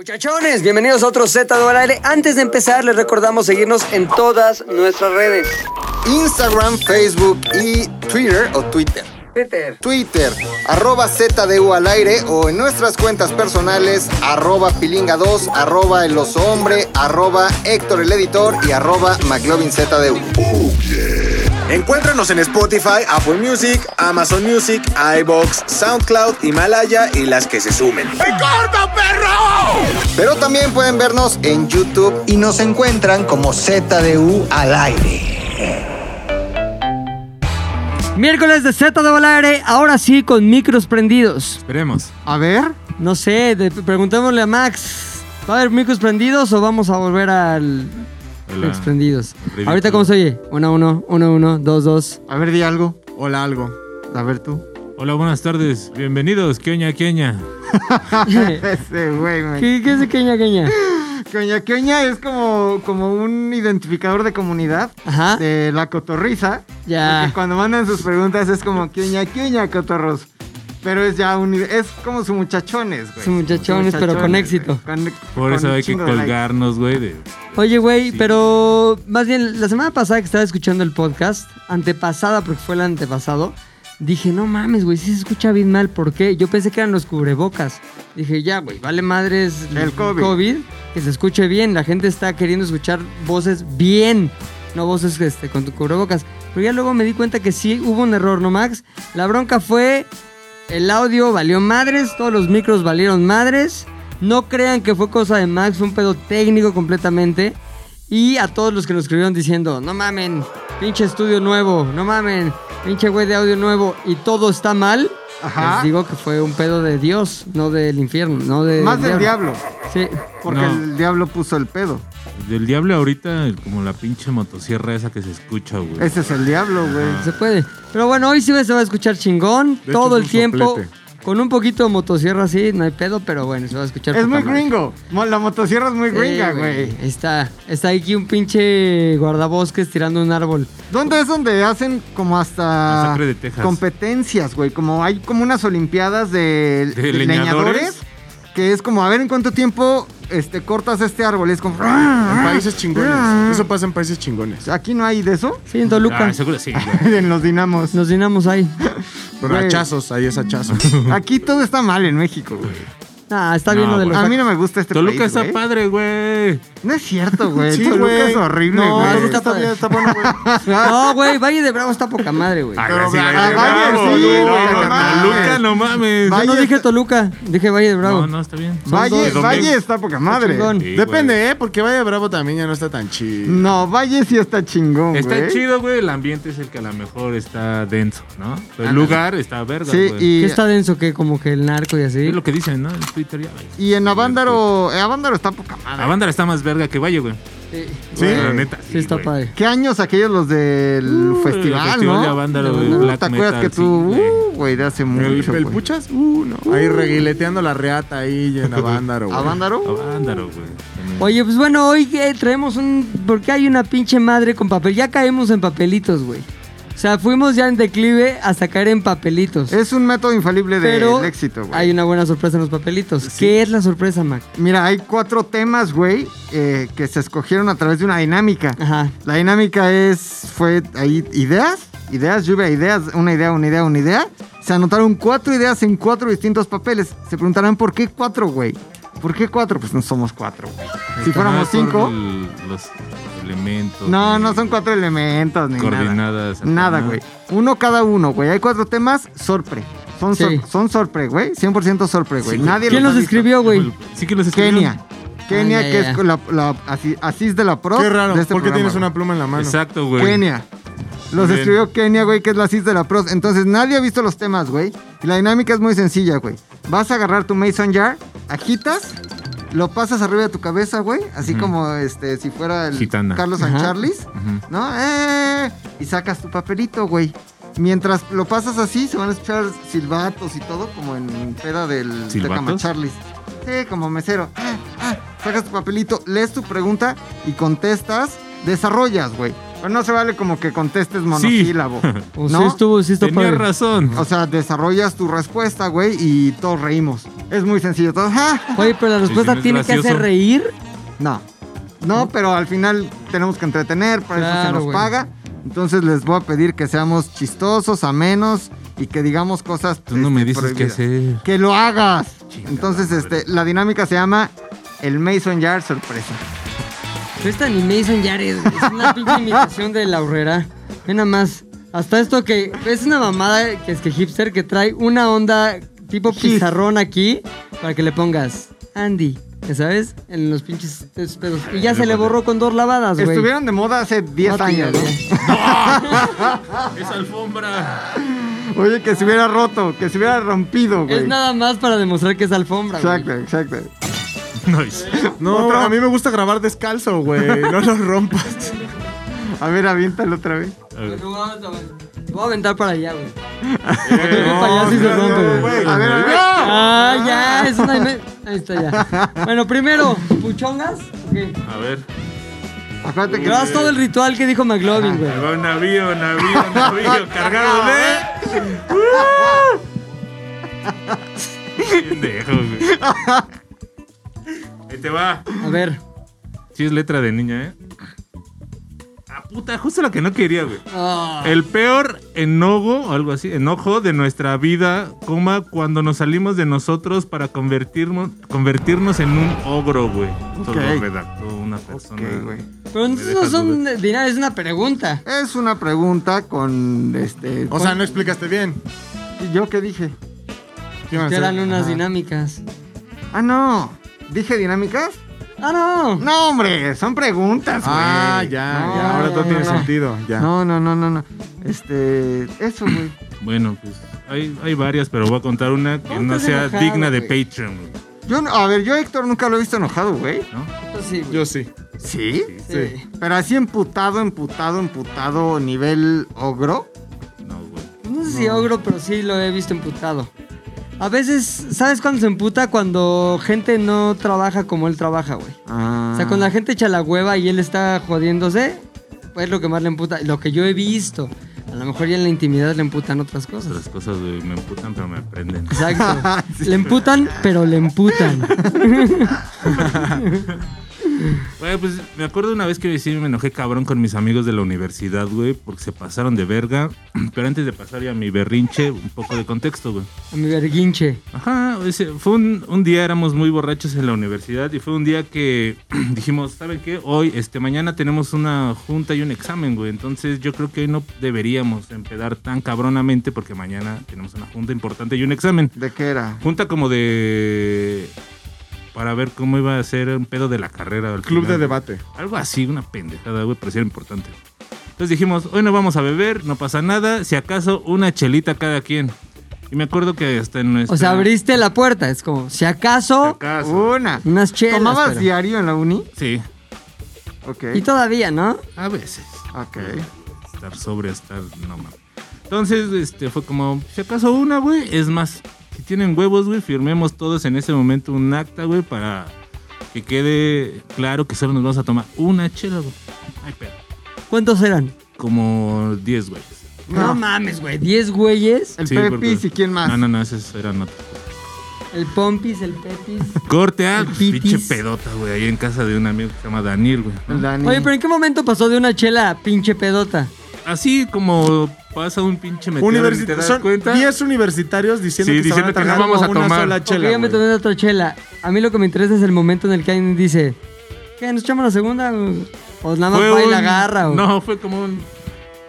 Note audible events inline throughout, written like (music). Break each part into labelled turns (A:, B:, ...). A: Muchachones, bienvenidos a otro Z al aire. Antes de empezar, les recordamos seguirnos en todas nuestras redes.
B: Instagram, Facebook y Twitter o Twitter.
A: Twitter.
B: Twitter, arroba ZDU al aire o en nuestras cuentas personales, arroba pilinga2, arroba el oso hombre, arroba Héctor el editor y arroba McLovinZDU.
C: Encuéntranos en Spotify, Apple Music, Amazon Music, iBox, SoundCloud, Himalaya y las que se sumen.
B: Pero también pueden vernos en YouTube y nos encuentran como ZDU al aire.
A: Miércoles de Z al aire, ahora sí con micros prendidos.
D: Esperemos.
E: A ver,
A: No sé, de- preguntémosle a Max. ¿Va a haber micros prendidos o vamos a volver al
D: Hola.
A: micros prendidos?
D: Ridículo.
A: Ahorita cómo se oye. 1 1 1 1 2
D: (laughs)
A: 2.
E: a ver, di algo.
D: Hola, algo.
E: A ver tú.
D: Hola, buenas tardes. Bienvenidos, Queña, Queña.
A: (laughs) ¿Qué
E: (laughs) Ese güey, güey.
A: qué es de queña queña?
E: Queña Queña es como, como un identificador de comunidad
A: Ajá.
E: de la cotorriza.
A: Ah. Ya.
E: Porque cuando mandan sus preguntas es como Queña Queña, cotorros. Pero es ya un. Es como su muchachones, güey.
A: Su muchachones, pero con
E: güey.
A: éxito.
E: Con-
D: Por
E: con
D: eso
E: un
D: hay que
E: chingo de likes.
D: colgarnos, güey. de-
A: Oye, güey,
D: Sí.
A: pero más bien, la semana pasada que estaba escuchando el podcast, antepasada, porque fue el antepasado, dije, no mames, güey, sí se escucha bien mal, ¿por qué? Yo pensé que eran los cubrebocas. Dije, ya, güey, vale madres
E: El COVID.
A: que se escuche bien. La gente está queriendo escuchar voces bien, no voces este, con tu cubrebocas. Pero ya luego me di cuenta que sí hubo un error, ¿no, Max? La bronca fue el audio valió madres, todos los micros valieron madres. No crean que fue cosa de Max, fue un pedo técnico completamente. Y a todos los que nos escribieron diciendo, no mamen, pinche estudio nuevo, no mamen, pinche güey de audio nuevo y todo está mal.
E: Ajá.
A: Les digo que fue un pedo de Dios, no del infierno, no de
E: Más del diablo.
A: Sí.
E: Porque
D: No.
E: el diablo puso el pedo.
D: Del diablo ahorita, como la pinche motosierra esa que se escucha, güey.
E: Ese es el diablo, güey.
A: Se puede. Pero bueno, hoy sí se va a escuchar chingón,
D: hecho,
A: todo
D: es
A: el
D: un
A: tiempo.
D: soplete.
A: Con un poquito de motosierra, sí, no hay pedo, pero bueno, se va a escuchar.
E: Es
A: poca
E: muy
A: madre.
E: gringo. Mo- La motosierra es muy
A: Sí,
E: gringa, güey.
A: Está, está aquí un pinche guardabosques tirando un árbol.
E: ¿Dónde es donde hacen como hasta
D: Masacre de Texas.
E: competencias, güey? Como hay como unas olimpiadas de,
D: ¿De
E: de
D: leñadores?
E: leñadores, que es como a ver en cuánto tiempo este cortas este árbol, es como "Ah".
F: En países chingones. Eso pasa en países chingones.
E: aquí no hay de eso. (laughs)
A: Sí, en Toluca.
D: Ah, seguro
E: Este
D: sí, güey.
E: en los dinamos.
A: Nos dinamos ahí.
F: Pero
E: Güey.
F: hachazos, ahí es hachazo.
E: Aquí todo está mal en México, güey.
A: Ah, está
D: No,
A: bien lo de
D: güey.
A: los.
E: A mí no me gusta este
D: Toluca
E: país,
D: está
E: güey.
D: padre, güey.
E: No es cierto, güey.
F: Sí,
E: Toluca
F: güey.
E: es horrible,
A: No,
E: güey.
A: Toluca está bien,
E: está (laughs) bueno, güey.
A: (laughs) No, güey, Valle de Bravo está poca madre, güey.
D: Ah,
F: Pero
D: sí,
F: Valle
D: Valle de
E: de Bravo,
D: Bravo,
E: sí,
D: güey,
E: güey,
D: no,
E: no mames.
D: Toluca, no mames.
A: Yo
E: Valle
A: no dije
E: está-
A: Toluca, dije Valle de Bravo.
D: No, no, está bien.
E: Valle,
D: Son-
E: Valle está poca madre.
A: chingón.
D: Sí, güey.
F: Depende, ¿eh? Porque Valle Bravo también ya no está tan chido.
E: No, Valle sí está chingón, güey.
D: Está chido, güey. El ambiente es el que a lo mejor está denso, ¿no? El lugar está verga,
E: Sí,
D: güey.
E: y
A: ¿Qué está denso que como que el narco y así?
D: Es lo que dicen, ¿no? En Twitter ya, güey.
E: Y en Avándaro, en Avándaro está poca madre.
D: La banda está más verga que Valle, güey.
A: Sí,
E: Sí.
D: La neta.
A: sí está
D: güey.
A: padre.
E: ¿Qué años aquellos los del
D: Uh,
E: festival,
D: el festival
E: no?
D: de Avándaro, de
E: Uh,
D: black
E: ¿Te acuerdas
D: metal,
E: que tú,
D: sí, güey.
E: uh, güey, de hace
F: El,
E: mucho,
F: el
E: güey.
F: puchas, uh, no. Ahí reguileteando la reata ahí
D: (laughs)
F: en Avándaro, güey.
E: ¿Avándaro?
D: Avándaro, güey.
A: Oye, pues bueno, hoy eh, traemos un. Porque hay una pinche madre con papel. Ya caemos en papelitos, güey. O sea, fuimos ya en declive hasta caer en papelitos.
E: Es un método infalible del
A: Pero
E: éxito, güey.
A: hay una buena sorpresa en los papelitos. ¿Qué es la sorpresa, Mac?
E: Mira, hay cuatro temas, güey, eh, que se escogieron a través de una dinámica.
A: Ajá.
E: La dinámica es, fue ahí ideas, ideas, lluvia, de ideas, una idea, una idea, una idea. Se anotaron cuatro ideas en cuatro distintos papeles. Se preguntarán, ¿por qué cuatro, güey? ¿Por qué cuatro? Pues no somos cuatro, güey. Si fuéramos
D: Nada por
E: cinco...
D: el- los elementos.
E: No,
D: güey.
E: no son cuatro elementos ni nada.
D: Coordinadas.
E: Nada, güey. Uno cada uno, güey. Hay cuatro temas, sorpre. Son,
A: Sí.
E: sor- son sorpre, güey. 100% sorpre, güey. Nadie
A: ¿Quién
E: los
A: los
E: ha visto.
A: escribió, güey?
D: Sí que los escribieron.
E: Kenia. Kenia,
A: Ah, ya,
E: que
A: ya.
E: es la, la asi- asís de la pro.
F: Qué raro.
E: de este
F: ¿Por qué
E: programa,
F: tienes una pluma en la mano?
D: Exacto, güey.
E: güey. Kenia. Los
D: Bien.
E: escribió Kenia, güey, que es la asís de la pro. Entonces nadie ha visto los temas, güey. Y la dinámica es muy sencilla, güey. Vas a agarrar tu Mason Jar, agitas, lo pasas arriba de tu cabeza, güey. Así como este, si fuera el
D: Gitana.
E: Carlos San
A: Ajá.
E: Charles.
D: Ujú.
E: ¿no? ¡Eh! Y sacas tu papelito, güey. Mientras lo pasas así, se van a escuchar silbatos y todo, como en peda del de
D: ¿Silbatos?
E: Camacharlis. Sí, como mesero. ¡Ah! ¡Ah! Sacas tu papelito, lees tu pregunta y contestas, desarrollas, güey. Pero no se vale como que contestes monosílabo.
A: O Pues sí
E: ¿no?
A: estuvo, sí está
D: Tenía
A: padre.
D: razón.
E: O sea, desarrollas tu respuesta, güey, y todos reímos. Es muy sencillo todo. ¡Ah! ¡Ja, ja!
A: Oye, pero la
D: Sí,
A: respuesta
D: sí, es
A: tiene que
D: gracioso.
A: hacer reír.
E: No. No, pero al final tenemos que entretener, para eso
A: Claro,
E: se nos
A: güey.
E: paga. Entonces les voy a pedir que seamos chistosos, amenos y que digamos cosas.
D: Tú no me
E: este,
D: dices
E: prohibidas.
D: qué hacer.
E: Que lo hagas.
D: Chinga
E: Entonces,
D: la
E: este, la dinámica se llama el Mason Jar sorpresa.
A: Pero esta ni Mason ya es, es una (laughs) pinche imitación de la horrera. Ve nada más. Hasta esto que es una mamada que es que hipster que trae una onda tipo pizarrón aquí para que le pongas Andy, ¿ya ¿sabes? En los pinches esos pedos. Y ya se le borró con dos lavadas, Pues, güey.
E: Estuvieron de moda hace 10
A: No,
E: años,
A: tío,
E: ¿no?
A: ya.
D: Es alfombra.
E: Oye, que se hubiera roto, que se hubiera rompido, güey.
A: Es nada más para demostrar que es alfombra, güey.
E: Exacto, exacto.
D: (laughs) No, es-
F: No, a mí me gusta grabar descalzo, (laughs) güey. No lo rompas.
E: A ver, aviéntalo otra vez.
D: A ver.
A: Lo voy a- lo voy a aventar para allá, güey. (laughs)
F: no,
A: para allá sí se
F: no,
A: rompe,
F: no,
A: güey.
F: güey.
E: A ver, a ver.
A: Ah, ya, es una... ime- Ahí está ya. Bueno, primero, puchongas. Ok.
D: A ver.
E: Acuérdate que.
A: Pero haz todo el ritual que dijo McLovin, güey.
D: Ahí va un navío, navío,
E: (laughs)
D: navío, cargado de. Pendejo, güey. Ahí te va.
A: A ver.
D: Sí, es letra de niña, ¿eh? Ah, puta, justo lo que no quería, güey.
A: Ah,
D: El peor enojo, o algo así, enojo de nuestra vida, coma, cuando nos salimos de nosotros para convertirnos, convertirnos en un ogro, güey. Esto lo
E: Ok.
D: redactó una persona.
E: Ok, güey.
A: pero entonces no
D: dejas
A: son dinámicas, es una pregunta.
E: Es una pregunta con este.
F: O sea, no explicaste bien.
E: ¿Yo qué dije?
F: ¿Qué iban a
A: Que
F: hacer?
A: eran unas
F: Ajá.
A: dinámicas.
E: Ah, no. ¿Dije dinámicas?
A: Ah, no.
E: No, hombre, son preguntas, güey.
F: Ah, ya,
E: No,
F: ya. Ahora
E: no,
F: todo
E: no,
F: tiene
E: no.
F: sentido. Ya.
E: No, no, no, no, no. Este, eso, güey.
D: Bueno, pues hay, hay varias, pero voy a contar una que
A: No
D: no
A: estés
D: sea
A: enojado,
D: digna de
A: güey.
D: Patreon, güey,
E: Yo, no- a ver, yo a Héctor nunca lo he visto enojado, güey.
D: ¿no?
A: Esto sí, güey.
F: Yo sí.
E: ¿Sí?
A: Sí.
E: Pero así emputado, emputado, emputado, nivel ogro.
D: No, güey.
A: No sé si ogro, pero sí lo he visto emputado. A veces, ¿sabes cuándo se emputa? Cuando gente no trabaja como él trabaja, güey.
E: Ah.
A: O sea, cuando la gente echa la hueva y él está jodiéndose, pues es lo que más le emputa. Lo que yo he visto. A lo mejor ya en la intimidad le emputan otras cosas.
D: Otras cosas, güey, me emputan, pero
A: (laughs)
D: me prenden.
A: Exacto. Le emputan, pero le emputan. (laughs)
D: Güey, pues me acuerdo una vez que sí me enojé cabrón con mis amigos de la universidad, güey, porque se pasaron de verga. (clears throat) Pero antes de pasar ya a mi berrinche, un poco de contexto, güey.
A: A mi verguinche.
D: Ajá, ese- fue un, un día, éramos muy borrachos en la universidad y fue un día que (clears throat) dijimos, ¿saben qué? Hoy, este, mañana tenemos una junta y un examen, güey. Entonces yo creo que hoy no deberíamos empedar tan cabronamente porque mañana tenemos una junta importante y un examen.
E: ¿De qué era?
D: Junta como de... para ver cómo iba a ser un pedo de la carrera. al
F: Club de
D: final.
F: debate.
D: Algo así, una pendejada, güey, pero sí era importante. Entonces dijimos, hoy no vamos a beber, no pasa nada, si acaso una chelita cada quien. Y me acuerdo que hasta en nuestra...
A: O sea, abriste la puerta. Es como, si
D: si
A: acaso,
D: acaso.
E: Una.
A: unas chelas.
E: ¿Tomabas
A: pero-
E: diario en la uni?
D: Sí,
E: Ok.
A: Y todavía, ¿no?
D: a veces.
E: Ok.
D: Estar sobre, estar... No mames. Entonces, este, fue como, si acaso una, güey, es más. Si tienen huevos, güey, firmemos todos en ese momento un acta, güey, para que quede claro que solo nos vamos a tomar una chela, güey. Ay, pero
A: ¿Cuántos eran?
D: como 10, güeyes.
A: No, mames, güey. ¿Diez güeyes?
E: El
D: Sí,
E: Pepis
D: porque-
E: y quién más.
D: No, no, no, esos eran otros.
A: El Pompis, el Pepis.
D: Corte a
A: El pitis.
D: pinche pedota, güey, ahí en casa de un amigo que se llama Daniel, güey. ¿no?
E: El Dani.
A: Oye, pero ¿en qué momento pasó de una chela a pinche pedota?
D: Así como pasa un pinche meteoro y
F: Universi
D: te das
F: son
D: cuenta.
F: 10 universitarios diciendo
D: Sí,
F: que, se
D: diciendo
F: van a
D: que no
F: tragar
D: vamos a
F: una
D: tomar.
F: sola chela.
A: Ok, yo me
F: güey.
A: tomé otra chela. A mí lo que me interesa es el momento en el que alguien dice, ¿qué? ¿Nos echamos la segunda? O nada más
D: Fue
A: va y
D: un-
A: la agarra. o-
D: No, fue como un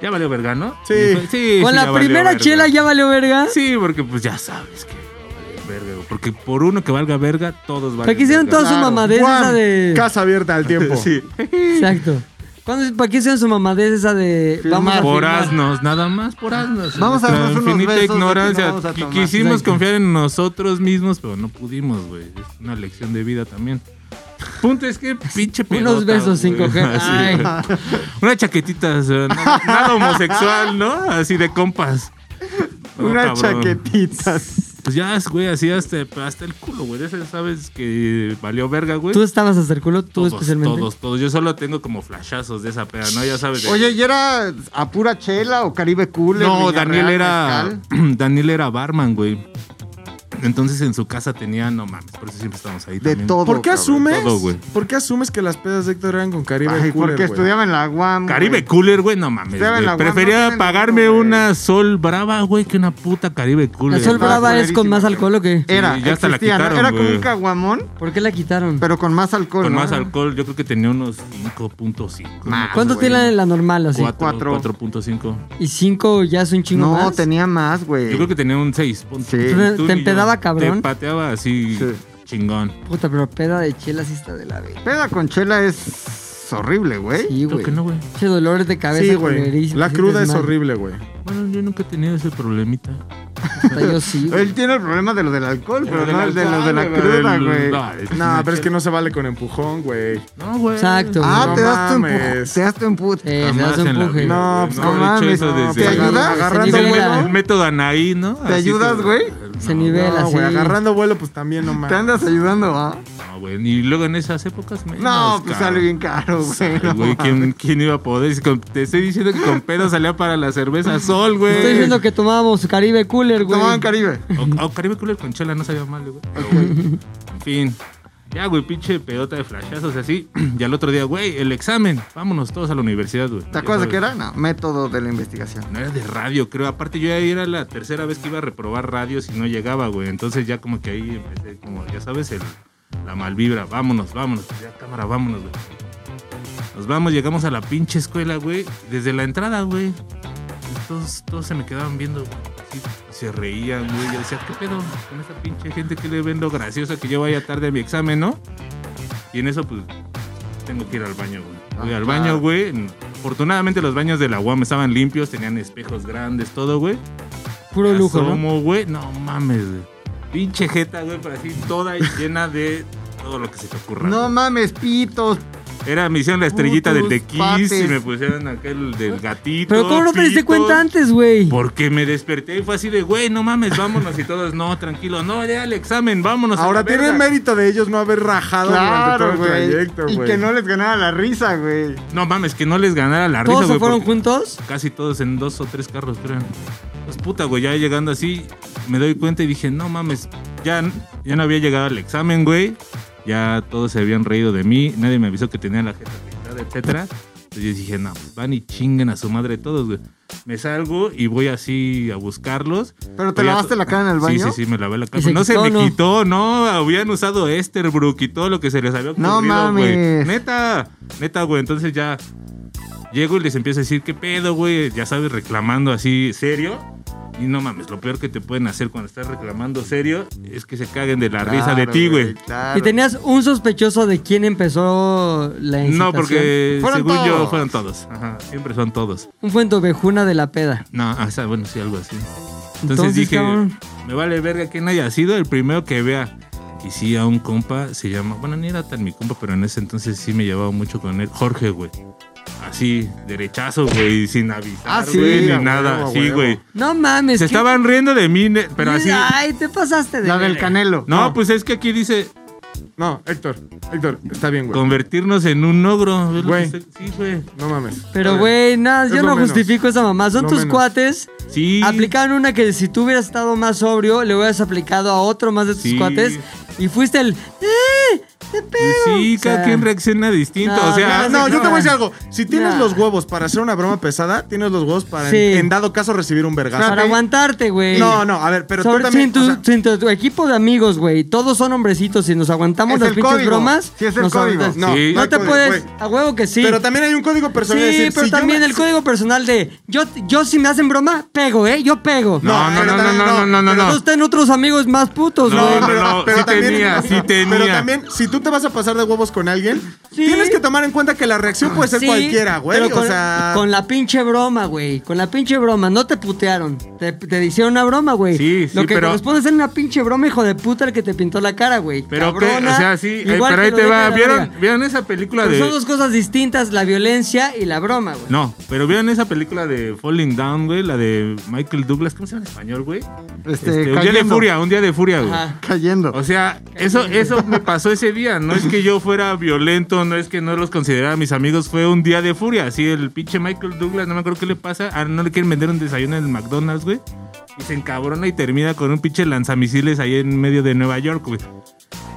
D: ya valió verga, ¿no?
F: Sí.
D: Y fue- sí
A: Con
D: sí, ya
A: la
D: valió
A: primera
D: verga.
A: chela ya valió verga.
D: Sí, porque pues ya sabes que valió verga, güey, porque por uno que valga verga, todos
A: ¿Para
D: valen.
A: qué hicieron
D: verga.
A: toda su
F: Claro.
A: mamadez
F: Guam,
A: esa de...?
F: Casa abierta al tiempo.
D: Sí.
A: Exacto. ¿Cuándo, ¿Para qué hicieron su mamadez esa de... Vamos a
D: Por
A: firmar?
D: asnos, nada más por asnos.
E: Vamos a
D: Nuestra
E: darnos unos
D: infinita
E: besos de que no
D: ignorancia.
E: vamos a
D: Qui-
E: tomar.
D: Quisimos
A: Exacto.
D: confiar en nosotros mismos, pero no pudimos, güey. Es una lección de vida también. Punto es que pinche pelota,
A: Unos besos sin
D: güey.
A: coger.
D: (laughs) Así,
A: Ay.
D: güey. Una chaquetita, o sea, nada, nada homosexual, ¿no? Así de compas. No,
E: (laughs) Una
D: cabrón.
E: chaquetita.
D: Pues ya, güey, así hasta, hasta el culo, güey. Ese sabes que valió verga, güey.
A: Tú estabas hasta el culo, tú
D: todos,
A: especialmente.
D: todos, todos. Yo solo tengo como flashazos de esa peda, ¿no? Ya sabes. de-
E: Oye, ¿y era a pura chela o Caribe
D: (clears throat)
E: Cool?
D: No, Daniel era. Daniel era barman, güey. Entonces en su casa tenía, no mames, por eso siempre estamos ahí.
E: De
D: también.
E: todo.
F: ¿Por qué
E: cabrón.
F: asumes?
D: Todo, güey.
F: ¿Por qué asumes que las pedas de Héctor eran con Caribe
E: Ay,
F: Cooler,
E: porque
F: güey?
E: estudiaba en la UAM. güey.
D: Caribe Cooler, güey, no mames.
E: Estaba
D: güey.
E: en la UAM, no
D: Prefería
E: tiene
D: pagarme
E: dinero, güey.
D: una Sol Brava, güey, que una puta Caribe Cooler.
A: La Sol
E: estaba
A: Brava es con
E: culerísima,
A: más alcohol o qué?
E: Era,
D: Sí, ya hasta la
E: existía, ¿no?
D: quitaron,
E: Era como
D: güey.
E: un caguamón,
A: ¿Por qué la quitaron?
E: pero con más alcohol.
D: Con
E: ¿no?
D: más alcohol, yo creo que tenía unos 5.5.
E: Más,
A: ¿Cuánto
E: güey.
A: tiene la, la normal así?
D: Cuatro,
E: cuatro.
D: 4.5.
A: Y cinco ya es un chingo
E: No,
A: más.
E: tenía más, güey.
D: Yo creo que tenía un 6.
E: Sí.
D: Tú
A: Te-
D: ni
A: te
D: yo.
A: empedaba, cabrón.
D: Te pateaba así
E: Sí.
D: chingón.
A: Puta, pero peda de chela sí está de la verga.
E: Peda con chela es horrible, güey.
A: Sí,
D: Creo
A: güey.
D: que no, güey.
A: Che, dolores de cabeza.
F: Sí, güey.
A: culerísimo,
F: La
A: te
F: cruda
A: sientes
F: es
A: mal.
E: (laughs)
F: horrible, güey.
D: Bueno, yo nunca he tenido ese problemita.
A: Hasta yo
F: (laughs)
A: sí. güey. Eh,
E: Él tiene el problema de lo del alcohol, pero
D: Pero
E: no el de lo de la
D: alcohol,
E: cruda,
D: del-
E: güey.
D: No, es-
F: No, pero es que no se vale con empujón, güey.
D: No, güey.
A: Exacto.
E: Ah,
A: güey.
E: te
F: No
E: das tu
F: mames.
E: empuje. Te das tu
A: Sí,
E: empuje.
A: se
D: Jamás
A: hace un
D: en la
A: empuje.
D: vida,
F: No,
D: güey.
F: pues,
E: no
D: he dicho
E: mames,
D: eso
E: no,
D: desde-
E: ¿te ayuda?
F: Agarrando
A: Se nivela.
D: El
F: vuelo.
D: método Anaí, ¿no?
E: ¿Te ayudas, güey?
A: Se nivela,
F: No, güey,
A: sí.
F: agarrando vuelo, pues también no mames.
E: Te andas ayudando, ¿ah?
D: No, güey. Y luego en esas épocas menos,
E: No, pues
D: cabrón.
E: sale bien caro, güey.
D: Ay,
E: no
D: Güey, ¿quién, quién iba a poder? Si con- Te estoy diciendo que con pedo salía para la cerveza sol, güey.
A: Estoy diciendo que tomábamos Caribe Cooler, güey.
E: Tomaban Caribe.
D: O, o Caribe Cooler con chela no sabía mal, güey. Pero, güey, En fin. Ya, güey, pinche pedota de flashazos así. (clears throat) Y al otro día, güey, el examen. Vámonos todos a la universidad, güey.
E: ¿Te acuerdas de qué era? No, método de la investigación.
D: No era de radio, creo. Aparte, yo ya era la tercera vez que iba a reprobar radio si no llegaba, güey. Entonces ya como que ahí empecé, como, ya sabes, el- la malvibra. Vámonos, vámonos. pues, Ya, cámara, vámonos, güey. Nos vamos, llegamos a la pinche escuela, güey. Desde la entrada, güey. Y Todos, todos se me quedaban viendo, güey. así, Se reían, güey. Yo decía, ¿qué pedo con esta pinche gente que le ven lo gracioso que yo vaya tarde a mi examen, no? Y en eso, pues, tengo que ir al baño, güey. Voy
E: Ah,
D: al
E: claro.
D: baño, güey. Afortunadamente los baños de la UAM estaban limpios, tenían espejos grandes, todo, güey.
A: Puro lujo, ¿no?
D: Asomo, güey. No mames, güey. Pinche jeta, güey, pero así toda (laughs) llena de todo lo que se te ocurra.
E: No
D: güey.
E: mames, pitos.
D: Era, me hicieron la estrellita del de
E: Putos
D: Kiss
E: pates.
D: y me pusieron aquel del gatito.
A: Pero ¿cómo no te diste
D: pitos.
A: cuenta antes, güey?
D: Porque me desperté y fue así de, güey, no mames, vámonos y todos, no, tranquilo, no, ya el examen, vámonos. a
F: Ahora
D: la
F: tiene
D: verga".
F: mérito de ellos no haber rajado durante todo
E: Claro,
F: el
E: güey.
F: trayecto,
E: Y
F: güey.
E: que no les ganara la risa, güey.
D: No mames, que no les ganara la
A: ¿Todos se
D: risa, güey.
A: fueron
D: porque
A: juntos?
D: Casi todos en dos o tres carros, creo. Pues puta, güey, ya llegando así, me doy cuenta y dije, no mames, ya, ya no había llegado al examen, güey. Ya todos se habían reído de mí, nadie me avisó que tenía la jeta pintada, etcétera. Entonces yo dije, no, pues van y chinguen a su madre todos, güey. Me salgo y voy así a buscarlos.
E: Pero te
D: Voy a-
E: lavaste la cara en el baño.
D: Sí, sí, sí, me lavé la cara.
A: ¿Y se
D: no se
A: quitó,
D: me
A: no?
D: quitó, no. Habían usado Esterbrook y todo lo que se les había
E: No
D: ocurrido, güey.
E: mames.
D: Neta, neta, güey. Entonces ya llego y les empiezo a decir, ¿qué pedo, güey? Ya sabes, reclamando así serio. Y no mames, lo peor que te pueden hacer cuando estás reclamando serio es que se caguen de la risa de
E: Claro,
D: ti, güey.
E: claro.
A: Y tenías un sospechoso de quién empezó la incitación.
D: No, porque
E: Fueron
D: según yo
E: todos.
D: fueron todos. Ajá, siempre son todos.
A: Un fuente vejuna de la peda.
D: No, ah, o sea, bueno, sí, algo así. Entonces,
A: Entonces,
D: dije,
A: cabrón.
D: me vale verga quién haya sido el primero que vea. Y sí, a un compa se llama, bueno, ni era tan mi compa, pero en ese entonces sí me llevaba mucho con él, Jorge, güey. Así, derechazo, güey, sin avisar,
E: Ah, sí,
D: güey, ni
E: a
D: nada,
F: huevo, a
D: sí,
F: huevo.
D: güey.
A: No mames.
D: Se
A: ¿qué-
D: estaban riendo de mí, ne- pero así.
A: Ay, te pasaste de.
E: La del canelo.
D: No, pues es que aquí dice
F: No, Héctor, Héctor, está bien, güey.
D: convertirnos en un ogro. ¿ves lo
F: Güey.
D: que está- Sí, güey.
F: No mames.
A: Pero, güey, nada,
F: Es
A: yo
F: lo
A: no
F: menos.
A: justifico esa mamá. Son
F: Lo
A: tus
F: menos.
A: cuates.
D: Sí.
A: Aplicaron una que si tú hubieras estado más sobrio, le hubieras aplicado a otro más de tus
D: Sí.
A: cuates. Y fuiste el. ¡Eh!
F: Pues
A: ¡Te pego!
D: Sí,
A: O
D: cada
A: sea,
D: quien reacciona distinto.
A: no,
D: o sea,
A: Ah,
F: No,
A: sí,
F: yo
A: no.
F: te voy a decir algo. Si tienes
A: Nah.
F: los huevos para hacer una broma pesada, tienes los huevos para, en-
A: Sí.
F: en, dado caso, recibir un vergazo.
A: Para aguantarte, güey.
F: No, no, a ver, pero tú
A: Sobre-
F: también.
A: sin tu,
F: o sea,
A: sin tu- tu equipo de amigos, güey. Todos son hombrecitos. Si nos aguantamos
E: Es
A: las
E: el
A: pinches
E: código.
A: bromas.
E: Sí, es el
A: nos
E: código.
A: aguantas.
F: no,
D: Sí.
A: No,
F: hay
A: te
F: código,
A: puedes.
F: güey.
A: A huevo que sí.
F: Pero también hay un código personal. de
A: sí,
F: decir,
A: pero
F: si yo
A: también
F: me-
A: el código personal de yo, yo si me hacen broma, pego, ¿eh? Yo pego.
D: No, no,
F: pero
D: no, no,
F: también-
D: no, no, no, no,
A: Pero todos tienen otros amigos más putos,
D: No,
A: güey.
D: no, no. sí tenía, sí tenía.
F: (laughs) Pero también, si tú te vas a pasar de huevos con alguien,
A: Sí.
F: tienes que tomar en cuenta que la reacción puede ser
A: Sí,
F: cualquiera, güey.
A: pero
F: O
A: con,
F: sea.
A: con la pinche broma, güey. Con la pinche broma. No te putearon. Te, te hicieron una broma, güey.
D: Sí, sí,
A: Lo que
D: pero-
A: corresponde es hacer una pinche broma, hijo de puta, el que te pintó la cara, güey.
D: Pero que,
A: Cabrona,
D: o sea, sí, eh,
A: igual
D: pero ahí
A: lo
D: te
A: deja
D: va.
A: la
D: ¿Vieron,
A: verga.
D: ¿Vieron esa película
A: Pero
D: de.?
A: son dos cosas distintas, la violencia y la broma, güey.
D: No, pero vieron esa película de Falling Down, güey, la de Michael Douglas, ¿cómo se llama en español, güey?
E: Este,
D: Este, un día de
E: cayendo.
D: furia, un día de furia, güey.
A: Ajá.
E: Cayendo.
D: O sea, eso, eso me pasó ese furia. No es que yo fuera violento, no es que no los considerara mis amigos. Fue un día de furia. Así el pinche Michael Douglas, no me acuerdo qué le pasa. Ah, no le quieren vender un desayuno en el McDonald's, güey. Y se encabrona y termina con un pinche lanzamisiles ahí en medio de Nueva York, güey.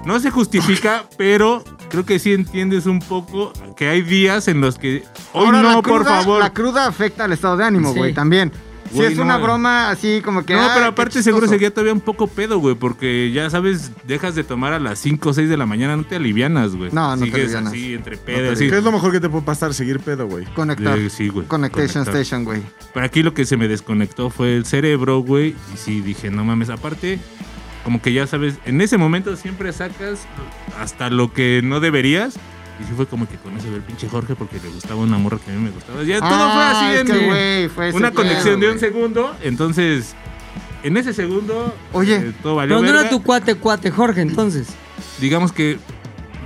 D: No se justifica, pero creo que sí entiendes un poco que hay días en los que. Hoy
E: Ahora,
D: no,
E: la
D: por
E: cruda-
D: favor.
E: La cruda afecta al estado de ánimo,
A: Sí.
E: güey, también. Si
D: Güey,
E: es
D: no,
E: una
D: eh.
E: broma así como que.
D: No,
E: ay,
D: pero
E: qué
D: aparte
E: chistoso.
D: seguro seguía todavía un poco pedo, güey, porque ya sabes, dejas de tomar a las 5 o 6 de la mañana, no te alivianas, güey.
E: No, no te
D: Sigues
E: alivianas.
D: así, entre
E: No te
D: pedo, así.
F: ¿Qué es lo mejor que te puede pasar? Seguir pedo, güey.
E: Conectar.
D: Eh, sí, güey.
E: Connection
D: Conectar.
E: Station, güey.
D: Pero aquí lo que se me desconectó fue el cerebro, güey, y sí dije, no mames, aparte, como que ya sabes, en ese momento siempre sacas hasta lo que no deberías. Y sí fue como que con eso del pinche Jorge porque le gustaba una morra que a mí me gustaba. Ya todo fue
E: Ah,
D: así
E: es
D: en
E: que,
D: mi-
E: güey, fue ese
D: una
E: pedo,
D: conexión de
E: güey.
D: un segundo. Entonces, en ese segundo, eh,
E: Oye,
D: todo valió
A: Pero no era
D: verga.
A: tu cuate, cuate, Jorge, entonces.
D: digamos que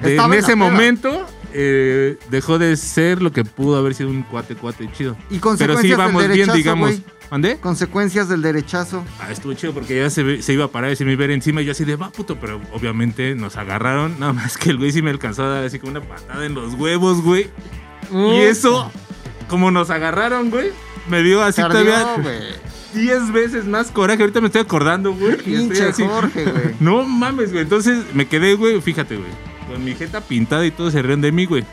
D: de-
E: Estaba
D: en
E: en la
D: ese
E: peda.
D: momento eh, dejó de ser lo que pudo haber sido un cuate cuate chido.
E: Y
D: Pero
E: consecuencias
D: sí vamos
E: del
D: bien,
E: derechazo,
D: digamos.
E: güey.
D: ¿Mandé?
E: Consecuencias del derechazo.
D: Ah, estuvo chido porque ya se, ve- se iba a parar y se me iba a ir encima y yo así de va puto, pero obviamente nos agarraron. Nada más que el güey sí me alcanzó a dar así como una patada en los huevos, güey. Y eso, como nos agarraron, güey, me dio así
E: Tardío,
D: todavía (laughs)
E: güey.
D: 10 veces más coraje. Ahorita me estoy acordando, güey. y estoy
E: Pinche
D: así- (laughs)
E: Jorge, güey.
D: no mames, güey. Entonces me quedé, güey, fíjate, güey. Con mi jeta pintada y todo se rieron de mí, güey.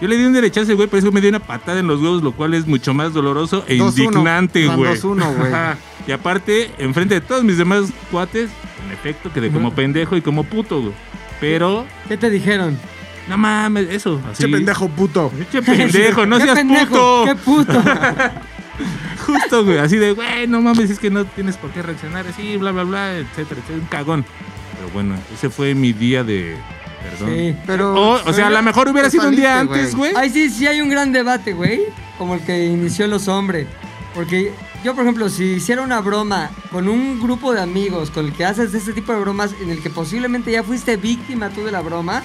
D: Yo le di un derechazo, güey, pero eso me dio una patada en los huevos, lo cual es mucho más doloroso e
E: 2-1.
D: indignante,
E: Van
D: güey.
E: 2-1, güey.
D: Ajá. y aparte, enfrente de todos mis demás cuates, en efecto, quedé como pendejo y como puto, güey. Pero,
A: ¿Qué te dijeron?
D: no mames, eso. Así.
F: Che pendejo puto.
D: Che
A: (laughs)
D: pendejo, no
A: ¿Qué
D: seas
A: pendejo?
D: puto.
A: ¡Qué puto!
D: Justo, güey, así de, güey, no mames, es que no tienes por qué reaccionar así, bla, bla, bla, etcétera, etcétera, un cagón. Pero bueno, ese fue mi día de perdón.
A: Sí.
E: Pero.
D: O, o sea, a lo mejor hubiera
E: te
D: sido un día
E: saliste,
D: antes, güey.
A: Ahí sí, sí hay un gran debate, güey. Como el que inició los hombres. Porque yo, por ejemplo, si hiciera una broma con un grupo de amigos con el que haces ese tipo de bromas en el que posiblemente ya fuiste víctima tú de la broma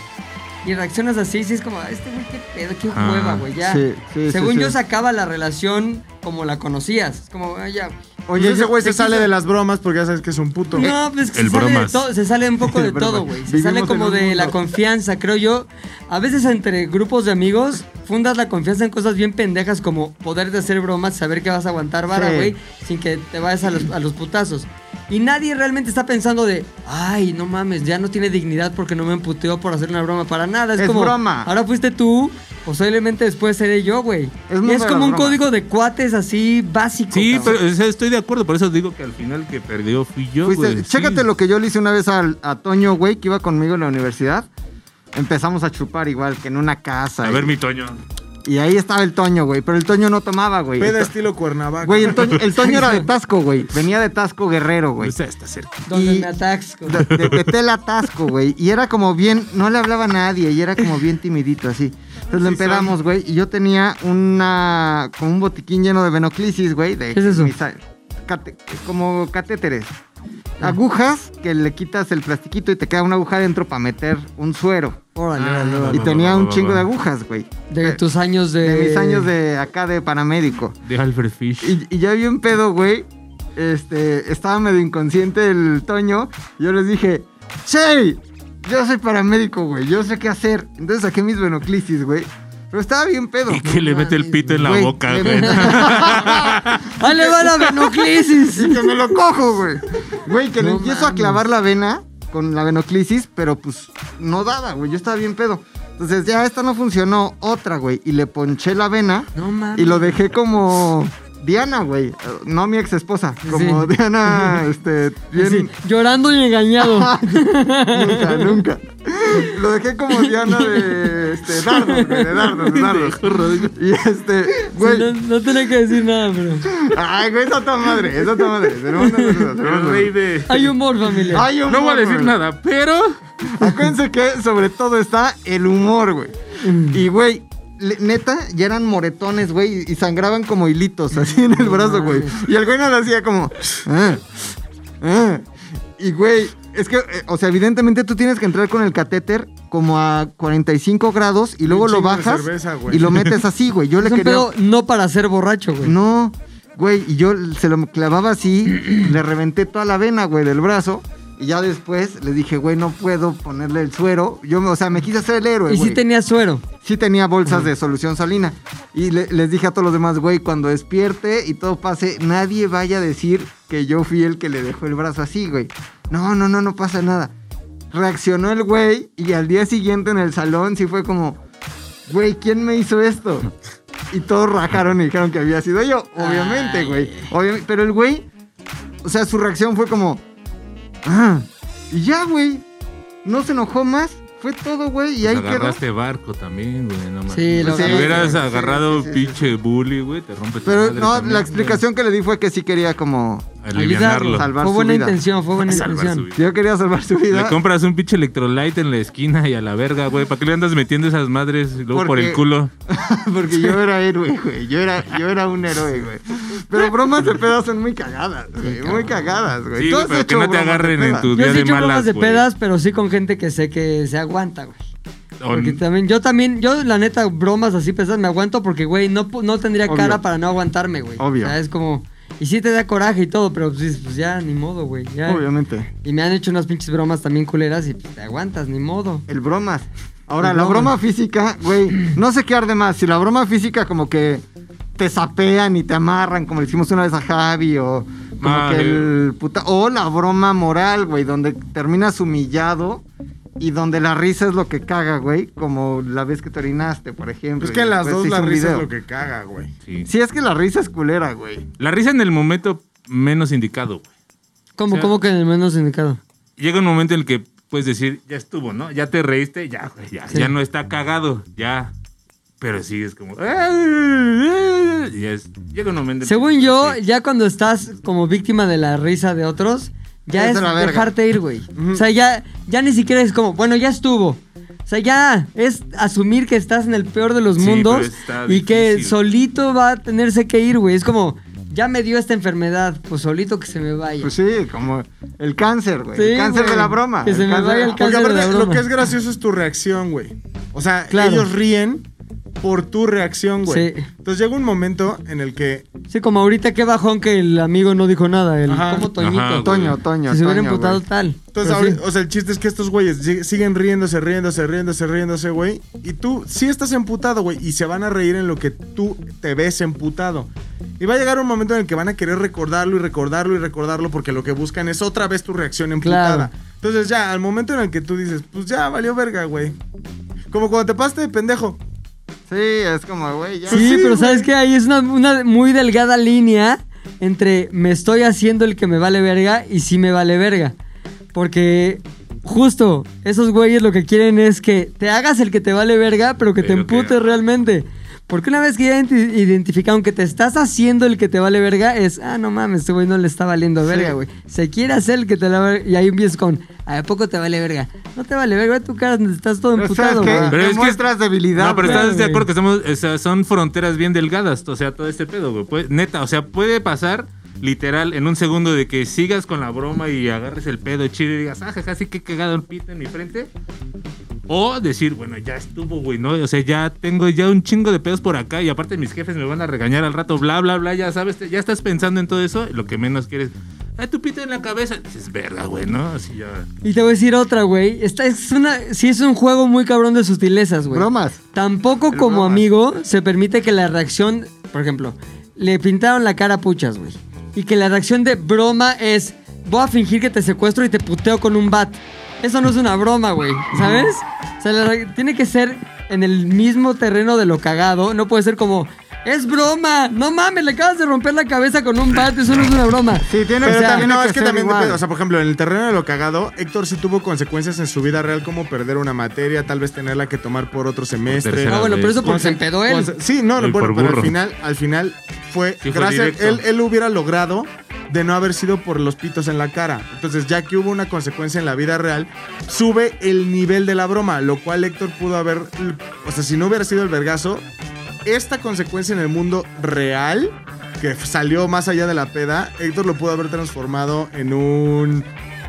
A: y reaccionas así, sí es como, este güey, qué pedo, qué
D: Ah,
A: hueva, güey. Ya.
E: sí, sí,
A: Según
E: sí,
A: yo,
E: sí.
A: sacaba la relación como la conocías. Es como, "Ah, ya.
F: Oye, Pues ese
E: yo-
F: güey se
A: te
F: sale
A: quiso-
F: de las bromas porque ya sabes que es un puto.
A: No, pues que
D: el
A: se sale, de
D: bromas.
A: todo, se sale un poco de
E: El bromas.
A: todo, güey. Se
E: Vivimos
A: sale
E: en
A: como
E: un
A: de
E: mundo.
A: la confianza, creo yo. A veces entre grupos de amigos fundas la confianza en cosas bien pendejas como poder de hacer bromas, saber que vas a aguantar vara,
E: Sí.
A: güey, sin que te vayas a los, a los putazos. Y nadie realmente está pensando de, ay, no mames, ya no tiene dignidad porque no me emputeó por hacer una broma para nada. Es,
E: Es
A: como,
E: broma.
A: ahora fuiste tú, posiblemente después seré yo, güey. Y
E: Es mundo
A: es
E: de
A: como
E: la
A: un
E: broma.
A: código de cuates así básico.
D: Sí,
A: cabrón.
D: pero o sea, estoy de acuerdo, por eso digo que al final que perdió fui yo,
E: Fuiste-
D: güey.
E: Chécate
D: sí.
E: lo que yo le hice una vez al- a Toño, güey, que iba conmigo en la universidad. Empezamos a chupar igual que en una casa.
D: A
E: y-
D: ver, mi Toño.
E: Y ahí estaba el Toño, güey. Pero el Toño no tomaba, güey.
F: Peda
E: Esta-
F: estilo Cuernavaca.
E: Güey, el Toño, el Toño era
D: (laughs)
E: de Tasco, güey. Venía de Tasco Guerrero, güey.
D: Pues, Está, está cerca.
A: Donde
E: y-
A: me atasco.
E: De, de, de tela Tasco, güey. Y era como bien, no le hablaba a nadie y era como bien timidito así. Entonces
D: Sí,
E: lo empedamos, güey. Y yo tenía una, como un botiquín lleno de venoclisis, güey. de
A: ¿Qué es eso?
E: misa- cate- como catéteres.
A: Ah.
E: Agujas que le quitas el plastiquito y te queda una aguja dentro para meter un suero.
A: Órale,
D: Ah,
A: órale,
D: no,
A: órale.
E: Y tenía un
D: va,
E: chingo
D: va.
E: de agujas, güey.
A: De tus años de.
E: Ah, De mis años de acá de paramédico.
D: De Alfred Fish.
E: Y, y ya vi un pedo, güey. Este, estaba medio inconsciente el Toño. y Yo les dije, ¡Che! Yo soy paramédico, güey. Yo sé qué hacer. Entonces saqué mis venoclisis, güey. Pero estaba bien pedo.
D: (laughs) Y que le mete el pito en la
E: Güey,
D: boca,
E: le-
D: güey. (laughs)
A: ¡Ah, le va la venoclisis!
E: (laughs) y que me lo cojo, güey. Güey, que le
A: No
E: empiezo a
A: mames.
E: clavar la vena con la venoclisis, pero pues no daba, güey. Yo estaba bien pedo. Entonces ya esta no funcionó, otra, güey. Y le ponché la vena.
A: No mames.
E: Y lo dejé como Diana, güey. Eh, No mi ex esposa. Como
A: Sí.
E: Diana, este, bien.
A: Sí, llorando y engañado.
E: (laughs) Nunca, nunca. Lo dejé como Diana de este, dardos, güey, de dardos, de dardos. Y este,
A: Sí,
E: güey.
A: no, no tenía que decir nada, pero.
E: Ay, güey, esa otra madre, esa otra madre. Se lo mando, se lo mando, se lo
D: El
E: mando.
D: rey de...
A: Hay humor, familia.
E: Hay humor,
D: No voy a decir
E: güey.
D: nada, pero...
E: Acuérdense que sobre todo está el humor, güey. Y, güey, le- neta, ya eran moretones, güey, y sangraban como hilitos así en el brazo, güey. Y el güey no lo hacía como... "Ah, ah". Y, güey, es que, eh, o sea, evidentemente tú tienes que entrar con el catéter como a 45 grados y luego
F: un
E: lo
F: chingo de
E: bajas
F: cerveza, güey.
E: y lo metes así, güey. Yo
F: (laughs)
A: es
E: le
A: un
E: quería...
A: pedo no para ser borracho, güey.
E: (clears throat) No, güey, y yo se lo clavaba así, le reventé toda la vena, güey, del brazo. Y ya después les dije, güey, no puedo ponerle el suero. Yo, me- o sea, me quise hacer el héroe,
A: Y
E: güey.
A: sí tenía suero.
E: sí tenía bolsas de solución salina. Y le- les dije a todos los demás, güey, cuando despierte y todo pase, nadie vaya a decir que yo fui el que le dejó el brazo así, güey. No, no, no, no pasa nada. Reaccionó el güey y al día siguiente en el salón sí fue como, güey, ¿quién me hizo esto? Y todos rajaron y dijeron que había sido yo, obviamente,
A: Ay.
E: güey. Obviamente, pero el güey, o sea, su reacción fue como, ah, y ya, güey. No se enojó más, fue todo, güey, y ahí quedó.
D: Pues agarraste barco también, güey. No mames.
A: Sí, lo
D: si
A: agarraste.
D: hubieras
E: Sí,
D: agarrado
E: sí, sí,
D: pinche bully, güey, te rompe tu
E: Pero
D: madre
E: no,
D: también,
E: la
D: güey.
E: explicación que le di fue que sí quería como...
D: Alivianarlo.
E: Salvar
A: Fue
E: su
A: buena
E: vida.
A: intención, fue buena
D: Salvar su
A: intención.
D: vida.
E: Yo quería salvar su
D: Le
E: vida.
D: compras un pinche electrolyte en la esquina y a la verga, güey. ¿Para qué le andas metiendo esas madres y luego por
E: Porque-
D: el culo?
E: (laughs) Porque yo era héroe, güey. Yo era, yo era un héroe, güey. Pero bromas de pedas son muy cagadas, güey. Muy cagadas, güey.
D: Sí,
E: Tú has
D: pero que
E: hecho
D: no te
E: bromas de
D: agarren en
E: pedas.
D: tu
A: Yo
D: día
A: sí he
D: de
A: hecho bromas
D: malas,
A: de
D: güey.
A: pedas, pero sí con gente que sé que se aguanta, güey.
D: O
A: Porque
D: n-
A: también, yo también, yo la neta, bromas así pesadas me aguanto porque, güey, no, pu- no tendría
E: Obvio.
A: cara para no aguantarme, güey.
E: Obvio.
A: O sea, es como, y sí te da coraje y todo, pero pues, pues ya, ni modo, güey. ya.
E: Obviamente.
A: Y me han hecho unas pinches bromas también culeras y pues, te aguantas, ni modo.
E: El bromas. Ahora,
A: El
E: la
A: broma.
E: broma física, güey, no sé qué arde más. Si la broma física como que te sapean y te amarran, como le hicimos una vez a Javi, o como
D: Ah,
E: que
D: sí.
E: el puta... O la broma moral, güey, donde terminas humillado y donde la risa es lo que caga, güey. Como la vez que te orinaste, por ejemplo.
F: Es que
E: y
F: las
E: después
F: dos
E: se hizo
F: la
E: un
F: risa es
E: video.
F: lo que caga, güey.
D: sí.
E: Sí, es que la risa es culera, güey.
D: La risa en el momento menos indicado, güey.
A: ¿Cómo,
D: O sea-
A: cómo que en el menos indicado?
D: Llega un momento en el que puedes decir, ya estuvo, ¿no? Ya te reíste, ya, güey, ya,
A: Sí.
D: ya no está cagado, ya. Pero sí es como. "Ah, Y es- llega un momento. en el
A: Según
D: que-
A: yo,
D: sí.
A: ya cuando estás como víctima de la risa de otros, ya
E: Es
A: es,
E: de la verga.
A: dejarte ir, güey. O sea, ya, ya ni siquiera es como, bueno, ya estuvo. O sea, ya es asumir que estás en el peor de los
D: Sí,
A: mundos
D: pero está
A: y que
D: difícil.
A: solito va a tenerse que ir, güey. Es como, ya me dio esta enfermedad, pues solito que se me vaya.
E: Pues sí, como el cáncer, güey.
A: Sí,
E: el cáncer
A: güey.
E: de la broma.
A: Que se me
E: cáncer
A: vaya
E: de
A: el
E: la-
F: Porque
A: Cáncer de
F: aparte,
A: la
F: lo
A: broma.
F: que es gracioso es tu reacción, güey. O sea,
A: Claro.
F: ellos ríen por tu reacción, güey.
A: Sí.
F: Entonces llega un momento en el que
A: sí, como ahorita qué bajón que el amigo no dijo nada, el
F: Ajá.
A: como Toñito.
D: Ajá, güey.
E: Toño, Toño.
A: si se hubiera
E: Toño,
A: emputado
E: güey.
A: tal.
F: Entonces,
A: Pero Pues
F: ahorita-
A: sí.
F: o sea, el chiste es que estos güeyes sig- siguen riéndose, riéndose, riéndose, riéndose, güey. Y tú sí estás emputado, güey. Y se van a reír en lo que tú te ves emputado. Y va a llegar un momento en el que van a querer recordarlo y recordarlo y recordarlo porque lo que buscan es otra vez tu reacción emputada.
A: Claro.
F: Entonces ya, al momento en el que tú dices, pues ya, valió verga, güey. Como cuando te pasaste de pendejo.
E: Sí, es como, güey, ya.
A: Sí,
F: Pues sí,
A: pero
F: güey.
A: ¿sabes qué? Ahí es una, una muy delgada línea entre me estoy haciendo el que me vale verga y sí me vale verga. Porque justo esos güeyes lo que quieren es que te hagas el que te vale verga, pero que te
D: Pero que-
A: emputes realmente. Porque una vez que ya identi- identificaron que te estás haciendo el que te vale verga, es, ah, no mames, este güey no le está valiendo verga, güey. Se quiere hacer el que te la vale Y ahí empiezas con, ¿a poco te vale verga? No te vale verga, ve tu cara, estás todo
E: Pero ¿sabes
A: emputado,
E: qué?
A: güey.
E: Te
D: Pero es que-
E: muestras debilidad.
D: No, pero
E: güey.
D: estás de
A: güey.
D: acuerdo que estamos, o sea, son fronteras bien delgadas, o sea, todo este pedo, güey. Puede- neta, o sea, puede pasar literal en un segundo de que sigas con la broma y agarres el pedo chido y digas, ah, jaja, sí que cagado el pito en mi frente. O decir, bueno, ya estuvo, güey, ¿no? O sea, ya tengo ya un chingo de pedos por acá y aparte mis jefes me van a regañar al rato, bla, bla, bla, ya sabes, te- ya estás pensando en todo eso, y lo que menos quieres. Ah, tu pito en la cabeza. Es verga, güey, ¿no? Así ya.
A: Y te voy a decir otra, güey. Esta es una. Sí, es un juego muy cabrón de sutilezas, güey.
E: Bromas.
A: Tampoco
E: El
A: como
E: bromas.
A: amigo se permite que la reacción. Por ejemplo, le pintaron la cara a puchas, güey. Y que la reacción de broma es. Voy a fingir que te secuestro y te puteo con un bat. Eso no es una broma, güey. ¿Sabes? O sea, la re- tiene que ser en el mismo terreno de lo cagado. No puede ser como. ¡Es broma! ¡No mames! Le acabas de romper la cabeza con un bat. Eso no es una broma.
E: Sí, tiene
F: Pero
E: que
F: también, no, es que
E: ser
F: también
E: igual.
F: depende. O sea, por ejemplo, en el terreno de lo cagado, Héctor sí tuvo consecuencias en su vida real, como perder una materia, tal vez tenerla que tomar por otro semestre.
D: tercera
A: Ah, bueno,
D: vez.
A: pero eso porque
F: Conse-
A: se empedó él.
F: conse- Sí, no,
D: Y
F: no, bueno,
D: por
F: pero al
D: burro.
F: final, al final fue.
D: Sí, fue
F: gracias,
D: directo.
F: él, él hubiera logrado de no haber sido por los pitos en la cara. Entonces, ya que hubo una consecuencia en la vida real, sube el nivel de la broma, lo cual Héctor pudo haber. O sea, si no hubiera sido el vergazo, esta consecuencia en el mundo real, que f- salió más allá de la peda, Héctor lo pudo haber transformado en un.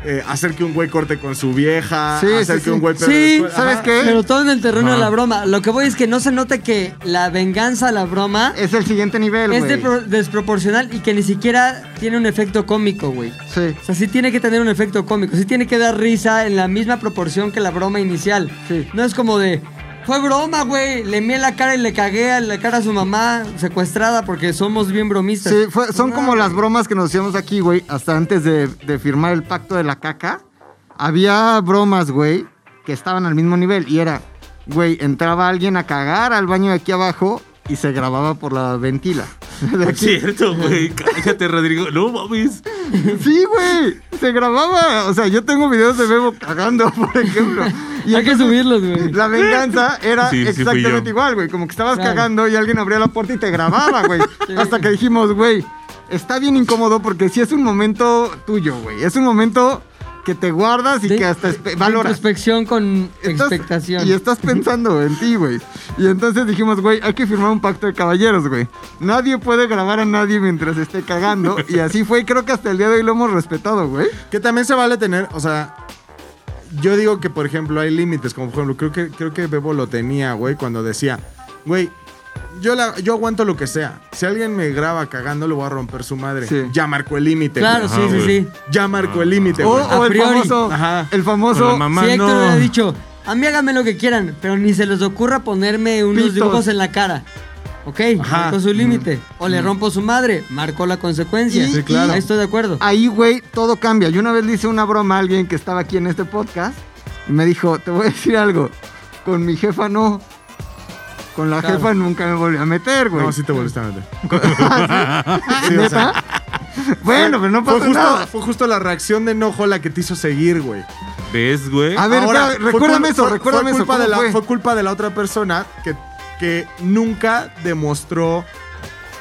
F: eh, hacer que un güey corte con su vieja,
E: Sí,
F: hacer
E: sí,
F: que
E: sí.
F: un güey pierda la
A: Sí,
F: escuela.
E: ¿sabes
F: Ajá.
E: qué?
A: Pero todo en el terreno de
D: Ajá.
A: la broma. Lo que voy es que no se note que la venganza a la broma
E: Es el siguiente nivel,
A: es
E: güey.
A: despro- desproporcional y que ni siquiera tiene un efecto cómico, güey.
E: Sí.
A: O sea, sí tiene que tener un efecto cómico, sí tiene que dar risa en la misma proporción que la broma inicial.
E: Sí.
A: No es como de, fue broma, güey, le mié la cara y le cagué a la cara a su mamá secuestrada porque somos bien bromistas. Ah.
E: Sí, fue- son como las bromas que nos hacíamos aquí, güey, hasta antes de, de firmar el pacto de la caca. Había bromas, güey, que estaban al mismo nivel y era, güey, entraba alguien a cagar al baño de aquí abajo y se grababa por la ventila. (laughs) De
D: Es
E: aquí.
D: cierto, güey. (laughs) Cállate, Rodrigo. No mames.
E: Sí, güey, se grababa. O sea, yo tengo videos de Bebo cagando, (laughs) por ejemplo. Y
A: Hay que
E: entonces,
A: subirlos, güey.
E: La venganza era
D: Sí, sí fui
E: exactamente
D: yo.
E: igual, güey. Como que estabas
A: Claro.
E: cagando y alguien abría la puerta y te grababa,
A: (laughs)
E: güey. Hasta que dijimos, güey, está bien incómodo porque sí es un momento tuyo, güey. Es un momento que te guardas y
A: De-
E: que hasta espe- valoras.
A: Introspección con
E: Estás-
A: expectación.
E: Y estás pensando en ti, güey. Y entonces dijimos, güey, hay que firmar un pacto de caballeros, güey. Nadie puede grabar a nadie mientras esté cagando. Y así fue. Y creo que hasta el día de hoy lo hemos respetado, güey.
F: Que también se vale tener, o sea, yo digo que, por ejemplo, hay límites, como por ejemplo, creo que, creo que Bebo lo tenía, güey, cuando decía, güey, yo, la- yo aguanto lo que sea. Si alguien me graba cagando, le voy a romper su madre.
E: Sí.
F: Ya marcó el límite.
A: claro,
F: güey.
A: sí, sí,
D: güey.
A: sí.
F: Ya marcó el límite,
E: O,
F: güey.
A: Ah,
E: o
A: A
E: el
A: priori.
E: famoso.
F: Ajá.
E: El
D: Con la
E: famoso.
D: mamá
A: Si Héctor
D: no.
A: hubiera dicho, a mí háganme lo que quieran, pero ni se les ocurra ponerme unos
E: Pitos.
A: dibujos en la cara. Ok,
F: Ajá.
A: marcó su límite. O le rompo su madre, marcó la consecuencia.
E: Y- Sí,
F: claro.
A: Ahí Estoy de acuerdo.
E: Ahí, güey, todo cambia. Yo una vez le hice una broma a alguien que estaba aquí en este podcast y me dijo, te voy a decir algo. Con mi jefa no. Con la
A: Claro.
E: jefa nunca me volví a meter, güey.
F: No, sí te volviste a meter. Sí, o
E: (laughs)
F: sea,
E: ¿Neta? bueno, pero no
F: fue,
E: pasa
F: justo,
E: nada.
F: fue justo la reacción de enojo la que te hizo seguir, güey.
D: ¿Ves, güey?
E: A ver,
F: Ahora,
E: espera,
F: fue
E: recuérdame
F: cul-
E: eso,
F: fue-
E: recuérdame
F: fue
E: eso.
F: culpa
E: ¿cómo
F: de la,
E: fue?
F: fue culpa de la otra persona que, que nunca demostró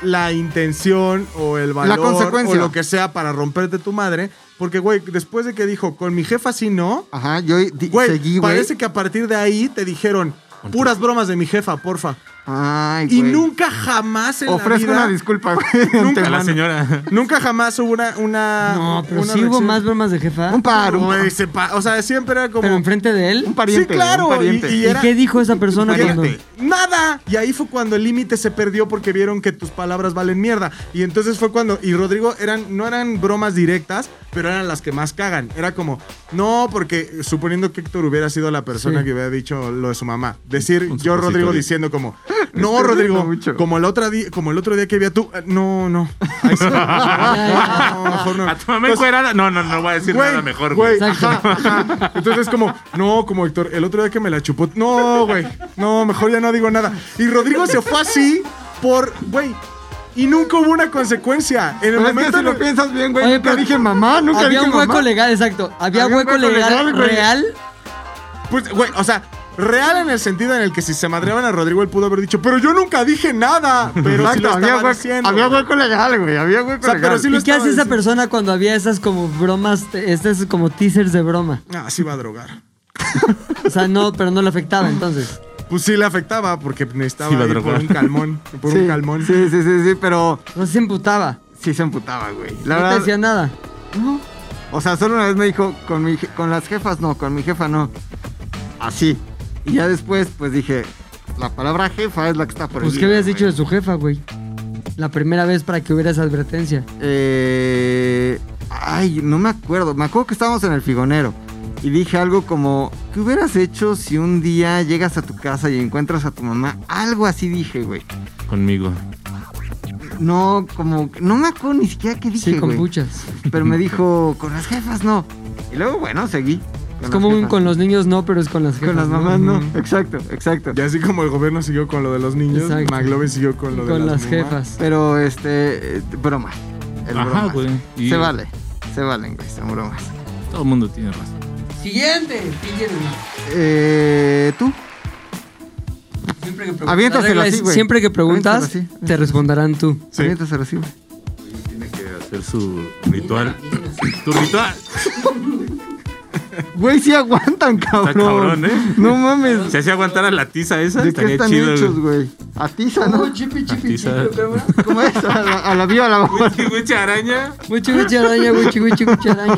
F: la intención o el valor
E: consecuencia.
F: o lo que sea para romperte tu madre. Porque, güey, después de que dijo, con mi jefa sí no,
E: Ajá, yo di- Ah, seguí,
F: güey,
E: güey.
F: parece que a partir de ahí te dijeron, puras bromas de mi jefa, porfa.
E: Ay,
F: Y
E: güey.
F: nunca jamás en
E: Ofrezco
F: la
E: una
F: vida...
E: disculpa, güey. de
F: Nunca-
D: A la
E: antemano.
D: señora. (laughs)
F: Nunca jamás hubo una... una
A: No, pero
F: Ah, una
A: sí hubo
F: reacción.
A: más bromas de jefa.
E: Un par, un,
F: Güey, se pa- o sea, siempre era como...
A: Pero enfrente de
E: un
A: él.
E: pariente.
F: Sí, claro,
E: un pariente.
F: y-
A: ¿Y,
F: y- era-
A: qué dijo esa persona
F: Porque-
A: cuando?
F: ¡Nada! Y ahí fue cuando el límite se perdió porque vieron que tus palabras valen mierda. Y entonces fue cuando. Y Rodrigo eran, no eran bromas directas, pero eran las que más cagan. Era como, no, porque suponiendo que Héctor hubiera sido la persona
A: Sí.
F: que hubiera dicho lo de su mamá. Decir
D: Un
F: yo,
D: supositorio.
F: Rodrigo,
D: Este (laughs)
F: diciendo como, no, Rodrigo,
E: mucho.
F: como el, otro día, como el otro día que vi a tú. eh, No, no. Ahí sí.
A: Ah,
F: No, mejor no.
D: A tu mamá
E: Pues,
F: Entonces,
D: encuerada. No, no, no voy a decir
F: Güey,
D: nada mejor, güey.
A: Exacto.
F: ajá, ajá. Entonces es como, no, como Héctor, el otro día que me la chupó. No, güey. No, mejor ya no digo nada. Y Rodrigo se fue así por, güey. Y nunca hubo una consecuencia. En el
E: Pero es que
F: momento
E: si
F: en el-
E: lo piensas bien, güey.
A: Oye,
E: Nunca
A: pero-
E: dije mamá, nunca
A: Había
E: dije
A: un hueco
E: mamá.
A: legal, exacto. Había,
E: Había
A: hueco, legal,
E: güey.
A: real.
F: pues, güey, o sea, real en el sentido en el que si se madreaban a Rodrigo, él pudo haber dicho, pero yo nunca dije nada. Pero sí
E: Exacto,
F: lo
E: había,
F: estaban
E: hueco,
F: haciendo.
E: había hueco legal, güey. Había hueco
F: sea, pero
E: legal.
F: sí lo
A: ¿Y qué hace
F: estaba
A: esa
F: diciendo.
A: persona cuando había esas como bromas, te- estas como teasers de broma?
F: Ah, sí va a drogar.
A: O sea, no, pero no le afectaba entonces.
F: Pues sí le afectaba porque necesitaba
D: Sí va a
F: ir por
D: drogar.
F: un calmón. Por
E: sí,
F: un calmón.
E: Sí, sí, sí, sí, pero
A: No se emputaba.
E: sí se emputaba, güey. La
A: no te
E: verdad.
A: decía nada.
E: no. O sea, solo una vez me dijo, con, mi, je- con las jefas no, con mi jefa no. Así. Y ya después, pues dije, la palabra jefa es la que está por
A: Pues, ¿qué habías dicho de su jefa, güey? La primera vez para que hubiera esa advertencia.
E: Eh, ay, no me acuerdo. Me acuerdo que estábamos en el figonero. Y dije algo como, ¿qué hubieras hecho si un día llegas a tu casa y encuentras a tu mamá? Algo así dije, güey.
D: Conmigo.
E: No, como, no me acuerdo ni siquiera qué dije,
A: Sí, con
E: güey.
A: puchas. (laughs)
E: Pero me dijo, con las jefas no. Y luego, bueno, seguí.
A: Es como un con
E: con,
A: los niños no, pero es con las
E: las jefas.
A: jefas.
E: Con las mamás no. Exacto, exacto.
F: Y así como el gobierno siguió con lo de los niños,
A: Exacto.
F: McLovin siguió con lo de
A: Con
F: las,
A: las
F: mamás.
A: jefas.
E: Pero este, eh, broma. Es
D: Ajá,
E: broma.
D: güey. Y-
E: Se vale. Se valen, güey, son bromas.
D: Todo el mundo tiene razón.
A: Siguiente.
E: Eh, ¿tú?
A: Siempre que
E: La Aviéntasela regla así, es, güey.
A: Siempre que preguntas,
E: Aviéntasela así.
A: te responderán tú.
F: Sí.
E: Ahorita se recibe.
D: Tiene que hacer su ritual. tu ritual.
E: Güey, sí aguantan, cabrón.
D: cabrón, ¿eh?
E: No mames.
D: Si así aguantara la tiza esa,
E: ¿De qué
D: estaría
E: están
D: chido.
E: hechos,
D: güey.
E: güey? Atiza, ¿no?
A: chipi,
D: chipi, Atiza. chipi,
E: ¿Cómo es? A la, a la viva la
D: (laughs) Pinche araña.
A: Wichi, wichi, araña, wichi, wichi, wichi, araña.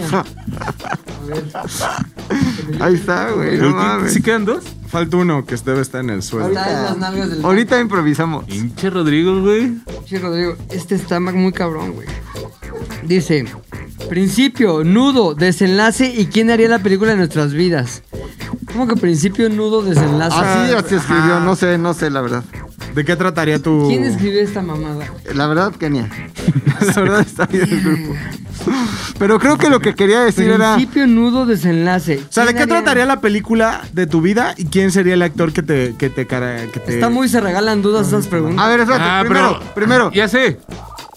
E: Ahí está, güey. No mames.
D: ¿Sí quedan dos?
F: Falta uno que debe estar en el suelo.
A: Está en las nalgas del
E: Ahorita improvisamos.
D: Pinche Rodrigo, güey.
A: Sí, Rodrigo, este está ma- muy cabrón, güey. Dice, principio, nudo, desenlace y quién haría la película de nuestras vidas. ¿Cómo que principio, nudo, desenlace? Ah,
E: Así, así escribió, no sé, no sé, la verdad.
F: ¿De qué trataría tu...?
A: ¿Quién escribió esta mamada?
E: La verdad,
D: (laughs)
E: Kenia. La verdad está bien el grupo. Pero creo que lo que quería decir era.
A: Principio, nudo, desenlace.
F: O sea, ¿de
A: ¿Quién
F: qué
A: haría-
F: trataría la película de tu vida y quién sería el actor que te... Que te, cara- que
A: (laughs)
F: te-
A: Está muy se regalan dudas esas
E: A
A: preguntas.
E: ver, espérate.
D: Ah,
E: primero,
D: pero-
E: primero,
D: Ya sé.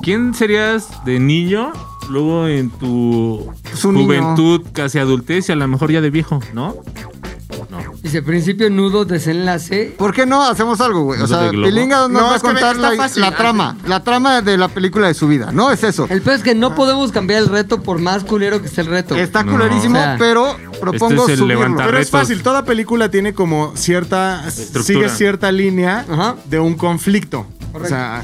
D: ¿Quién serías de niño? Luego en tu
E: Su niño.
D: juventud, casi adultez y a lo mejor ya de viejo, ¿no?
A: Dice, principio, nudo, desenlace.
E: ¿por qué no hacemos algo, güey? O
D: ¿Eso
E: sea,
D: de globo?
E: Pilinga nos
F: No,
E: va a
F: es que ve-
E: contar
F: está
E: la,
F: fácil.
E: la trama. La trama de la película de su vida, ¿no? Es eso.
A: El peor es que no podemos cambiar el reto por más culero que esté el reto.
E: Está
D: No.
E: culerísimo,
A: O sea,
E: pero propongo
D: este es el
E: subirlo.
D: levantar-
F: Pero es
D: Retos.
F: fácil, toda película tiene como cierta...
D: Estructura.
F: Sigue cierta línea
A: Ajá.
F: de un conflicto. O sea,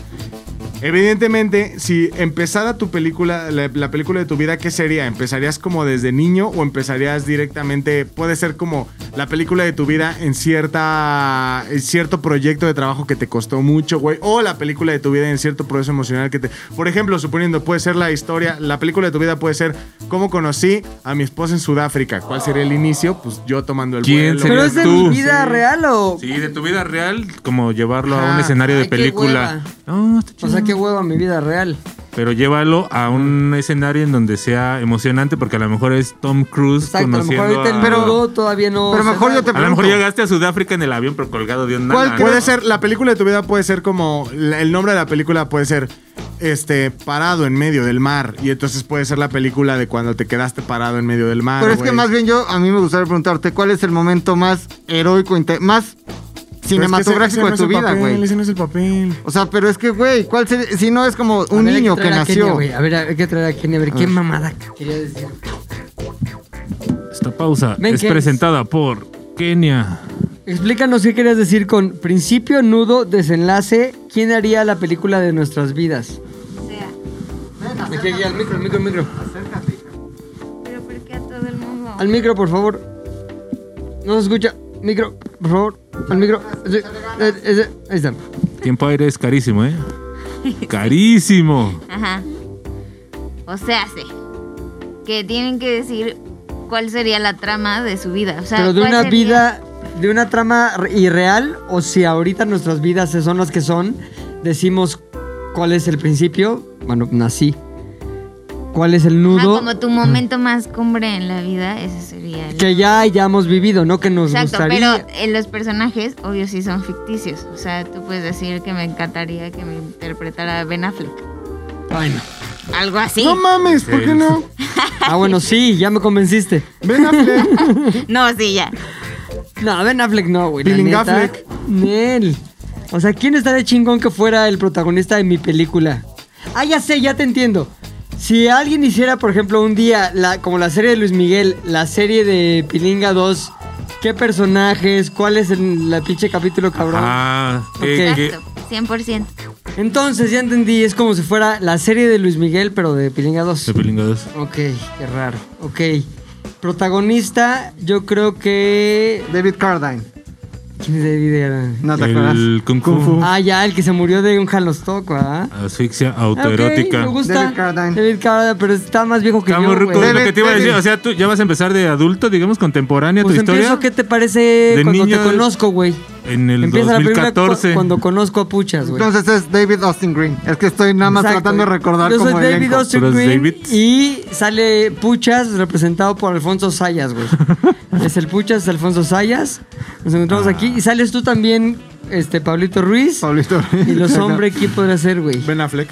F: evidentemente, si empezara tu película, la, la película de tu vida, ¿qué sería? ¿Empezarías como desde niño o empezarías directamente, puede ser como la película de tu vida en cierta en cierto proyecto de trabajo que te costó mucho, güey, o la película de tu vida en cierto proceso emocional que te, por ejemplo, suponiendo puede ser la historia, la película de tu vida puede ser cómo conocí a mi esposa en Sudáfrica. ¿Cuál sería el inicio? Pues yo tomando el
D: ¿Quién
F: vuelo.
A: ¿Pero
D: serías
A: es de
D: tú?
A: mi vida
D: Sí.
A: real o...?
D: Sí, de tu vida real, como llevarlo a un
F: Ajá.
D: escenario de
A: Ay, qué
D: película. No, está
A: O
D: chido.
A: sea, qué hueva mi vida real.
D: Pero llévalo a un escenario en donde sea emocionante, porque a lo mejor es Tom Cruise
A: Exacto, a lo mejor
D: conociendo
A: ahorita el
D: a...
A: nudo todavía no...
E: Pero
A: se
E: mejor
A: da.
E: yo te
D: A lo mejor
E: pregunto.
D: llegaste a Sudáfrica en el avión, pero colgado de un
E: ¿Cuál
D: nana,
F: Puede
D: ¿no?
F: ser, la película de tu vida puede ser como, la- el nombre de la película puede ser, este, parado en medio del mar. Y entonces puede ser la película de cuando te quedaste parado en medio del mar.
E: Pero es
F: güey.
E: que más bien yo, a mí me gustaría preguntarte, ¿cuál es el momento más heroico, inte- más
F: Pero es que
E: cinematográfico
F: ese- ese
E: de tu
F: no es
E: vida,
F: el papel,
E: güey?
F: Ese no es el papel.
E: O sea, pero es que, güey, ¿cuál sería? Si no es como un
A: A ver, hay
E: niño que
A: traer a Kenia,
E: nació.
A: güey. a ver, hay que traer a Kenia, a ver, qué mamada quería decir.
D: Esta pausa
A: Ven,
D: es
A: ¿qué?
D: presentada por Kenia.
A: Explícanos qué querías decir con principio, nudo, desenlace. ¿Quién haría la película de nuestras vidas?
G: sea,
A: Aquí, aquí, al micro, al micro, al micro.
G: pero porque a todo el mundo.
A: Al micro, por favor. No se escucha. Micro, por favor. Al micro. Sí, eh, eh, Ahí está.
D: Tiempo aire es
A: (laughs)
D: carísimo, ¿eh? Carísimo.
G: Ajá. O sea, sí. Que tienen que decir cuál sería la trama de su vida. O sea,
A: Pero de
G: cuál
A: una
G: sería-
A: vida, de una trama re- irreal, o si ahorita nuestras vidas son las que son, decimos cuál es el principio. Bueno, nací. ¿Cuál es el
G: Ajá,
A: nudo?
G: Ah, como tu momento más cumbre en la vida, ese sería el.
A: que ya hayamos vivido, ¿no? Que nos
G: Exacto,
A: gustaría.
G: pero eh, los personajes, obvio, sí son ficticios. O sea, tú puedes decir que me encantaría que me interpretara Ben Affleck.
A: Bueno.
G: Algo así.
F: No mames, ¿por qué no?
A: Ah, bueno, sí, ya me convenciste.
F: (laughs) Ven a Fle-
G: No, sí,
A: (laughs)
G: ya.
A: No, Ben Affleck no, güey. la
F: Peeling
A: neta.
F: Affleck.
A: Nel. O sea, ¿quién estaría chingón que fuera el protagonista de mi película? Ah, ya sé, ya te entiendo. Si alguien hiciera, por ejemplo, un día, la, como la serie de Luis Miguel, la serie de Pilinga 2, ¿qué personajes? ¿Cuál es el la pinche capítulo, cabrón?
D: Ah, que-
A: Ok.
D: que-
G: Exacto, 100%.
A: Entonces, ya entendí, es como si fuera la serie de Luis Miguel, pero de Pilinga 2.
D: de pilingados.
A: Ok, qué raro. Ok. Protagonista, yo creo que.
E: David Cardine.
A: ¿Quién es David Guerra?
E: ¿No te acuerdas?
D: El Kung Fu.
F: Kung Fu.
A: Ah, ya, el que se murió de un jalostoco, ¿ah?
D: Asfixia
A: Ah, ok,
D: autoerótica.
A: me gusta.
E: David Carradine.
A: David Carradine, pero está más viejo que
D: Está
A: yo,
D: muy rico.
A: güey.
D: lo
E: Debe-
D: que te iba a decir,
E: debe-
D: o sea, tú ya vas a empezar de adulto, digamos, contemporánea
A: Pues
D: tu historia.
A: empiezo, ¿qué te parece
D: De
A: cuando
D: niño
A: te conozco, güey?
D: En el
A: Empieza la película
D: 2014.
A: cu- cuando conozco a Puchas, güey.
E: Entonces es David Austin Green. Es que estoy nada más
A: Exacto.
E: tratando de recordar
A: Yo
E: como
A: soy David
E: elenco.
A: Austin
D: Pero es
A: Green
D: David.
A: y sale Puchas representado por Alfonso Sayas, güey. es el Puchas, es Alfonso Sayas. Nos encontramos aquí y sales tú también, este Pablito Ruiz.
E: Pablito.
A: Y
E: (laughs)
A: los hombres, ¿quién podría ser, güey?
F: Ben Affleck.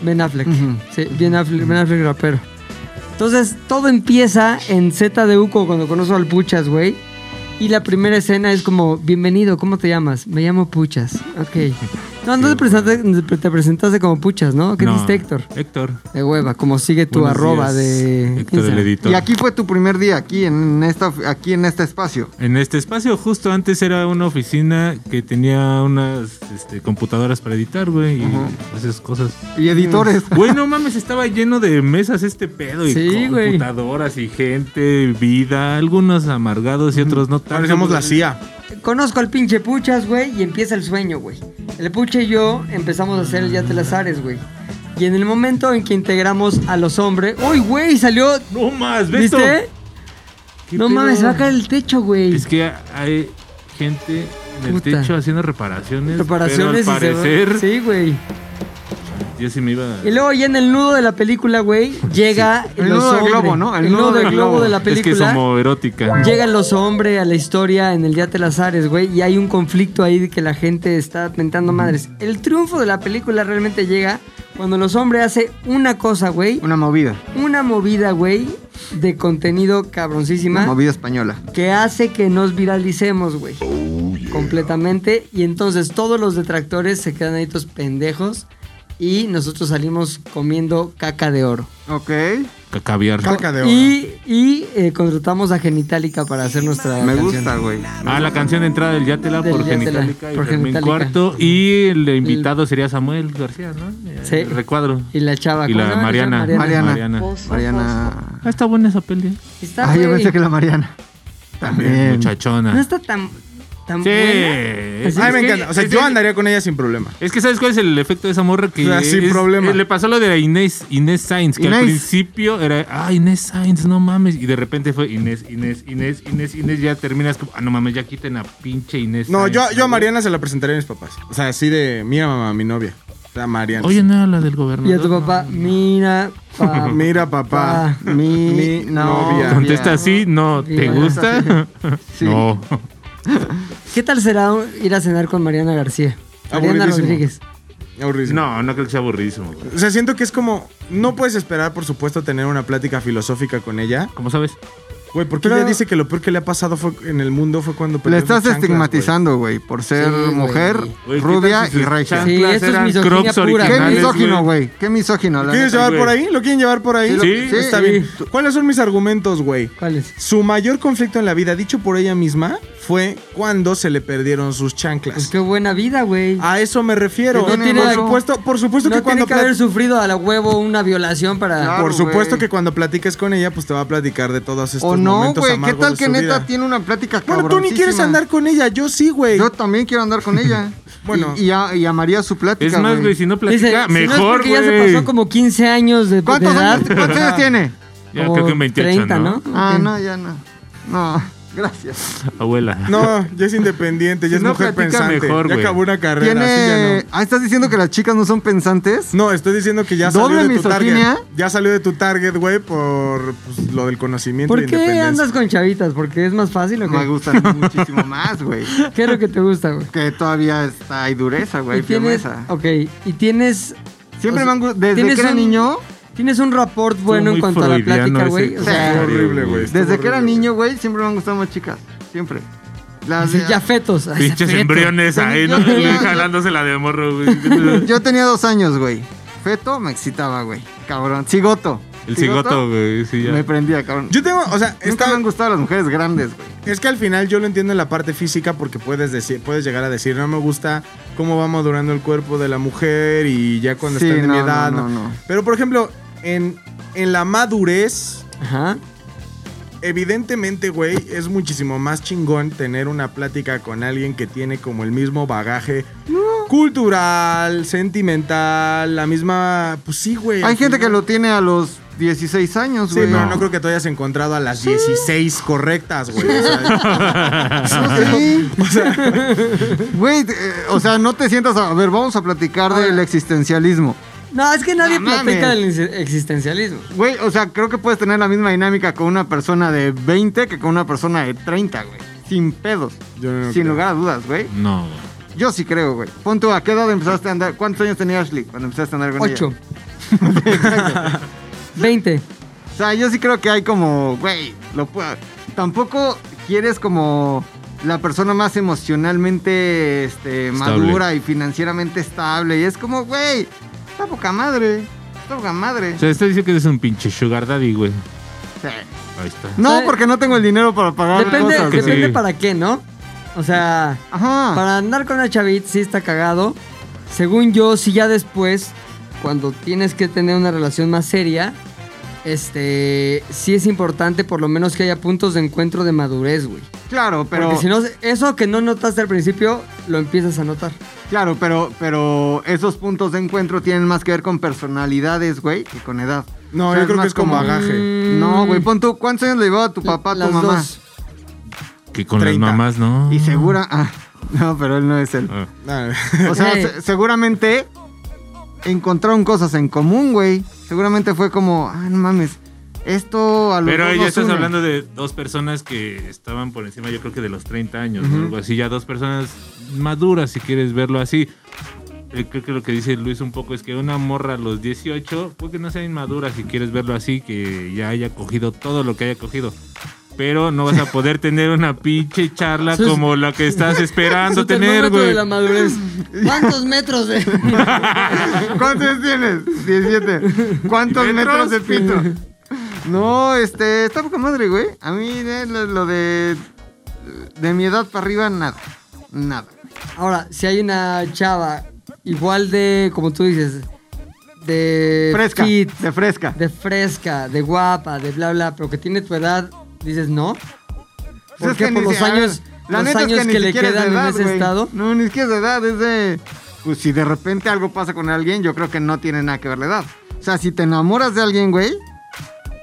A: Ben Affleck. Sí, Ben Affleck, Ben Affleck rapero. Entonces, todo empieza en ZDU como cuando conozco al Puchas, güey. Y la primera escena es como, bienvenido, ¿cómo te llamas? Me llamo Puchas. Ok. No, no te presentaste, te presentaste como puchas, ¿no? ¿Qué
D: No,
A: dijiste, Héctor?
D: Héctor.
A: De hueva, como sigue tu
D: Buenos
A: arroba
D: días,
A: de
D: Héctor, el
A: Instagram.
D: editor.
E: Y aquí fue tu primer día, aquí en esta, aquí en este espacio.
D: En este espacio, justo antes era una oficina que tenía unas este, computadoras para editar, güey, y esas cosas.
E: Y editores.
D: Güey, no mames, estaba lleno de mesas este pedo y
A: Sí, güey.
D: computadoras y gente, vida, algunos amargados y otros no pues, tan.
F: Parecemos la CIA.
A: Conozco al pinche Puchas, güey, y empieza el sueño, güey. El Puche y yo empezamos a hacer el Ya te las ares, güey. Y en el momento en que integramos a los hombres. ¡Uy, güey! Salió.
D: No más, Beto.
A: ¿Viste?
D: ¿Qué
A: No
D: pedo?
A: mames, se va a caer el techo, güey.
D: Es que hay gente en el
A: Puta.
D: techo haciendo reparaciones.
A: Preparaciones
D: Pero al parecer,
A: y se va- Sí, güey.
D: yo sí me iba.
A: Y luego ya en el nudo de la película, güey, llega
E: El
A: los
E: nudo del
A: hombres.
E: globo, ¿no?
A: El, nudo del globo de la
D: es
A: película.
D: que es homoerótica.
A: Llegan los hombres a la historia en el Día de las Ares, güey, y hay un conflicto ahí de que la gente está mentando madres. El triunfo de la película realmente llega cuando los hombres hace una cosa, güey,
E: Una movida.
A: una movida, güey, de contenido
E: Una
A: cabroncísima
E: movida española.
A: que hace que nos viralicemos, güey.
E: Oh,
A: Completamente. Y entonces todos los detractores se quedan ahí todos pendejos y nosotros salimos comiendo caca de oro.
E: Ok.
D: Ca- Caviar.
F: Caca de oro.
A: Y, y, eh, contratamos a Genitalica para hacer nuestra
E: Me
A: canción.
E: gusta, güey.
D: Ah, la canción de entrada del Yatela
A: Del
D: por
A: Yatela,
D: Genitalica y
A: por
D: Fermín
A: Genitalica.
D: Cuarto. Y el invitado sería Samuel García, ¿no?
A: Sí.
D: El recuadro.
A: Y la chava.
D: Y
A: ¿cómo se
D: la
A: llama?
D: Mariana.
E: Mariana.
D: Mariana.
E: Mariana.
D: Ah, está buena esa peli.
A: Está,
E: Ay, Ah, yo
A: güey,
E: pensé que la Mariana. También.
A: Em, No
D: Muchachona.
A: está tan, tan
D: Sí.
A: buena.
D: Es,
A: Así
F: Ay, me
D: que-
F: encanta. O sea,
D: es
F: yo
D: que-
F: andaría con ella sin problema.
D: Es que ¿sabes cuál es el efecto de esa morra que
F: Ah, sin
D: es-
F: problema.
D: eh, le pasó lo de la Inés, Inés Sainz, que al
E: Inés.
D: principio era, ah, Inés Sainz, no mames, y de repente fue Inés, Inés, Inés, Inés, Inés, ya terminas como, ah, no mames, ya quiten a pinche Inés.
F: No,
D: Sainz,
F: yo, yo a
D: güey".
F: Mariana se la presentaría a mis papás. O sea, así de, mira mamá, mi novia. La Mariana.
D: Oye, no, la del gobernador.
A: Y a tu
D: no.
A: papá, mira, papá.
D: (laughs)
F: (laughs) mira papá.
A: Ah.
E: Mi,
F: Mi novia.
E: novia.
D: Contesta así, no,
A: Sí,
D: ¿te
A: bueno.
D: gusta?
A: (laughs)
E: Sí.
D: (laughs) No.
A: ¿Qué tal será ir a cenar con Mariana García? Mariana
F: Aburridísimo.
A: Rodríguez.
F: Aburridísimo.
D: No, no creo que sea aburridísimo. güey.
F: O sea, siento que es como, no puedes esperar, por supuesto, tener una plática filosófica con ella.
D: ¿Cómo sabes?
F: Güey, porque
E: Pero-
F: ella dice que lo peor que le ha pasado fue en el mundo fue cuando
E: La
F: perdió
E: estás
F: sus chanclas,
E: estigmatizando, güey, por ser
A: Sí, güey.
E: mujer,
D: Güey, ¿qué
E: rubia
D: tal si
E: y
D: sus
E: regia.
A: Sí,
D: chanclas
A: esto es
D: eran
A: misoginia
D: Crocs
A: pura.
E: Qué
D: originales,
E: misógino,
D: güey?
E: güey. Qué misógino, la
F: güey. ¿Lo ¿Quieres
E: neta.
F: llevar
D: güey.
F: por ahí? ¿Lo quieren llevar por ahí?
E: lo-
D: Sí,
F: Está
E: sí.
F: bien. ¿Cuáles son mis argumentos, güey?
A: ¿Cuál es?
F: Su mayor conflicto en la vida, dicho por ella misma, fue cuando se le perdieron sus
A: Pues
F: chanclas.
A: qué buena vida, güey.
E: Ah,
F: A eso me refiero.
A: Que no tiene
F: por
A: algo-
F: supuesto, por supuesto
A: no
F: que cuando
A: tiene que
F: plat-
A: haber sufrido a la huevo una violación para...
E: Claro.
F: por supuesto
E: Ah, güey.
F: que cuando platiques con ella, pues te va a platicar de todos estos
E: O no,
F: momentos
E: güey. ¿Qué
F: amargos
E: tal
F: de
E: que
F: su
E: neta
F: vida.
E: tiene una plática
F: Bueno, tú ni quieres
E: cabroncísima?
F: andar con ella, yo sí, güey.
E: Yo también quiero andar con ella.
F: Bueno.
E: bueno. Y, y a- y amaría su
D: Es
E: plática,
D: más, güey,
E: güey.
D: si no
A: Dice,
D: platica,
A: si no es
D: mejor,
A: porque
D: güey.
A: ya se pasó como 15 años de,
E: ¿Cuántos
A: de
E: años,
A: edad.
E: cuántos años tiene?
D: Ya
A: Como
D: creo que en 28,
A: 30,
D: ¿no?
E: Ah,
A: Ok.
E: no, ya no. No, gracias.
D: Abuela.
F: No, ya es independiente, ya
D: Si
F: es
D: no
F: mujer
D: platica
F: pensante.
D: mejor,
F: ya
D: güey.
F: acabó una carrera,
E: Tiene...
F: así ya
E: Ah, ¿estás diciendo que las chicas no son pensantes?
F: no. No, estoy diciendo que ya salió
E: ¿Doble
F: de tu
E: misoginia?
F: target. Ya salió de tu target, güey, por pues, lo del conocimiento y
A: ¿Por qué
F: independencia.
A: andas con chavitas? ¿Porque es más fácil o
E: Me
A: qué?
E: (laughs) gustan muchísimo más, güey.
A: ¿Qué es lo que te gusta, güey?
E: Que todavía está, hay dureza, güey,
A: Y tienes,
E: firmeza.
A: ok, y tienes...
E: Siempre
A: o sea,
E: me han gustado, desde
A: tienes
E: que era
A: un-
E: niño,
A: Tienes un rapport
D: Estuvo
A: bueno en
D: muy
A: cuanto a la
D: freudiano
A: plática,
D: ese
A: güey. O sea,
D: comentario,
F: horrible, güey.
E: desde
F: Estuvo
E: que era
F: horrible.
E: niño, güey, siempre me han gustado más chicas. Siempre.
A: (laughs)
E: Las
A: así, ya fetos. Ay,
D: Pinches
A: feto.
D: embriones ahí, ¿no?
E: Yo tenía-
D: Jalándose la de morro, güey.
E: (laughs) Yo tenía dos años, güey. Feto me excitaba, güey. Cabrón. Cigoto.
D: El cigoto, güey, sí, ya.
E: Me prendía, cabrón.
F: Yo tengo, o sea,
E: Nunca
F: está,
E: me han gustado las mujeres grandes, güey.
F: es que al final yo lo entiendo en la parte física porque puedes decir, puedes llegar a decir, no me gusta cómo va madurando el cuerpo de la mujer y ya cuando
E: Sí,
F: está en mi
E: no,
F: edad.
E: no,
F: no.
E: no, no.
F: Pero por ejemplo, en, en la madurez,
A: Ajá.
F: Evidentemente, güey, es muchísimo más chingón tener una plática con alguien que tiene como el mismo bagaje cultural, sentimental, la misma. Pues sí, güey.
E: Hay
F: al
E: gente que
F: final-
E: lo tiene a los 16 años,
F: Sí,
E: güey.
F: pero
D: No.
F: no creo que tú hayas encontrado a las 16 correctas, güey. O sea,
E: (laughs) Sí.
F: (laughs) o sea,
E: (laughs) Güey, eh, o sea, no te sientas a, a ver, vamos a platicar del existencialismo.
A: (laughs) No, es que nadie
E: No
A: platica del
E: mames.
A: ex- existencialismo.
E: Güey, o sea, creo que puedes tener la misma dinámica con una persona de 20 que con una persona de 30, güey. Sin pedos.
F: Yo no
E: sin
F: creo.
E: lugar a dudas, güey.
D: No, güey.
E: Yo sí creo, güey. Pon tú, ¿a qué edad empezaste a andar? ¿Cuántos años tenía Ashley cuando empezaste a andar con ella? (laughs)
A: Ocho. Veinte.
E: O sea, yo sí creo que hay como, güey, lo puedo. Tampoco quieres como la persona más emocionalmente este,
D: Estable.
E: madura y financieramente estable. Y es como, güey, está poca madre. Está poca madre.
D: O sea, está diciendo que eres un pinche sugar daddy, güey.
E: Sí.
D: Ahí está.
E: No,
A: ¿Sabe?
E: porque no tengo el dinero para pagar
A: Depende,
E: cosas.
D: que sí.
A: depende para qué, ¿no? O sea,
E: Ajá.
A: para andar con una chavita sí está cagado. Según yo, si ya después, cuando tienes que tener una relación más seria, este, sí es importante por lo menos que haya puntos de encuentro de madurez, güey.
E: Claro, pero.
A: Porque si no, eso que no notaste al principio, lo empiezas a notar.
E: Claro, pero, pero esos puntos de encuentro tienen más que ver con personalidades, güey, que con edad.
F: No,
E: O sea,
F: yo creo que
E: más
F: es con
E: como- mm.
F: bagaje.
E: No, güey, pon tú, ¿cuántos años le llevaba tu papá a tu
A: Las
E: mamá?
A: dos.
D: Que con
F: Treinta.
D: las mamás, ¿no?
E: Y segura. Ah, no, pero él no es él.
D: Ah,
F: Ah,
E: O sea,
A: Ey.
E: se- seguramente encontraron cosas en común, güey. Seguramente fue como, ah, no mames, esto a lo
D: Pero
E: mejor
D: ya
E: nos
D: estás
E: une".
D: hablando de dos personas que estaban por encima, yo creo que de los 30 años, ¿no? algo así. Ya dos personas maduras, si quieres verlo así. Eh, Creo que lo que dice Luis un poco es que una morra a los 18, porque no sea inmadura si quieres verlo así, que ya haya cogido todo lo que haya cogido. Pero no vas a
A: (laughs)
D: poder tener una pinche charla
A: Eso es-
D: como la
A: (laughs)
D: que estás esperando
A: Su
D: tener,
A: termómetro de
D: güey.
A: la
E: (laughs)
A: madurez. ¿Cuántos metros de.?
E: ¿Cuántos años tienes? 17. ¿Cuántos
D: ¿Y metros?
E: metros? de pito?
D: (laughs)
E: No, este, está poca madre, güey. A mí eh, lo, lo de. De mi edad para arriba, nada. Nada.
A: (laughs) Ahora, si hay una chava igual de, como tú dices, de
E: Fresca.
A: fit,
E: De fresca.
A: de fresca, de guapa, de bla bla, pero que tiene tu edad, dices no.
E: Pues
A: ¿Por
E: es
A: qué?
E: que
A: por
E: ni
A: los
E: se- a
A: años,
E: ver, la
A: los
E: neta es
A: años
E: ni
A: que, le
E: siquiera es de
A: quedan
E: edad,
A: en ese
E: güey.
A: estado.
E: No, ni siquiera es de edad, es de. Pues si de repente algo pasa con alguien, yo creo que no tiene nada que ver la edad. O sea, si te enamoras de alguien, güey,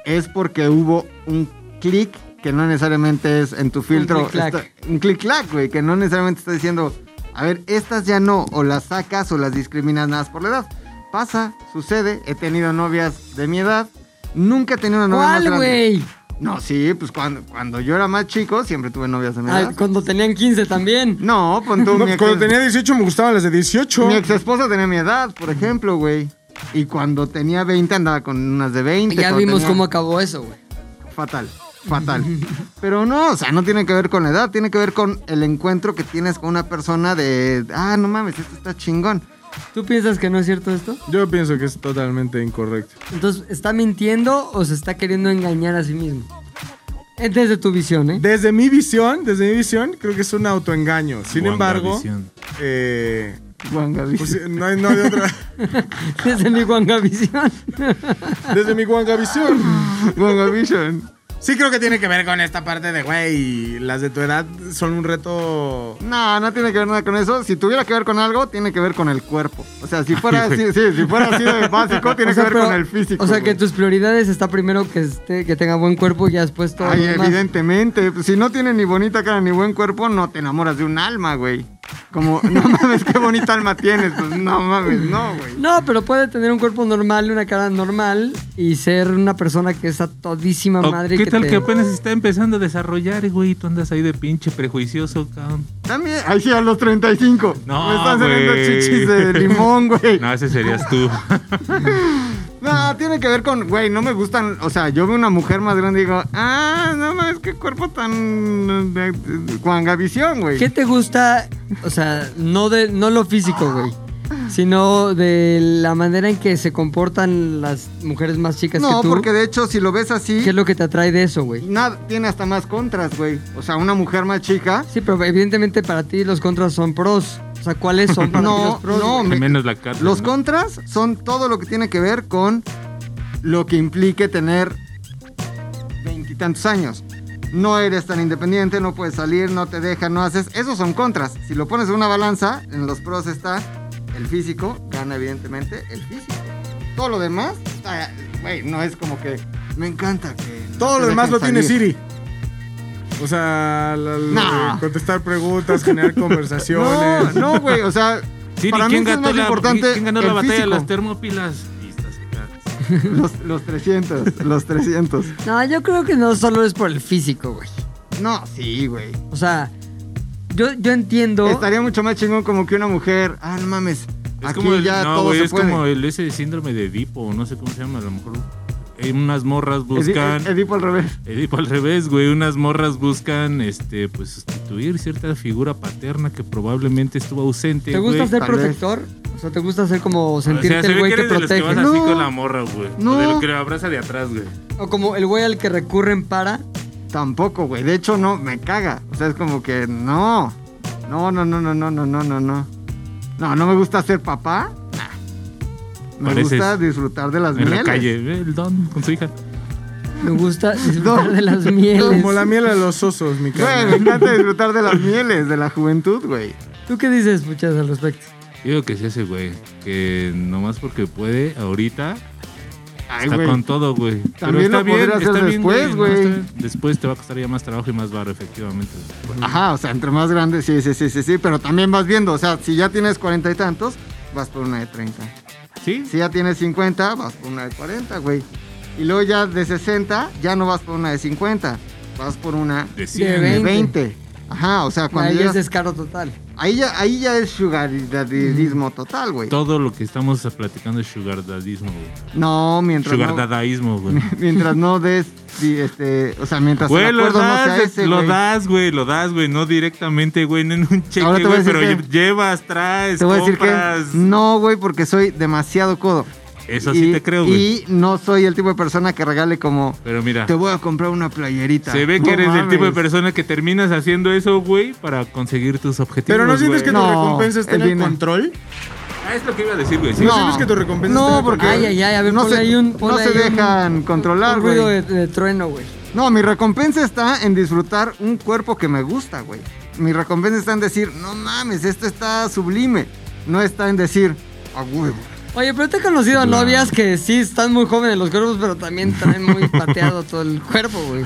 E: es porque hubo un clic que no necesariamente es en tu filtro.
A: clic-clac.
E: está- Un clic-clac, güey, que no necesariamente está diciendo, a ver, estas ya no, o las sacas o las discriminas nada más por la edad. Pasa, sucede, he tenido novias de mi edad, nunca he tenido una novia más
A: ¿Cuál,
E: grande.
A: güey?
E: No, sí, pues cuando, cuando yo era más chico siempre tuve novias de mi
A: Ah,
E: edad.
A: Cuando tenían 15 también.
E: No,
A: (laughs)
E: pon tú,
F: (laughs) no,
E: mi, ex,
F: cuando tenía 18 me gustaban las de 18.
E: mi exesposa tenía mi edad, por ejemplo, güey. Y cuando tenía 20 andaba con unas de 20.
A: Ya
E: cuando
A: vimos
E: tenía-
A: cómo acabó eso, güey.
E: Fatal, fatal. Pero no, o sea, no tiene que ver con la edad, tiene que ver con el encuentro que tienes con una persona de... Ah, no mames, esto está chingón.
A: ¿Tú piensas que no es cierto esto?
F: Yo pienso que es totalmente incorrecto.
A: Entonces, ¿está mintiendo o se está queriendo engañar a sí mismo? Es desde tu visión, ¿eh?
F: Desde mi visión, desde mi visión, creo que es un autoengaño. Sin
D: Guanga
F: embargo,
D: visión.
F: eh,
E: Juan Gabriel.
F: pues, no, hay, no
E: (laughs)
F: hay otra.
A: Desde mi guangavisión.
F: Desde mi guanga visión.
E: Juan Gabriel.
F: Sí creo que tiene que ver con esta parte de, güey, las de tu edad son un reto...
E: No, no tiene que ver nada con eso. Si tuviera que ver con algo, tiene que ver con el cuerpo. O sea, si fuera así, sí, si fuera así de básico, tiene
A: O sea,
E: que ver
A: pero-
E: con el físico.
A: O sea, que
E: güey.
A: tus prioridades está primero que, esté, que tenga buen cuerpo y ya después todo.
E: Ay,
A: lo demás.
E: evidentemente. pues, Si no tiene ni bonita cara ni buen cuerpo, no te enamoras de un alma, güey. Como, (laughs) no mames, qué bonita alma tienes. Pues no mames, no, güey.
A: No, pero puede tener un cuerpo normal, una cara normal y ser una persona que es a todísima
D: O
A: madre.
D: Oh, ¿Qué
A: que
D: tal
A: te-
D: que apenas está empezando a desarrollar, güey? y Tú andas ahí de pinche prejuicioso, cabrón.
E: También, ahí sí, a los 35.
D: No,
E: Me están saliendo
D: güey.
E: chichis de limón, güey.
D: No, ese serías tú. (laughs)
E: No, tiene que ver con, güey, no me gustan. O sea, yo veo una mujer más grande y digo, ah, no mames, qué cuerpo tan. de- de- Cuangavisión, güey.
A: ¿Qué te gusta? O sea, no, de, no lo físico, güey. Sino de la manera en que se comportan las mujeres más chicas
E: No,
A: que tú.
E: porque de hecho, si lo ves así,
A: ¿Qué es lo que te atrae de eso, güey?
E: nada, tiene hasta más contras, güey. O sea, una mujer más chica.
A: Sí, pero evidentemente para ti los contras son pros. O sea, ¿cuáles son (laughs) para ti
E: No,
A: los pros?
E: no, me-
D: Menos la Catlin,
E: Los
D: ¿no?
E: contras son todo lo que tiene que ver con lo que implique tener veintitantos años. No eres tan independiente, no puedes salir, no te dejan, no haces. Esos son contras. Si lo pones en una balanza, en los pros está el físico, gana evidentemente el físico. Todo lo demás, está- güey, no es como que me encanta que. no
F: Todo
E: te
F: lo demás
E: dejen
F: lo tiene
E: salir.
F: Siri. O sea, la- la-
E: No.
F: contestar preguntas, generar
E: (laughs) No,
F: conversaciones.
E: no, güey, o sea.
D: Siri,
E: para mí
D: ¿quién
E: sí es
D: ganó,
E: más
D: la,
E: importante
D: ¿quién ganó
E: el
D: la batalla de
E: físico.
D: las termópilas? Y estás acá.
E: (laughs) Los, los 300, los 300.
A: No, yo creo que no solo es por el físico, güey.
E: No, sí, güey.
A: O sea, yo, yo entiendo.
E: Estaría mucho más chingón como que una mujer. Ah, no mames.
D: Es
E: aquí
D: como el,
E: ya
D: no,
E: todo
D: güey,
E: se
D: es
E: puede.
D: como el ese síndrome de Edipo, no sé cómo se llama, a lo mejor eh, unas morras buscan.
E: Edi- eh, Edipo al revés.
D: Edipo al revés, güey. Unas morras buscan, este, pues sustituir cierta figura paterna que probablemente estuvo ausente.
A: ¿Te gusta
D: güey.
A: ser
E: tal vez.
A: protector? O sea, ¿te gusta ser como
D: O sea,
A: sentirte
D: se
A: el
D: ve
A: güey que,
D: eres de los
A: protege?
D: que van así
E: No.
D: con la morra, güey. O
E: No.
D: De lo que la abraza de atrás, güey.
A: O como el güey al que recurren para.
E: Tampoco, güey. De hecho, no, me caga. O sea, es como que no. No, no, no, no, no, no, no, no, no. No, no me gusta ser papá. Nah. Me
D: Pareces
E: gusta disfrutar de
A: Pues
E: las
D: En la
E: mieles.
D: calle. Ve El don con su hija.
A: Me
E: (laughs)
A: gusta disfrutar de las mieles.
F: Como la miel a los osos, mi
E: Güey,
F: carnal.
E: me encanta disfrutar de las mieles, de la juventud, güey.
A: ¿Tú qué dices, muchas al respecto?
D: Yo digo que sí ese güey. Que nomás porque puede, ahorita.
E: Ay,
D: Está
E: güey.
D: con todo, güey. Pero
E: También lo
D: está bien,
E: podría hacer
D: está bien,
E: después,
D: ¿no? Está
E: güey.
D: bien. Después te va a costar ya más trabajo y más barro, efectivamente.
E: Ajá, o sea, entre más grande, sí, sí, sí, sí, sí, pero también vas viendo, o sea, si ya tienes cuarenta y tantos, vas por una de treinta.
D: ¿Sí?
E: Si ya tienes cincuenta, vas por una de cuarenta, güey. Y luego ya de sesenta, ya no vas por una de cincuenta, vas por una
D: De
A: De
D: cien.
E: de
A: 20.
E: veinte. Ajá, o sea, cuando
A: Ahí es
E: llegas-
A: descaro total.
E: ahí, ya, ahí ya es
A: Mm.
E: sugaridadismo total, güey.
D: Todo lo que estamos platicando es sugardadismo, güey.
E: No, mientras no,
D: Sugardadaísmo, güey.
E: (laughs) mientras no des, di- este, o sea, mientras
D: Güey,
E: el
D: lo
E: acuerdo no sea
D: das,
E: ese,
D: lo
E: güey.
D: das, güey, lo das, güey, no directamente, güey, no en un cheque,
E: Ahora te voy a
D: güey,
E: decir
D: pero
E: que-
D: lle- llevas, traes,
E: Te voy a decir
D: compras.
E: que no, güey, porque soy demasiado codo.
D: Eso sí
E: Y-
D: te creo, güey.
E: Y no soy el tipo de persona que regale como
D: Pero mira,
E: te voy a comprar una playerita.
D: se ve
E: No
D: que eres el
E: mames.
D: tipo de persona que terminas haciendo eso, güey, para conseguir tus objetivos.
F: Pero no sientes que
D: güey.
E: No,
F: tu recompensa esté en
E: el
F: el
E: dinero.
F: control.
D: Ah, es lo que iba a decir, güey. sí.
F: No
E: No.
F: sientes que tu recompensa esté en
E: No,
F: el
E: porque
A: Ay, ay, ay, a ver,
E: no
A: ponle
E: se,
A: ahí un-
E: no
A: ponle
E: se
A: ahí un-
E: dejan controlar,
A: Un ruido de,
E: güey.
A: de trueno, güey.
E: No, mi recompensa está en disfrutar un cuerpo que me gusta, güey. Mi recompensa está en decir, no mames, esto está sublime. No está en decir, a huevo.
A: Oye, pero te he conocido a
D: Claro.
A: novias que sí están muy jóvenes los cuerpos, pero también traen muy pateado todo el cuerpo, güey.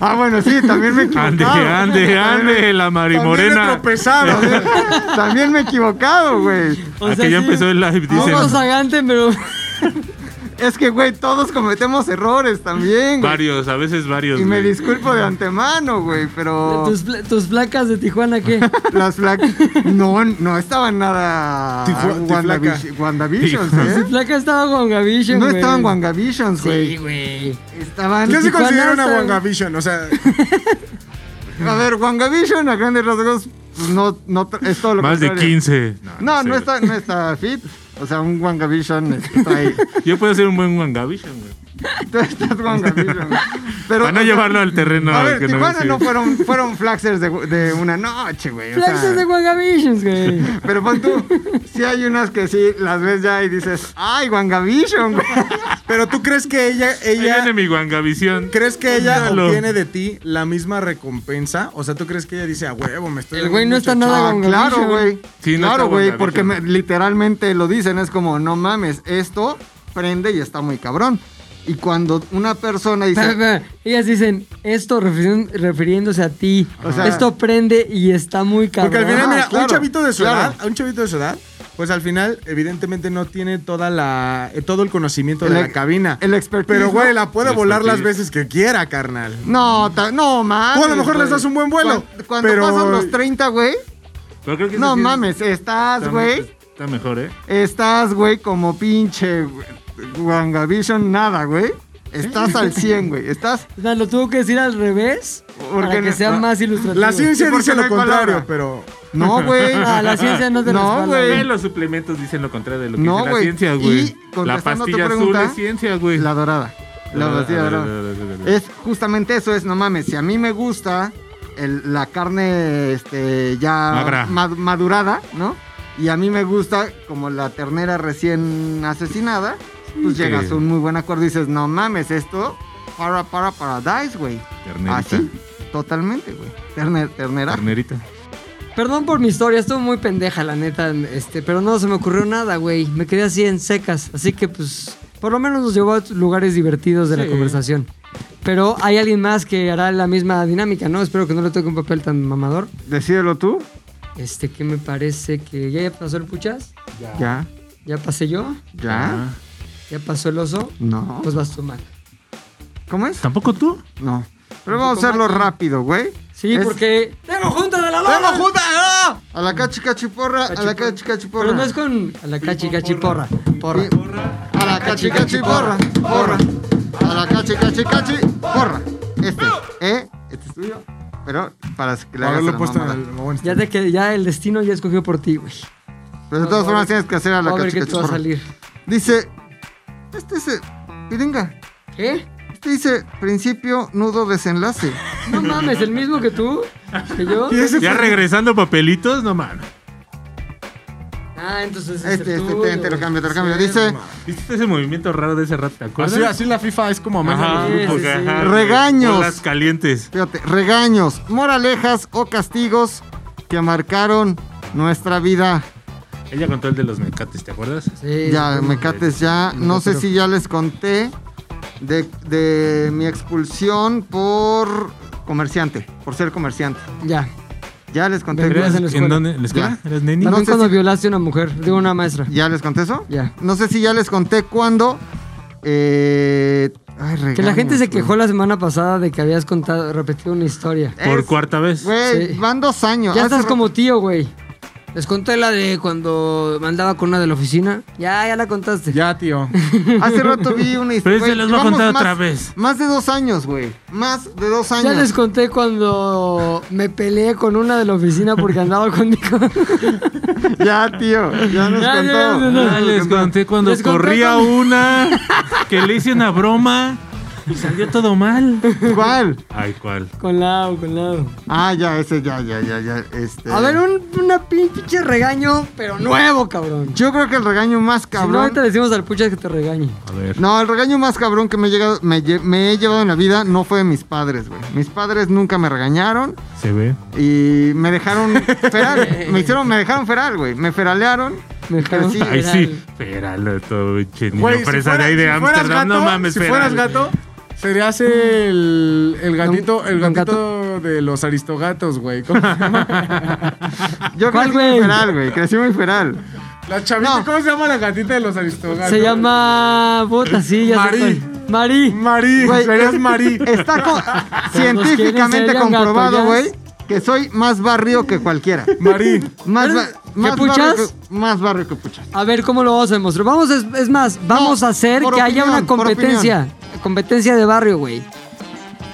E: Ah, bueno, sí, también me he
D: Ande,
E: equivocado. (laughs)
D: ande, ande, la
F: También ¿eh? he
D: marimorena.
F: tropezado.
E: También me he equivocado, güey.
A: O
D: Aquí
A: sea,
D: ya
A: sí,
D: empezó el live, dicen.
A: Vamos sagante, pero.
E: Es que, güey, todos cometemos errores también, güey.
D: Varios, a veces varios,
E: Y me
D: güey.
E: disculpo de antemano, güey, pero...
A: ¿Tus, pla- tus placas de Tijuana qué?
E: Las Black. No, no estaban nada.
F: Tifu-
E: WandaVish-
D: (laughs)
E: WandaVisions,
A: Tus
E: ¿eh?
A: placas estaban con Gavillo,
E: No
A: güey.
E: estaban Wangavisions, güey.
A: Sí, güey.
E: Estaban.
F: ¿Qué se
A: Tijuana
F: considera una
A: está-
F: Wangavision? O sea,
E: A ver, Wangavision a grandes rasgos pues, no, no tra- es todo lo
D: Más de
E: contrario.
D: 15.
E: No,
D: sé,
E: no
D: güey.
E: está, no está fit. O sea, un Wangavision este, trae.
D: Yo puedo ser un buen Wangavision, güey.
E: (laughs) Tú estás Wangavision. güey. Pero.
D: Para no
E: o sea,
D: llevarlo al terreno.
E: a ver,
D: que
E: Tijuana
D: sí.
E: no fueron, fueron flaxers de, de una noche, güey. o sea,
A: Placas de Wangavisions, güey.
E: (laughs) Pero pon tú, sí hay unas que sí las ves ya y dices, ¡ay, Wangavision, (laughs) güey!
F: pero tú crees que ella,
D: Ahí viene
F: ella,
D: mi Wangavisión.
F: crees que ella
D: Míralo.
F: obtiene de ti la misma recompensa? O sea, tú crees que ella dice, a huevo, me estoy.
A: El güey no está
F: muchacho".
A: nada
E: Ah,
A: Wangavision.
E: claro, güey.
D: Sí, no
E: claro,
D: está
E: güey,
D: WandaVision.
E: porque me- literalmente lo dicen, es como, no mames, esto prende y está muy cabrón. Y cuando una persona
A: Espera,
E: dice,
A: espera. Ellas dicen esto refirién- refiriéndose a ti.
E: O sea-
A: esto prende y está muy cabrón.
F: Porque al final,
E: Ah,
F: mira,
E: claro,
F: un chavito de su
E: claro.
F: edad, a un chavito de su edad, pues al final, evidentemente, no tiene toda la, eh, todo el conocimiento
E: El
F: de
E: ex-
F: la cabina.
E: el expertise,
F: Pero, güey,
E: ¿no?
F: la puede
D: El
F: volar las
D: expertise.
F: veces que quiera, carnal.
E: no, ta- no mames.
F: Tú a lo mejor
E: güey.
F: les das un buen vuelo,
E: Cuan- Cuando
F: pero-
E: pasan los 30, güey,
D: Pero creo que ese
E: no
D: sí es-
E: mames, estás,
D: está-
F: pues.
E: güey,
D: Está mejor, ¿eh?
E: estás, güey, como pinche Wangavision, nada, güey. Estás al 100, güey. Estás
A: O sea, lo tuvo que decir al revés
E: Porque
A: para que
E: no-
A: sea más ilustrativo.
F: La
E: ¿Y
F: ciencia
E: por qué
F: dice
E: no
F: lo
E: hay
F: contrario,
E: palabra?
F: pero.
A: (laughs)
E: No, güey.
A: No, la ciencia no te
E: No,
A: respalda,
E: güey.
D: Ve, los suplementos dicen lo contrario de lo que
E: No,
D: dice la
E: güey.
D: ciencia,
E: Y,
D: güey. La
E: contestando tu
D: pastilla azul
E: pregunta,
D: es ciencia, güey. Ah,
E: La dorada. La
D: Dorada,
E: pastilla
D: dorada,
E: dorada.
D: dorada, dorada.
E: Es justamente eso, es no mames. Si a mí me gusta el- la carne este, ya
D: Magra.
E: ma- madurada, ¿no? Y a mí me gusta como la ternera recién asesinada, pues
D: Sí.
E: llegas a un muy buen acuerdo y dices, no mames, esto para para paradise, güey.
D: Ternerita.
E: Así, totalmente, güey. Terner, ternera.
D: Carnerita.
A: Perdón por mi historia, estuvo muy pendeja, la neta. Este, pero no se me ocurrió nada, güey. Me quedé así en secas. Así que, pues, por lo menos nos llevó a lugares divertidos de la conversación. Pero hay alguien más que hará la misma dinámica, ¿no? Espero que no le toque un papel tan mamador.
E: Decídelo tú.
A: Este, que me parece que ya pasó el puchas,
E: Ya.
A: ya pasé yo,
E: Ya.
D: Ah.
A: ya pasó el oso.
E: No.
A: Pues vas tú, Mac.
E: ¿Cómo es?
D: ¿Tampoco tú?
E: No. Pero vamos a hacerlo rápido, güey.
A: pues, Sí,
E: Es-
A: porque. ¡Tengo junta de la lona!
E: ¡Vamos juntas! ¡ah! A la cachi cachiporra, a la cachi cachiporra.
A: Pero no es con a la cachi cachiporra. Porra.
E: A la cachi cachiporra, porra. A la cachi, cachi, cachi. Corra. Este, ¿eh? Este es tuyo. Pero para que le hagas
F: Haberlo
E: la
F: puesto en
E: mamada.
F: el Bueno,
A: Ya, te, que- ya el destino ya escogió por ti, güey.
E: Pero de todas formas tienes que hacer a la
A: A ver
E: cachi,
A: qué
E: cachi.
A: te va a
E: corra.
A: salir.
E: Dice, este es el- piringa.
A: ¿Qué?
E: Este dice principio, nudo,
A: (laughs)
E: desenlace.
A: No mames, el mismo que tú, que yo.
E: (laughs)
D: Ya regresando papelitos, no mames.
A: Ah, entonces. es
E: Este,
A: el
E: este,
A: tuyo,
E: te, te lo
A: güey.
E: cambio, te lo cambio. Dice,
D: ¿Viste ese movimiento raro de ese rato? ¿Te acuerdas?
F: así, así la FIFA es como más.
D: Ajá,
A: Sí, sí,
D: porque,
A: sí.
D: ajá,
E: Regaños.
D: bolas calientes.
E: fíjate, regaños, moralejas o castigos que marcaron nuestra vida.
D: Ella contó el de los mecates, ¿te acuerdas?
A: Sí.
E: Ya, me cates ya. No sé si ya les conté de, de mi expulsión por comerciante, por ser comerciante.
A: Ya.
E: Ya les
A: Vendría a
E: conté.
A: ser- la
D: ¿En
A: escuela.
D: dónde? ¿En la escuela? ¿Eras neni?
E: No
A: También
E: sé
A: cuando
E: si-
A: violaste a una mujer, digo una maestra.
E: ¿Ya les conté eso?
A: Ya.
E: No sé si ya les conté cuándo. eh, ay,
A: Que la gente
E: regaños,
A: se
E: güey.
A: quejó la semana pasada de que habías contado, repetido una historia.
D: Por
E: Es-
D: cuarta vez.
E: Güey,
A: Sí.
E: van dos años.
A: Ya
E: Hace
A: estás
E: rato-
A: como tío, güey. Les conté la de cuando mandaba con una de la oficina. Ya, ya la contaste.
F: Ya, tío.
E: Hace rato vi
A: (laughs)
E: una
D: Pero
E: historia.
D: se los voy a contar otra vez.
E: Más de dos años, güey. Más de dos
A: Ya
E: años.
A: les conté cuando me peleé con una de la oficina porque andaba conmigo.
E: Ya, tío. Ya
A: (laughs)
E: nos
A: Ya, ya, ya, ya,
E: contó.
A: ya.
D: Ah, les conté cuando
A: Les conté
D: corría
A: cuando-
D: una, que le hice una broma y salió todo mal.
E: ¿Cuál?
D: Ay, ¿cuál?
A: (laughs) con Lau, con Lau.
E: Ah, ya, ese, ya, ya, ya, ya. Este.
A: A ver, un una pin- pinche regaño, pero nuevo, cabrón.
E: Yo creo que el regaño más
A: Si no,
E: cabrón.
A: ahorita le decimos al pucha que te regañe.
D: A ver.
E: No, el regaño más cabrón que me, he llegado- me, lle- me he llevado en la vida no fue de mis padres, güey. Mis padres nunca me regañaron
D: Se ve.
E: y me dejaron
A: (laughs)
E: feral. me hicieron, me dejaron feral, güey. Me feralearon.
A: Me dejaron
E: Sí,
D: Ay,
A: Era
D: sí.
A: el-
D: Espéralo, todo chenino.
F: Güey, si
D: Presa
F: fuera-
D: de ahí de
F: si fueras
D: Ámsterdam. No
F: gato,
D: mames,
F: Si fueras
D: feral.
F: gato, serías el, el gatito, el
A: Don
F: gatito de los aristogatos,
E: (laughs)
F: güey. ¿Cómo se llama?
E: Yo
A: ¿Cuál,
E: crecí muy
A: güey?
E: feral, güey. Crecí muy feral.
F: La chavita,
E: No.
F: ¿cómo se llama la gatita de los aristogatos?
A: Se llama. Puta, sí, ya sé
F: Marí.
A: cuál. Marí.
F: Marí,
E: Güey, (laughs)
F: serías
E: es-
F: Marí.
A: (laughs)
E: Está co- científicamente
A: serían
E: comprobado,
A: gato,
E: güey, que soy más barrio que
A: (laughs)
E: cualquiera.
F: Marí.
E: Más, ba-
A: ¿Eh?
E: más
A: ¿Que
E: barrio
A: puchas?
E: que, más barrio que puchas.
A: A ver, ¿cómo lo vamos a demostrar? Vamos, es, es más, vamos
E: No,
A: a hacer que
E: por
A: haya
E: opinión,
A: una
E: por
A: competencia. Competencia de barrio, güey.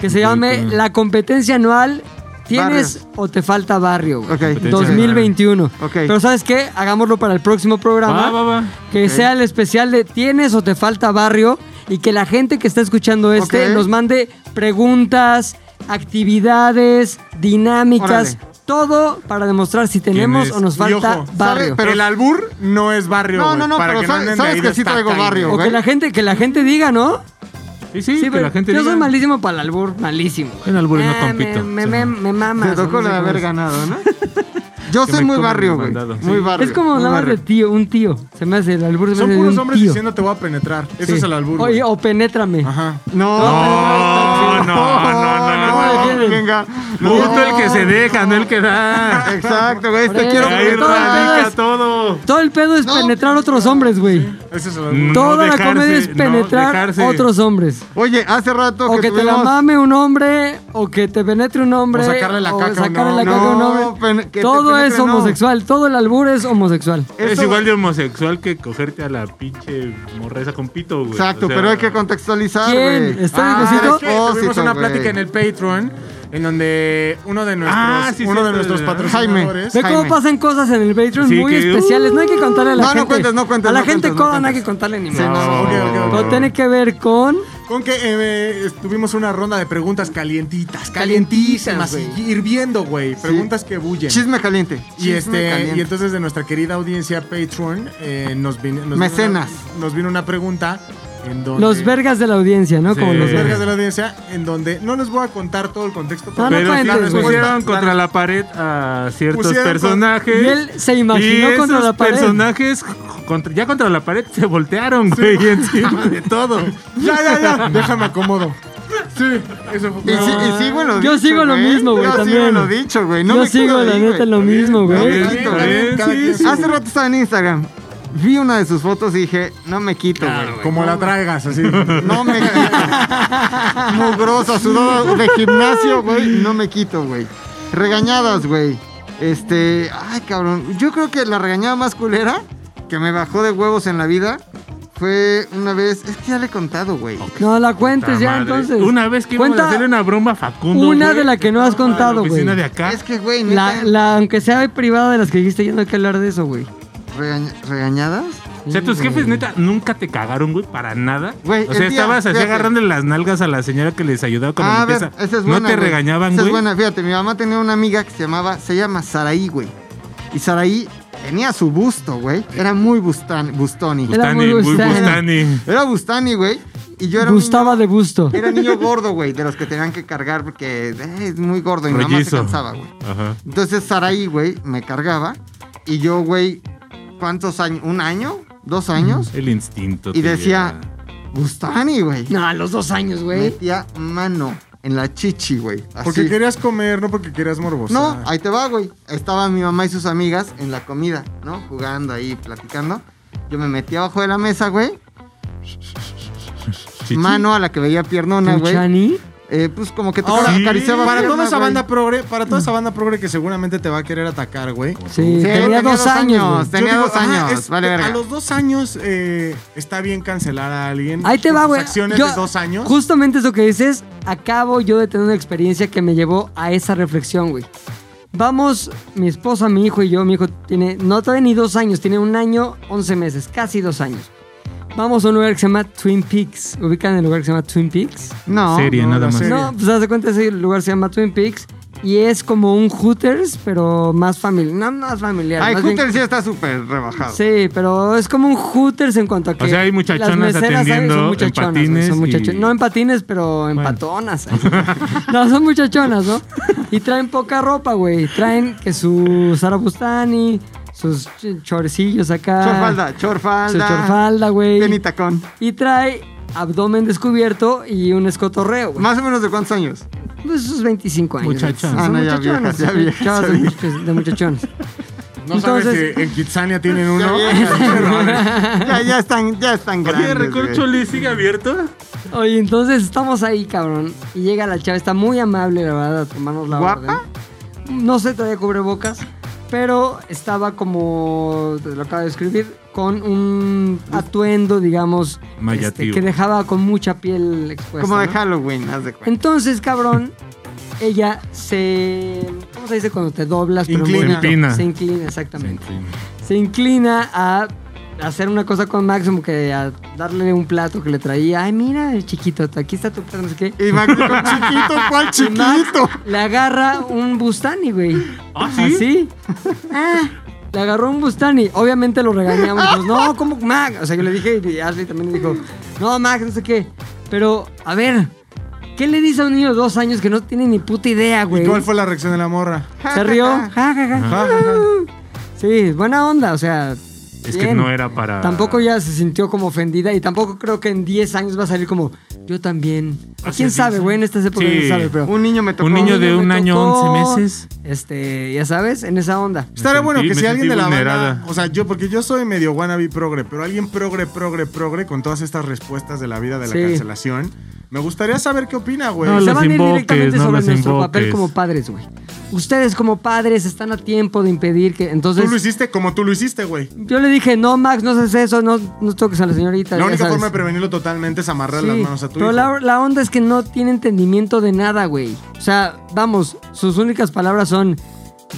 A: Que se llame
D: Ok.
A: la competencia anual ¿Tienes o te falta barrio, güey?
E: Ok. Competencia
A: 2021.
E: Ok.
A: Pero ¿sabes qué? Hagámoslo para el próximo programa.
D: Va, va, va.
A: Que sea el especial de ¿Tienes o te falta barrio? Y que la gente que está escuchando este
E: Ok.
A: nos mande preguntas, actividades, dinámicas,
E: Órale.
A: todo para demostrar si tenemos
D: ¿Tienes?
A: o nos
F: Y
A: falta
F: ojo, ¿sabe?
A: barrio.
F: Pero el albur no es barrio.
E: No,
F: güey,
E: no, no,
F: para
E: pero
F: que no
E: sabes-
F: anden
E: sabes
F: de ahí
E: que
F: de
E: sí traigo
F: estaca,
E: barrio,
A: O
E: güey.
A: que la gente, que la gente diga, ¿no?
D: Sí, sí, que
A: pero
D: la gente
A: yo
D: diga.
A: soy malísimo para el albur, malísimo. güey.
D: En albur no
A: Ah,
D: compito.
A: Me,
D: Sí.
A: me, me, me mama.
E: Te tocó la de haber ganado,
D: (laughs)
E: ¿no? Yo
D: Que
E: soy
D: me
E: muy
D: coman
E: barrio,
D: el
E: güey.
D: mandado.
E: Muy
D: Sí.
E: barrio.
A: Es como
E: muy
A: nada más
E: (laughs) barrio.
A: de tío, un tío. Se me hace el albur. Se me
F: Son
A: hace de
F: puros
A: un
F: hombres
A: tío.
F: diciendo te voy a penetrar. Eso
A: Sí.
F: es el albur. güey.
A: Oye,
E: oh,
A: o penétrame.
F: Ajá.
D: No, no, no, no.
A: no, no.
E: venga.
D: Punto el que se deja, no el que
E: (laughs)
D: da.
E: Exacto, güey.
A: Por
E: Te quiero
A: eso,
D: Ahí
A: Pero todo el pedo
D: radica
A: es-
D: todo.
A: Todo el pedo es penetrar
E: pues,
A: otros hombres, güey.
F: Eso es el albur.
A: Toda
D: dejarse,
A: la comedia es
D: no
A: penetrar
D: dejarse.
A: otros hombres.
E: Oye, hace rato
A: O que te la
E: tuvimos-
A: mame un hombre, o que te penetre un hombre.
F: O sacarle la caca a un
A: sacarle la
F: hombre.
A: caca a un
E: No,
A: hombre.
E: pen- que te
A: Todo es
E: penetre, no.
A: homosexual, todo el albur es homosexual.
E: Eso-
D: Es igual de homosexual que cogerte a la pinche morreza con pito, güey.
E: Exacto,
D: O sea,
E: pero hay que contextualizar,
A: ¿Quién?
E: güey.
A: ¿Está
F: Ah,
A: Diegucito?
F: es que tuvimos una plática en el Patreon en donde uno de nuestros,
D: Ah, sí,
F: uno de
D: cierto,
F: nuestros
D: ¿verdad?
F: patrocinadores.
A: Ve cómo
E: Jaime.
A: pasan cosas en el Patreon
D: Sí,
A: muy
D: que-
A: especiales. No hay que contarle a la
E: No, no
A: gente.
E: cuentes, no cuentes,
A: A la
E: no
A: gente
E: cuentes, no
A: coda no hay que
E: cuentes.
A: contarle ni
E: Sí,
A: nada.
E: no,
F: ok, ok, ok.
A: Pero tiene que ver con.
F: Con que eh, tuvimos una ronda de preguntas calientitas, calientísimas,
A: Calientísimas,
F: y hirviendo, güey. Preguntas que bullen.
E: Chisme caliente.
F: Y,
E: chisme
F: este,
E: caliente.
F: y entonces de nuestra querida audiencia Patreon eh, nos vino nos vino
E: Mecenas.
F: una- nos vino una pregunta en donde
A: Los vergas de la audiencia, ¿no?
D: Sí.
A: Como los
F: los
D: Eh.
A: vergas.
F: vergas de la audiencia en donde no les voy a contar todo el contexto
A: No, no
D: Pero sí
A: cuentes,
D: nos
A: güey.
D: pusieron contra la pared a ciertos
F: Pusieron con-
D: personajes.
A: Y él se imaginó
D: y
A: contra
D: esos
A: la pared.
D: personajes, contra- ya contra la pared, se voltearon, güey,
A: (laughs)
D: encima de todo.
F: (laughs) Ya, ya, ya. Déjame acomodo. Sí, eso fue.
E: Y, sí, y sigo en lo
A: Yo
E: dicho,
A: sigo lo
E: güey.
A: mismo, güey,
E: Yo sigo
A: también.
E: en lo dicho, güey. No
A: Yo
E: me quito
A: sigo,
E: de
A: la
E: ahí,
A: neta,
E: güey.
A: lo mismo, güey.
D: bien, está bien,
F: Cada
D: sí,
F: quien
D: sí.
F: su-
E: Hace rato estaba en Instagram. Vi una de sus fotos y dije, no me quito, güey.
F: Como la
E: (laughs)
F: traigas, así.
E: No me quito. Mugrosa, sudada de gimnasio, güey. No me quito, güey. Regañadas, güey. Este, ay, cabrón. Yo creo que la regañada más culera que me bajó de huevos en la vida fue una vez. Es que ya le he contado, güey.
A: No la cuentes
D: Puta
A: ya
D: madre.
A: entonces.
D: Una vez que íbamos
A: Cuenta
D: a hacerle una broma a Facundo.
A: una
D: güey,
A: de la que no has
D: estaba en
A: contado,
D: La oficina
A: güey.
D: de acá.
E: Es que, güey,
A: La,
E: neta,
A: la- aunque sea privada de las que dijiste, ya no hay que hablar de eso, güey.
E: regaña- regañadas.
D: O sea, tus
A: Sí, güey.
D: jefes neta nunca te cagaron, güey, para nada.
E: Mm. Güey,
D: o sea,
E: el día-
D: estabas así
E: fíjate.
D: agarrándole las nalgas a la señora que les ayudaba con
E: Ah,
D: la
E: a ver,
D: limpieza.
E: esa es
D: no
E: buena.
D: te
E: güey.
D: regañaban,
E: Esa
D: güey.
E: es buena, fíjate, mi mamá tenía una amiga que se llamaba, se llama Saraí, güey. Y Saraí tenía su busto, güey. Era muy bustan, bustoni.
A: Era
D: Bustani,
A: muy
D: muy
A: bustani.
D: Bustani.
E: Era bustani, güey. Y yo era un
A: Gustaba de gusto.
E: Era niño gordo, güey, de los que tenían que cargar porque eh, es muy gordo y mi mamá se
D: Rollizo.
E: cansaba, güey.
D: Ajá.
E: Entonces Saraí, güey, me cargaba y yo, güey, ¿cuántos años? ¿Un año? ¿Dos años?
D: El instinto.
E: Y
D: te
E: decía,
D: lleva.
E: Bustani, güey.
A: No, a los dos años, güey.
E: Metía mano en la chichi, güey.
F: Porque
E: así.
F: querías comer, no porque querías morbos.
E: No, ahí te va, güey. Estaba mi mamá y sus amigas en la comida, ¿no? Jugando ahí, platicando. Yo me metí abajo de la mesa, güey.
D: Chichi.
E: Mano a la que veía piernona, güey.
A: Chani.
E: Eh, pues como que te
F: Ahora,
E: acariciaba
F: para
E: pierna,
F: toda esa
E: güey.
F: banda progre, para toda esa banda progre que seguramente te va a querer atacar, güey.
A: Sí, tenía, dos años. güey.
E: Tenía
F: Yo digo,
E: dos años,
F: ajá, es-
E: vale verga.
F: A los dos años eh, está bien cancelar a alguien.
A: Ahí te
F: por
A: va,
F: sus
A: güey.
F: acciones
A: Yo-
F: de dos años.
A: Justamente eso que dices, acabo yo de tener una experiencia que me llevó a esa reflexión, güey. Vamos, mi esposa, mi hijo y yo, mi hijo tiene, no todavía ni dos años, tiene un año, once meses, casi dos años. Vamos a un lugar que se llama Twin Peaks. ¿Ubican el lugar que se llama Twin Peaks?
E: No,
D: Serie,
F: no,
D: nada
F: la
D: más.
F: serie.
A: No, pues haz de cuenta, ese lugar se llama Twin Peaks y es como un Hooters, pero más familiar. No, más familiar.
D: Ah,
E: Ay,
A: más bien-
E: Hunter sí está súper rebajado.
A: Sí, pero es como un Hooters en cuanto a que.
D: sea, hay muchachonas
A: las meseras, ¿sabes?
D: atendiendo en
A: güey,
D: patines
A: son muchacho-
D: y-
A: No en patines, pero en
D: Bueno. (laughs)
A: patonas. (laughs) ahí. no, son muchachonas, ¿no? Y traen poca ropa, güey. Traen que su Sarabustani, sus ch- chorecillos acá.
E: Chorfalda,
A: Su
E: chorfalda.
A: chorfalda,
E: Bien y
A: güey.
E: tacón.
A: Y trae abdomen descubierto y un escotorreo, güey.
E: Más o menos de cuántos años.
A: Pues sus 25 años.
D: Muchachas.
A: Son
E: Ah, no, ya
A: muchachonas,
E: viejas, ya
A: son
E: viejas,
A: chavas
E: ya
A: de
E: viejas.
A: muchach- de muchachones.
F: No sabes
A: Entonces-
F: si en Kitsania tienen uno. (laughs)
E: ya, ya están, ya están
D: Oye,
E: grandes.
D: ¿Record
E: güey.
D: Choli sigue abierto?
A: Oye, entonces estamos ahí, cabrón. Y llega la chava, está muy amable, la verdad, a tomarnos la
E: ¿Guapa?
A: orden. No sé, todavía cubrebocas. Pero estaba como, te lo acabo de escribir, con un atuendo, digamos, este,
D: Mayativo.
A: que dejaba con mucha piel expuesta.
E: Como de
A: ¿no?
E: Halloween, haz de cuenta.
A: Entonces, cabrón, ella se. ¿Cómo se dice cuando te doblas? pero
F: Inclina.
A: muy bonito?
D: Se inclina.
A: Se inclina, exactamente se inclina a hacer una cosa con Máximo que a darle un plato que le traía. Ay, mira, chiquito, aquí está tu plato, no sé qué.
E: Y Max dijo, chiquito, ¿cuál
A: Y Max
E: chiquito?
A: le agarra un Bustani, güey.
D: ¿Ah, sí?
A: Así. Ah, le agarró un Bustani. Obviamente lo regañamos. Pues, no, ¿cómo Max? O sea, yo le dije y Ashley también dijo, no, Max, no sé qué. Pero, a ver, ¿qué le dice a un niño de dos años que no tiene ni puta idea,
F: ¿Y
A: güey?
F: cuál fue la reacción de la morra? Ah,
A: Se rió. Ja, ja, ja.
F: Ja, ja, ja.
A: Sí, buena onda, o sea.
D: Es que
A: bien.
D: no era para.
A: Tampoco ya se sintió como ofendida y tampoco creo que en 10 años va a salir como yo también.
D: Así
A: ¿Quién
D: es,
A: sabe,
D: sí.
A: güey? En estas épocas
D: Sí.
A: quién sabe, pero
E: Un niño me tocó.
D: Un niño de
A: me
D: un año,
A: tocó,
D: 11 meses.
A: Este, ya sabes, en esa onda.
F: Estaría
D: Me
F: bueno
D: sentí-
F: que
D: me
F: si alguien
D: sentí
F: de la banda,
D: vulnerada.
F: o sea, yo porque yo soy medio wannabe progre, pero alguien progre, progre, progre con todas estas respuestas de la vida de la
A: Sí.
F: cancelación, me gustaría saber qué opina, güey.
D: No,
A: Se
D: las
A: van a ir
D: invoques,
A: directamente
D: no
A: sobre
D: las
A: nuestro papel
D: invoques.
A: como padres, güey. Ustedes como padres están a tiempo de impedir que
F: tú lo
A: entonces
F: hiciste como tú lo hiciste, güey.
A: yo le dije, "No, Max, no haces eso, no no toques a la señorita."
F: La
A: ya
F: única
A: sabes.
F: forma de prevenirlo totalmente es amarrar las
A: Sí,
F: manos a tu
A: pero
F: hijo.
A: la, la onda es que no tiene entendimiento de nada, güey. O sea, vamos, sus únicas palabras son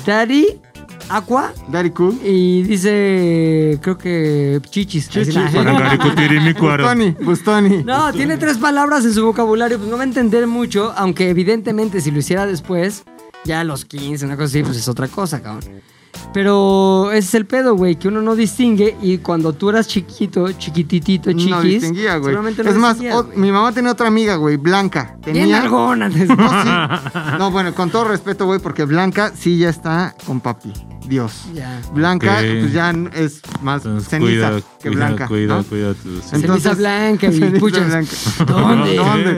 A: Daddy, Aqua
E: Daddy cool.
A: y dice, creo que chichis. Así (laughs) la-
D: Parangaricutirini, cuaro.
E: Bustoni, Bustoni.
A: No, tiene tres palabras en su vocabulario, pues no va a entender mucho, aunque evidentemente si lo hiciera después, ya a los 15, una cosa así, pues es otra cosa, cabrón. Pero ese es el pedo, güey, que uno no distingue y cuando tú eras chiquito, chiquititito, chiquis,
E: No distinguía, güey.
A: seguramente no
E: Es más,
A: distinguías,
E: o-
A: güey.
E: mi mamá tenía otra amiga, güey, Blanca.
A: Bien
E: Tenía
A: algón antes.
E: (laughs) No, sí. No, bueno, con todo respeto, güey, porque Blanca sí ya está con papi. Dios.
A: Ya.
E: Blanca,
D: Ok.
E: pues ya n- es más
D: Entonces,
E: ceniza
D: cuida,
E: que
D: cuida,
E: Blanca.
D: Cuida,
E: ¿no?
D: cuida tus.
E: Entonces-
A: Ceniza blanca
E: (laughs)
A: y
E: Ceniza
A: puchas.
E: blanca.
A: ¿Dónde?
E: (laughs) ¿Dónde?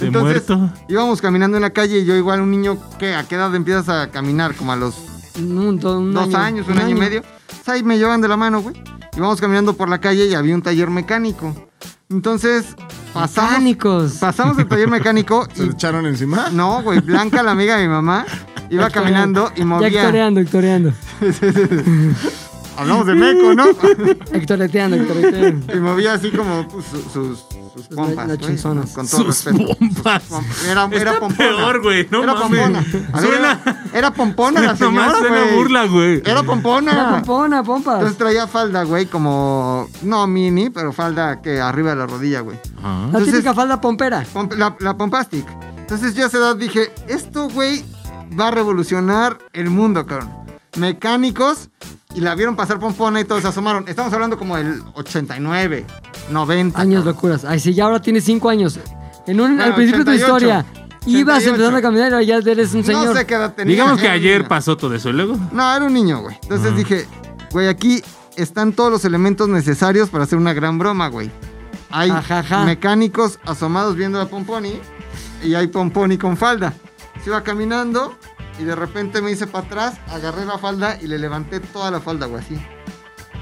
D: ¿De
E: Entonces,
D: muerto?
E: Íbamos caminando en la calle y yo igual un niño que a qué edad empiezas a caminar, como a los
A: Un- do- un
E: dos
A: año,
E: años, un, año, y medio. O sea, ahí me llevan de la mano, güey. Íbamos caminando por la calle y había un taller mecánico. Entonces, pasamos,
A: Satánicos.
E: pasamos del taller mecánico
D: (laughs)
F: ¿Se lo
E: y
F: echaron encima?
E: no, güey, Blanca, la amiga de mi mamá, iba caminando y
A: Ya
E: movía.
A: actoreando, actoreando.
E: Hablamos de Meco, ¿no?
D: (laughs)
A: Hectoreteando,
E: (laughs)
A: hectoreteando.
E: Y movía así como pues, su- sus, sus pompas.
A: na-
E: güey,
A: nachonzonas.
E: Con todo
D: Sus
E: respeto.
D: pompas.
E: Sus pompas. Era, era
D: Está
E: pompona.
D: peor, güey, no
E: era
D: mames.
E: pompona. A ver,
D: Suena-
E: era, era pompona la
D: (laughs)
E: señora,
D: Nomás suena
E: güey.
D: burla, güey.
E: Era pompona.
A: Una pompona, pompas.
E: Entonces traía falda, güey, como... No mini, pero falda que arriba de la rodilla, güey.
D: Ajá.
A: La
E: entonces-
A: típica falda pompera.
E: Pomp- la, la Pompastic. Entonces yo a esa edad dije, esto, güey, va a revolucionar el mundo, cabrón. Mecánicos, y la vieron pasar pompona y todos se asomaron. Estamos hablando como del 89, 90.
A: Años
E: cabrón.
A: locuras. Ay, sí, ya ahora tienes cinco años. En un, al
E: Bueno,
A: principio de tu
E: 88.
A: historia, ibas
E: 88.
A: empezando a caminar y ahora ya eres un señor.
E: No sé qué edad tenía.
D: Digamos que
E: era un
D: ayer
E: niño.
D: pasó todo eso. y Luego,
E: No, era un niño, güey. Entonces dije, güey, aquí están todos los elementos necesarios para hacer una gran broma, güey. Hay
A: Ajaja.
E: mecánicos asomados viendo a Pomponi y hay Pomponi con falda. Se iba caminando y de repente me hice para atrás, agarré la falda y le levanté toda la falda, güey, así.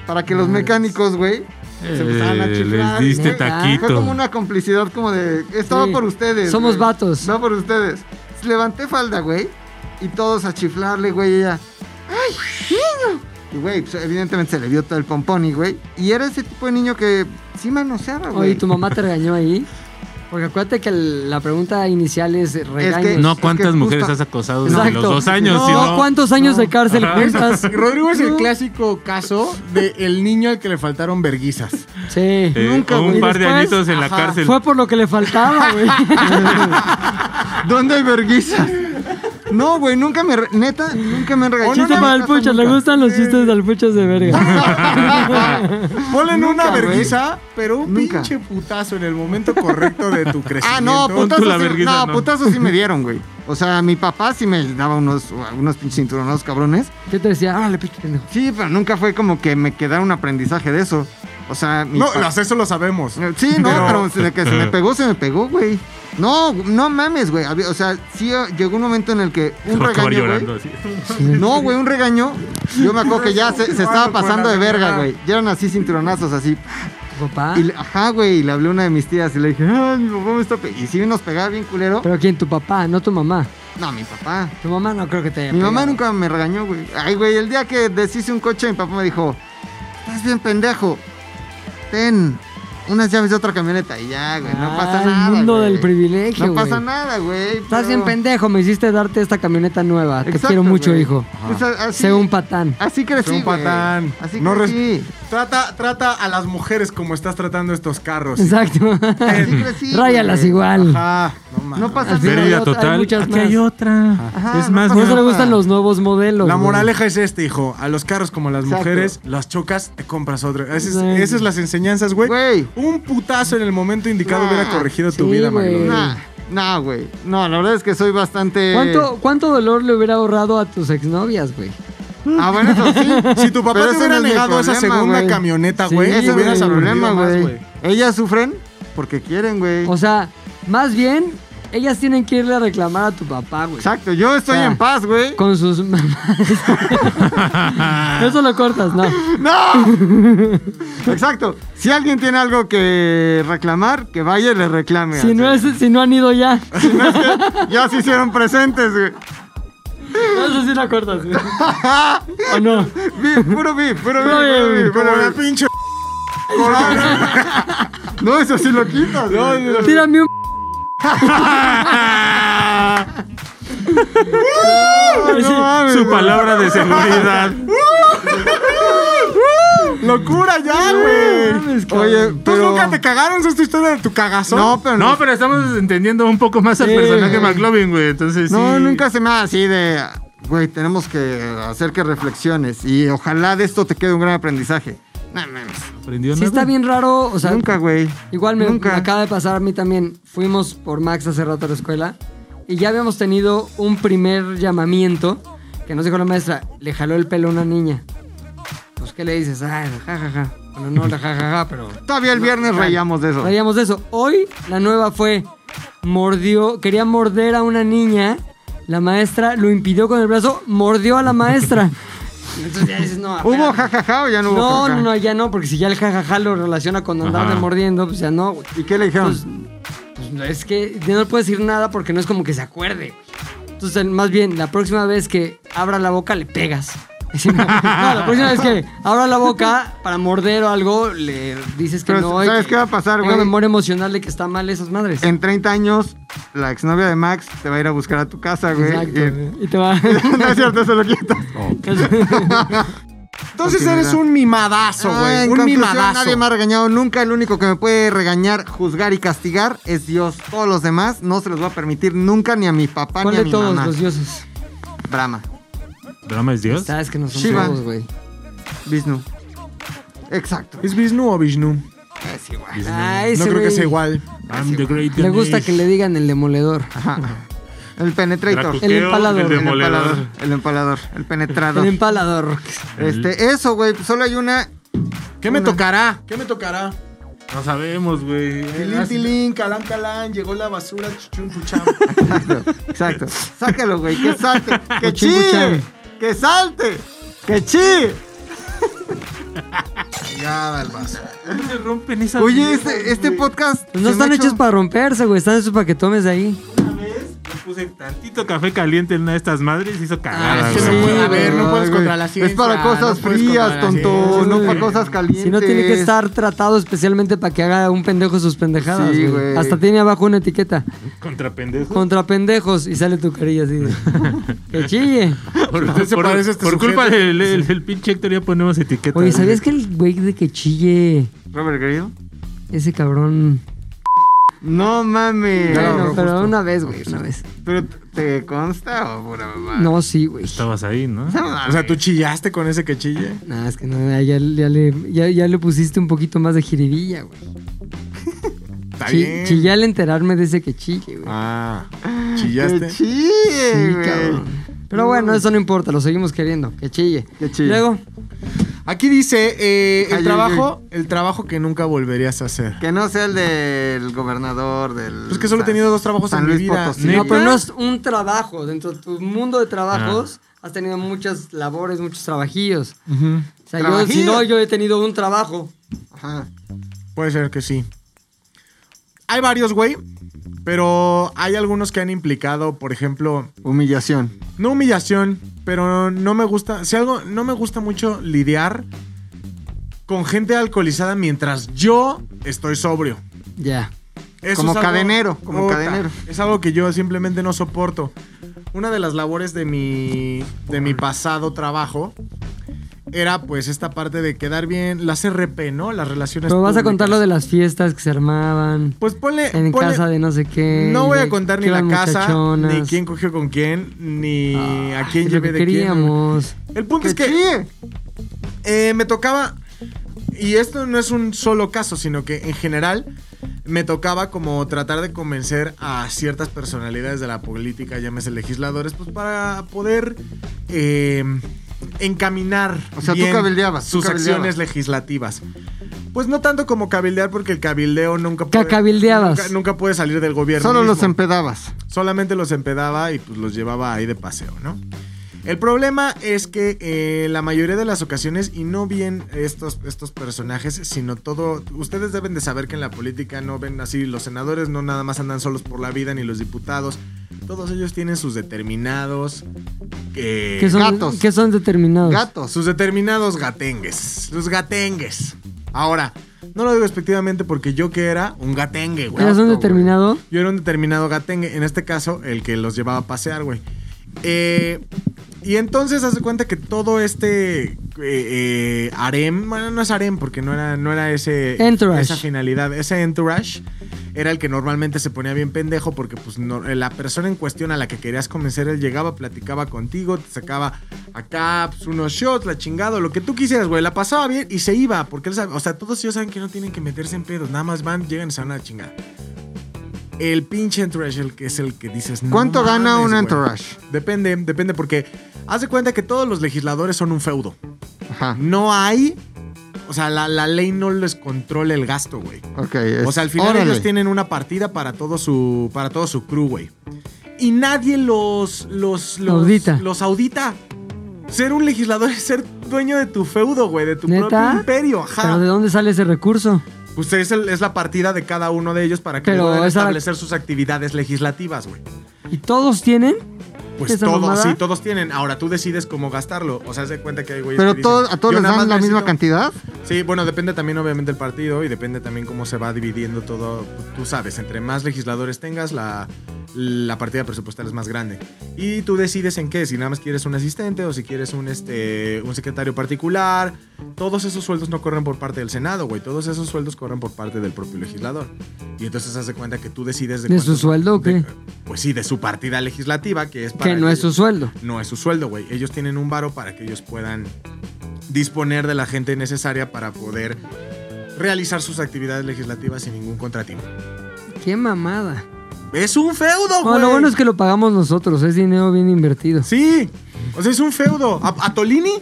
E: Para que los mecánicos, güey, se empezaran a
D: eh, les
E: chiflar.
D: diste
A: neta.
E: Fue
D: taquito.
E: como una complicidad como de... Esto
A: Sí.
E: va por ustedes.
A: Somos
E: güey.
A: vatos.
E: Va por ustedes. Levanté falda, güey. Y todos a chiflarle, güey. Y ella... ¡Ay, niño! Y, güey, pues, evidentemente se le vio todo el pomponi, güey. Y era ese tipo de niño que sí manoseaba, güey.
A: Oye, tu mamá te regañó ahí. Porque acuérdate que el- la pregunta inicial es regaños.
E: que-
D: No,
E: que
D: ¿cuántas
E: justo-
D: mujeres has acosado
A: Exacto.
D: durante los dos años?
A: No,
D: si no-
A: ¿cuántos años de cárcel
D: Ajá.
A: cuentas?
D: (laughs)
F: Rodrigo es el
A: No.
F: clásico caso de el niño al que le faltaron verguizas.
A: Sí.
D: eh,
E: Nunca,
D: un
E: güey.
D: par de
A: Después,
D: añitos en la
E: ajá,
D: cárcel.
A: Fue por lo que le faltaba,
E: (laughs)
A: güey.
E: ¿Dónde hay verguizas? No, güey, nunca me... re- Neta, nunca me regañó.
A: Chiste para el pucho, le gustan los chistes del pucho de verga.
F: Ponen
E: Nunca,
F: una
E: güey.
F: verguiza, pero un
E: Nunca.
F: pinche putazo en el momento correcto de tu crecimiento.
E: (laughs) Ah, no,
D: Pon tú la
E: putazos sí,
D: vergüenza,
E: no,
D: no.
E: putazos sí me dieron, güey. O sea, mi papá sí me daba unos, unos pinches cinturonados cabrones.
A: ¿Qué te decía? Ah, le pinche pendejo.
E: Sí, pero nunca fue como que me quedara un aprendizaje de eso. O sea, mi
F: No,
E: pa-
F: las- eso lo sabemos.
E: Sí, no,
F: Pero-
E: pero, de que se me pegó, se me pegó, güey. No, no mames, güey. Había- O sea, sí eh, llegó un momento en el que un
D: Acaba
E: regaño,
D: llorando
E: güey.
D: así.
E: No, güey, un regaño. Yo me acuerdo que ya se, se estaba pasando de verga, güey. Ya eran así cinturonazos, así.
A: ¿Tu
F: Ah.
A: papá?
E: Y le- ajá, güey, y le hablé a una de mis tías y le dije, ah, mi papá me está pe-". Y sí nos pegaba bien culero.
A: ¿Pero quién? ¿Tu papá? No tu mamá.
E: No, mi papá.
A: Tu mamá no creo que te haya
E: Mi mamá
A: pegado.
E: nunca me regañó, güey. Ay, güey, el día que deshice un coche, mi papá me dijo, estás bien pendejo. Ten unas llaves de otra camioneta y ya, güey. No
A: Ah,
E: pasa
A: el
E: nada.
A: mundo
E: güey.
A: del privilegio,
E: No pasa
A: güey.
E: nada, güey.
A: Estás
E: pero-
A: bien pendejo, me hiciste darte esta camioneta nueva. Te
E: Exacto,
A: quiero mucho,
E: güey. Ah,
A: hijo.
E: Pues, a- así,
A: Sé un patán.
E: así crecí,
F: Sé un
E: güey.
F: patán.
E: Así
F: No res-
E: crecí.
F: Trata, trata a las mujeres como estás tratando estos carros.
E: pues
A: Exacto.
E: (laughs) Así
A: (laughs)
E: crecí.
A: Ráyalas
E: Eh, güey.
A: igual.
F: Ah, no mames.
E: No pasa
A: Así
E: nada.
A: hay
D: Pérdida
A: otra- hay
D: total.
A: muchas
D: Aquí
A: más.
D: hay otra.
E: Ajá,
D: es
E: no
D: más,
E: pasa
A: Por
D: güey,
A: eso le
E: nada.
A: gustan los nuevos modelos.
F: La
A: güey.
F: moraleja es este, hijo. A los carros como a las
E: Exacto.
F: mujeres, las chocas, te compras otra. Esa es-
A: Güey.
F: esas son las enseñanzas, güey.
E: Güey. Ah,
F: Un putazo en el momento indicado
E: Nah.
F: hubiera corregido tu
A: Sí,
F: vida,
A: güey.
F: Mario.
E: Nah, nah, güey. No, la verdad es que soy bastante.
A: ¿Cuánto, ¿Cuánto dolor le hubiera ahorrado a tus exnovias, güey?
E: Ah, bueno, eso sí.
F: Si tu papá
E: Pero
F: te
E: ese
F: hubiera
E: no es mi
F: negado esa
E: problema,
F: segunda
E: güey.
F: camioneta,
A: Sí,
F: güey,
A: ese
E: Ese
F: te
E: no
F: hubieras
E: es el problema,
F: aprendido más,
E: güey. Ellas sufren porque quieren, güey.
A: O sea, más bien, ellas tienen que irle a reclamar a tu papá, güey.
E: Exacto, yo estoy
A: O sea,
E: en paz, güey.
A: Con sus mamás. Eso lo cortas, no.
E: ¡No! (laughs) Exacto. Si alguien tiene algo que reclamar, que vaya y le reclame.
A: Si no, es, si no han ido ya.
E: (laughs) Ya se hicieron presentes, güey.
A: Eso sí la cortas, güey. ¿O no?
E: Bip, Ah, puro bip, puro bip,
A: Puro
E: puro
A: bip,
E: bip, puro
F: Como la
E: bip.
F: pinche.
E: (laughs) No, eso sí lo quitas. güey.
A: Tírame un. Sí.
D: Su palabra de seguridad.
F: ¡Locura ya, güey!
A: Mames, cabrón.
E: Oye,
F: Tú
E: pero...
F: nunca te cagaron, esa es tu historia de tu cagazón.
E: No, pero
D: No, pero estamos entendiendo un poco más al
A: Sí,
D: personaje
A: güey.
D: McLovin, güey. Entonces,
E: No,
D: sí.
E: nunca se me ha así de, güey, tenemos que hacer que reflexiones y ojalá de esto te quede un gran aprendizaje. No mames.
D: aprendió
A: Sí
D: nada.
A: está bien raro, o sea,
E: Nunca, güey.
A: igual me,
E: Nunca.
A: me acaba de pasar a mí también. Fuimos por Max hace rato a la escuela y ya habíamos tenido un primer llamamiento que nos dijo la maestra, le jaló el pelo a una niña. Pues, ¿qué le dices? Ah, jajaja. Bueno, no, la jajaja, pero
E: Todavía el viernes rayamos de eso.
A: Sabíamos de eso. Hoy la nueva fue mordió, quería morder a una niña. La maestra lo impidió con el brazo, mordió a la maestra. (laughs) Entonces ya dices, no,
E: ¿Hubo
A: espérate.
E: jajaja o ya no hubo
A: No,
E: jajaja?
A: no, no, ya no, porque si ya el jajaja lo relaciona con andarte
D: Ajá.
A: mordiendo, pues ya no, güey.
E: ¿Y qué le dijeron?
A: Entonces, pues, no, es que ya no le puedes decir nada porque no es como que se acuerde. Entonces, más bien, la próxima vez que abra la boca le pegas. (laughs) Sí, no. No, la próxima vez que abra la boca para morder o algo, le dices que
E: Pero,
A: no. y
E: ¿sabes
A: que
E: qué va a pasar,
A: tenga
E: güey?
A: memoria emocional de que está mal esas madres.
E: En 30 años, la exnovia de Max te va a ir a buscar a tu casa, güey.
A: Exacto.
E: Y-
A: Y te va.
E: (laughs) no es cierto, se lo quito.
D: Oh,
F: Entonces
E: Continuidad.
F: eres un mimadazo,
E: Ah,
F: güey.
E: en
F: Un
E: conclusión,
F: mimadazo.
E: Nadie me ha regañado nunca. El único que me puede regañar, juzgar y castigar es Dios. Todos los demás no se los va a permitir nunca ni a mi papá
A: ¿Cuál
E: ni a
A: de
E: mi
A: todos
E: mamá.
A: los dioses?
E: Brahma,
D: ¿Drama es Dios?
A: Sabes que no son
E: Shiva.
A: todos, güey.
E: Vishnu. Exacto.
F: ¿Es Vishnu o Vishnu?
E: Es igual.
A: Ah, ese
F: No creo que
A: güey.
F: sea igual.
D: I'm the great
A: Le gusta
D: Ganesh.
A: que le digan el demoledor.
E: Ajá. El penetrator.
D: Dracus-
A: El
D: Creo
A: empalador.
D: que
A: El
D: el
A: empalador.
D: demoledor.
E: El empalador. El penetrador.
A: El empalador.
E: Este, eso, güey. Solo hay una.
F: ¿Qué me tocará? ¿Qué me tocará?
D: No sabemos, güey.
E: Eh, ah,
F: Tilín, tilín, calán, (laughs) calán. Llegó la basura, chuchun, puchán.
E: Exacto. exacto. Sácalo, güey. Que
F: (laughs)
E: salte. Que
A: Cuchín,
E: chille.
A: cuchán.
E: Que salte. Que chille.
F: Ya, el vaso.
D: Se rompen esas
E: Oye,
D: mierdas,
E: este, este
D: güey.
E: podcast.
A: Pues no
E: se me
A: están
E: ha
A: hechos
E: hecho-
A: para romperse, güey. Están hechos para que tomes de ahí.
D: Una vez le puse tantito café caliente en una de estas madres y hizo cagada,
A: Ah,
F: es que
D: güey.
F: no puede- a ver, no
E: Ay,
F: puedes
E: güey.
F: contra la ciencia,
E: Es para cosas
F: no puedes
E: frías,
F: contra la
E: tonto.
F: ciencia,
E: No para
F: güey.
E: cosas calientes.
A: Si no tiene que estar tratado especialmente para que haga un pendejo sus pendejadas.
E: Sí,
A: güey.
E: güey.
A: Hasta tiene abajo una etiqueta.
D: Contra pendejos.
A: Contra pendejos. Y sale tu carilla así. de, que chille.
D: Por,
F: se
D: por-
F: parece a este
D: por
F: sujeto.
D: culpa del el- el pinche Héctor ya ponemos etiquetas.
A: Oye, ¿sabías que el güey de que chille,
E: Robert Grill.
A: ese cabrón?
E: No mames.
A: Bueno, pero una vez, güey, una vez.
E: Pero te consta o pura mamá.
A: No, sí, güey.
D: Estabas ahí, ¿no?
F: O sea, tú chillaste con ese que chille.
A: Nada, es que no, ya, ya le, ya, ya le pusiste un poquito más de jiribilla, güey.
F: Está
A: Chi-
F: bien.
A: Chillé al enterarme de ese que chille, güey.
F: Ah,
E: Que
F: chillaste.
A: Sí,
E: chille, güey.
A: cabrón. Pero bueno, eso no importa, lo seguimos queriendo. Que chille.
E: Que chille.
A: Luego,
F: Aquí dice eh,
E: Ay,
F: el
E: ay,
F: trabajo, el trabajo que nunca volverías a hacer.
E: Que no sea el del gobernador del.
F: Pues Es que solo he tenido dos trabajos
E: San
F: en mi
E: Luis
F: vida.
E: Potosí.
A: no,
D: ¿Neta?
A: pero no es un trabajo. Dentro de tu mundo de trabajos,
F: Ah.
A: has tenido muchas labores, muchos trabajillos. O sea, yo, si
E: Trabajillos.
A: no, yo he tenido un trabajo.
E: Ajá.
F: Puede ser que sí. Hay varios, güey. Pero hay algunos que han implicado, por ejemplo,
E: Humillación.
F: no humillación, pero no me gusta. Si algo, no me gusta mucho lidiar con gente alcoholizada mientras yo estoy sobrio.
A: Ya.
F: Eso
E: Como
F: es algo-
E: cadenero, como
F: Puta,
E: cadenero.
F: Es algo que yo simplemente no soporto. Una de las labores de mi, de mi pasado trabajo era pues esta parte de quedar bien, las RP, ¿no? Las relaciones
A: Pero vas a
F: Pues públicas.
A: contar lo de las fiestas que se armaban.
F: Pues ponle...
A: En
F: ponle-
A: casa de no sé qué.
F: No
A: y
F: voy a
A: de
F: contar ni
A: que
F: la
A: iban
F: casa, ni
A: muchachonas.
F: quién cogió con quién, ni
A: Ah,
F: a quién
A: es lo que
F: llevé de quién.
A: queríamos.
F: El punto es que...
E: chille.
F: Eh, me tocaba, y esto no es un solo caso, sino que en general me tocaba como tratar de convencer a ciertas personalidades de la política, llámese legisladores, pues para poder eh, encaminar
E: O sea, tú
F: bien
E: cabildeabas, tú
F: sus
E: cabildeabas.
F: acciones legislativas. Pues no tanto como cabildear, porque el cabildeo nunca
A: Ca- cabildeabas.
F: Nunca, nunca puede salir del gobierno.
E: Solo los
F: mismo
E: empedabas.
F: solamente los empedaba y pues los llevaba ahí de paseo, ¿no? El problema es que eh, la mayoría de las ocasiones, y no bien estos, estos personajes, sino todo, ustedes deben de saber que en la política no ven así, los senadores no nada más andan solos por la vida, ni los diputados, todos ellos tienen sus determinados... eh,
A: ¿Qué son,
E: Gatos.
A: ¿Qué son determinados?
E: Gatos.
F: sus determinados gatengues, los gatengues. Ahora, no lo digo despectivamente porque yo que era un gatengue, güey.
A: ¿Ya son
E: güey.
A: determinados?
F: Yo era un determinado gatengue, en este caso el que los llevaba a pasear, güey. Eh, y entonces haz de cuenta que todo este eh, eh, harem, bueno, no es harem porque no era, no era ese,
A: Entourage.
F: esa finalidad, ese entourage era el que normalmente se ponía bien pendejo porque pues no- la persona en cuestión a la que querías convencer, él llegaba, platicaba contigo, te sacaba acá pues, unos shots, la chingada, lo que tú quisieras, güey, la pasaba bien y se iba, porque él sabe- o sea, todos ellos saben que no tienen que meterse en pedos, nada más van, llegan y se van a la chingada. El pinche entourage el que es el que dices, no
E: ¿Cuánto gana
F: mames,
E: un
F: güey.
E: entourage?
F: Depende, depende porque haz de cuenta que todos los legisladores son un feudo.
E: Ajá.
F: No hay, o sea, la, la ley no les controla el gasto, güey.
E: Ok. es-
F: O sea, al final
E: órale.
F: ellos tienen una partida para todo su, para todo su crew, güey. Y nadie los, los, los
A: Audita.
F: Los audita. Ser un legislador es ser dueño de tu feudo, güey, de tu
A: ¿Neta?
F: propio imperio,
A: ¿Pero de
F: ajá.
A: dónde sale ese recurso?
F: Pues es, el- es la partida de cada uno de ellos para que
A: Pero
F: puedan
A: esa-
F: establecer sus actividades legislativas, güey.
A: ¿Y todos tienen?
F: Pues
E: esa
F: todos,
E: mamada?
F: sí, todos tienen. Ahora tú decides cómo gastarlo. O sea, haz de cuenta que hay güeyes
E: Pero
F: que dicen,
E: todo- a todos
F: "Yo
E: les
F: nada
E: dan
F: más
E: la misma
F: necesito-".
E: cantidad.
F: Sí, bueno, depende también obviamente el partido y depende también cómo se va dividiendo todo. Tú sabes, entre más legisladores tengas, la, la partida presupuestal es más grande. Y tú decides en qué, si nada más quieres un asistente o si quieres un, este, un secretario particular. Todos esos sueldos no corren por parte del Senado, güey. Todos esos sueldos corren por parte del propio legislador. Y entonces haz de cuenta que tú decides...
A: ¿De su
F: cuántos-
A: sueldo o
F: de-
A: qué?
F: pues sí, de su partida legislativa, que es para...
A: Que no es
F: que-
A: su sueldo.
F: no es su sueldo, güey. Ellos tienen un varo para que ellos puedan disponer de la gente necesaria para poder realizar sus actividades legislativas sin ningún contratiempo.
A: Qué mamada.
F: Es un feudo,
A: No,
F: güey.
A: lo bueno es que lo pagamos nosotros, es dinero bien invertido.
F: Sí, o sea, es un feudo. A, a Tolini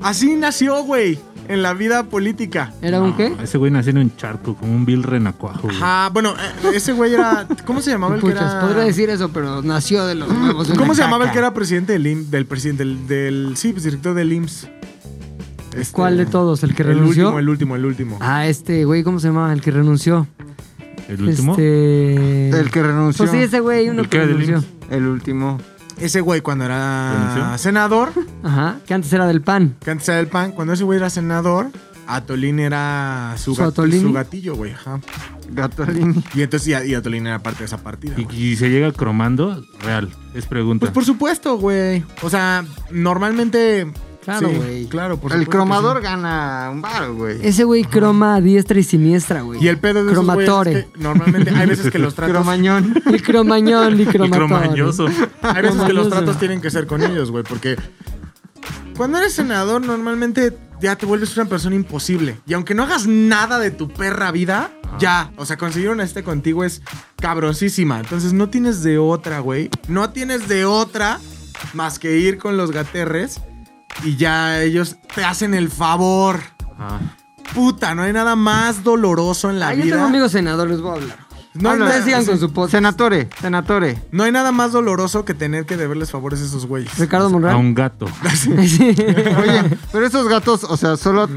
F: así nació, güey, en la vida política.
A: ¿Era un qué?
D: Ese güey nació en un charco, como un vil renacuajo. güey.
F: Ajá, bueno, eh, ese güey era ¿cómo se llamaba el que
A: Puchas,
F: era?
A: podría decir eso, pero nació de los huevos. de una
F: ¿Cómo se llamaba el
A: caca.
F: que era presidente del IMSS, del presidente del, del- sí, pues, director del IMSS? Este,
A: ¿Cuál de todos? ¿El que
F: El
A: renunció?
F: último, el último, el último.
A: Ah, este güey, ¿cómo se llamaba? El que renunció.
D: El último.
A: Este.
E: El que renunció.
A: Pues sí, ese güey, uno
D: ¿El
A: que
D: que era del
A: renunció.
E: El último.
F: Ese güey cuando era
D: ¿Renunció?
F: senador,
A: Ajá, que antes era del PAN.
F: que antes era el PAN, cuando ese güey era senador, Atolín era su,
A: ¿Su
F: gat-
A: Atolini?
F: su gatillo, güey. ajá.
E: Gatolini.
F: Y entonces y, y Atolín era parte de esa partida. güey.
D: Y, y se llega cromando, real. Es pregunta.
F: Pues por supuesto, güey. O sea, normalmente...
A: Claro,
F: sí,
A: güey.
F: claro, por
E: El
F: supuesto que
E: cromador
F: sí.
E: gana un baro, güey.
A: Ese güey croma a diestra y siniestra, güey.
F: Y el pedo de esos güeyes es
A: Cromatore.
F: que normalmente hay veces
A: (laughs)
F: que los tratos...
E: Cromañón.
A: El cromañón y
D: (laughs) y
A: cromatore.
D: cromañoso.
F: Hay veces que los
A: Cromañoso.
F: tratos tienen que ser con ellos, güey, porque cuando eres senador normalmente ya te vuelves una persona imposible. Y aunque no hagas nada de tu perra vida, ya, o sea, conseguir un este contigo es cabrosísima. Entonces no tienes de otra, güey. No tienes de otra más que ir con los gaterres y ya ellos te hacen el favor.
D: Ajá.
F: Puta, no hay nada más doloroso en la
A: Ah, yo
F: vida.
A: tengo amigos senadores, voy a hablar.
F: No,
A: Ah,
F: no,
A: ustedes sigan
F: sí.
A: con su podcast.
E: Senatore, senatore.
F: No hay nada más doloroso que tener que deberles favores a esos güeyes.
A: Ricardo
D: A
A: Monreal.
D: un
F: (laughs)
D: gato.
A: (laughs) Sí.
E: Oye, pero esos gatos, o sea, solo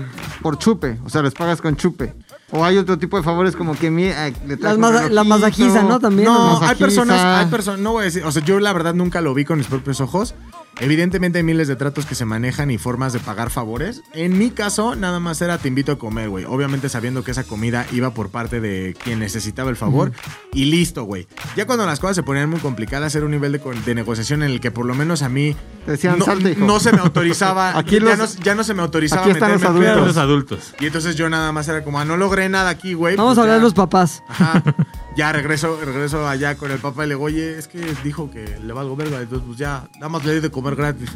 E: por chupe. O sea, les pagas con chupe. O hay otro tipo de favores como que mi, eh, le traes
A: Las
E: un
A: masa- la
E: relojito.
A: masajiza, ¿no? También.
F: No,
A: ¿no?
F: hay
E: masajista.
F: personas, hay personas, no voy a decir, o sea, yo la verdad nunca lo vi con mis propios ojos. Evidentemente hay miles de tratos que se manejan y formas de pagar favores. En mi caso, nada más era te invito a comer, güey. Obviamente sabiendo que esa comida iba por parte de quien necesitaba el favor. Y listo, güey. Ya cuando las cosas se ponían muy complicadas, era un nivel de, con- de negociación en el que por lo menos a mí
E: Te decían,
F: no,
E: "Salte, hijo".
F: no se me autorizaba.
E: (laughs) Aquí
F: ya,
E: los-
F: no, ya no se me autorizaba
E: aquí están los
F: meterme en
E: adultos.
D: Los
F: pedos.
D: adultos.
F: Y entonces yo nada más era como, ah, no logré nada aquí, güey.
A: Vamos a
F: pues
A: hablar
F: ya.
A: de los papás.
F: Ajá. Ya regreso, regreso allá con el papá y le digo, oye, es que dijo que le valgo verga, entonces pues ya, nada más le di de comer gratis.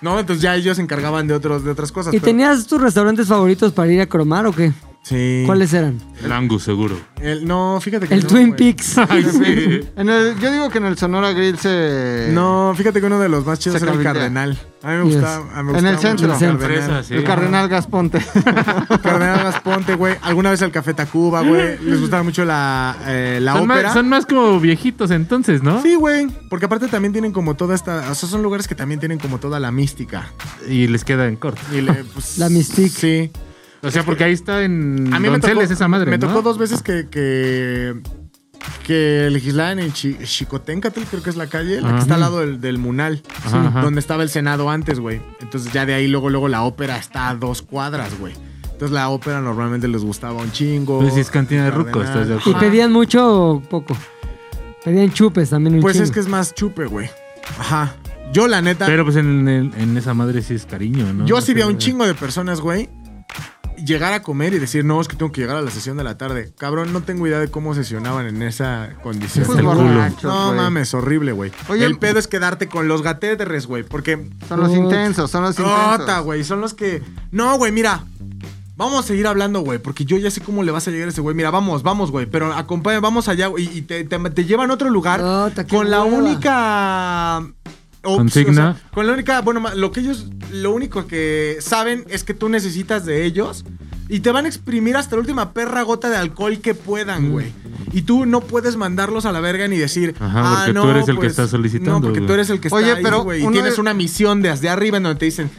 F: No, entonces ya ellos se encargaban de otros, de otras cosas.
A: ¿Y
F: pero-
A: tenías tus restaurantes favoritos para ir a cromar o qué?
F: Sí.
A: ¿Cuáles eran?
D: El Angus, seguro.
F: El- no, fíjate que
A: El
F: no,
A: Twin
F: güey.
A: Peaks.
D: Ay, sí.
E: En el- yo digo que en el Sonora Grill se.
F: No, fíjate que uno de los más chidos
E: Se
F: era el
E: cabildeaba.
F: Cardenal. A mí me
A: Yes.
F: gustaba, a mí me
E: En el
F: gustaba
E: centro.
F: mucho el Cardenal.
D: Fresa, sí.
E: El Cardenal
F: (laughs)
E: Gasponte. (laughs)
F: Cardenal Gasponte, güey. Alguna vez el Café Tacuba, güey. Les gustaba mucho la, eh, la
D: son,
F: ópera.
D: más, son más como viejitos entonces, ¿no?
F: Sí, güey. Porque aparte también tienen como toda esta... O sea, son lugares que también tienen como toda la mística.
D: Y les queda en corto.
F: Y le- pues,
A: La mystique.
F: Sí.
D: O sea, porque ahí está en
F: A mí me tocó,
D: Donceles esa madre,
F: me
D: ¿no?
F: tocó dos veces que, que, que legislaban en Chi- Chicoténcatl, creo que es la calle, la que
D: Ajá.
F: está al lado del, del Munal,
D: Ajá, ajá.
F: donde estaba el Senado antes, güey. Entonces ya de ahí luego, luego la ópera está a dos cuadras, güey. Entonces la ópera normalmente les gustaba un chingo.
D: Pues sí, es cantina de ruco,
F: Cardenal.
D: estás de
A: ¿Y
D: acuerdo.
A: pedían mucho o poco? Pedían chupes también un
F: Pues es
A: chingo.
F: que es más chupe, güey. Ajá. Yo la neta...
D: Pero pues en, en- en esa madre sí es cariño, ¿no?
F: Yo sí vi a un
D: chingo
F: chingo de personas, güey, llegar a comer y decir, no, es que tengo que llegar a la sesión de la tarde. Cabrón, no tengo idea de cómo sesionaban en esa condición. Pues,
D: Hasta el
E: Fútbol
D: culo.
E: borrachos,
F: no
E: güey.
F: mames, horrible, güey.
E: Oye,
F: el pedo es quedarte con los gatetres, güey, porque...
E: Son los intensos, son los intensos.
F: Rota, güey, son los que... No, güey, mira. Vamos a seguir hablando, güey, porque yo ya sé cómo le vas a llegar a ese güey. Mira, vamos, vamos, güey, pero acompáñame, vamos allá, güey, y te, te- te llevan a otro lugar
A: Rota, qué
F: con la
A: hueva.
F: única ops-
D: Consigna.
F: o sea, con la única, bueno, ma- lo que ellos, lo único que saben es que tú necesitas de ellos y te van a exprimir hasta la última perra gota de alcohol que puedan, güey. Y tú no puedes mandarlos a la verga ni decir,
D: Mm. Ajá,
F: ah,
D: porque tú
F: no,
D: eres el que
F: pues,
D: está solicitando,
F: No, porque tú
D: güey".
F: eres el que
E: Oye,
F: está
E: pero
F: ahí, güey. Y
E: uno
F: tienes
E: de-
F: una misión desde arriba en donde te dicen,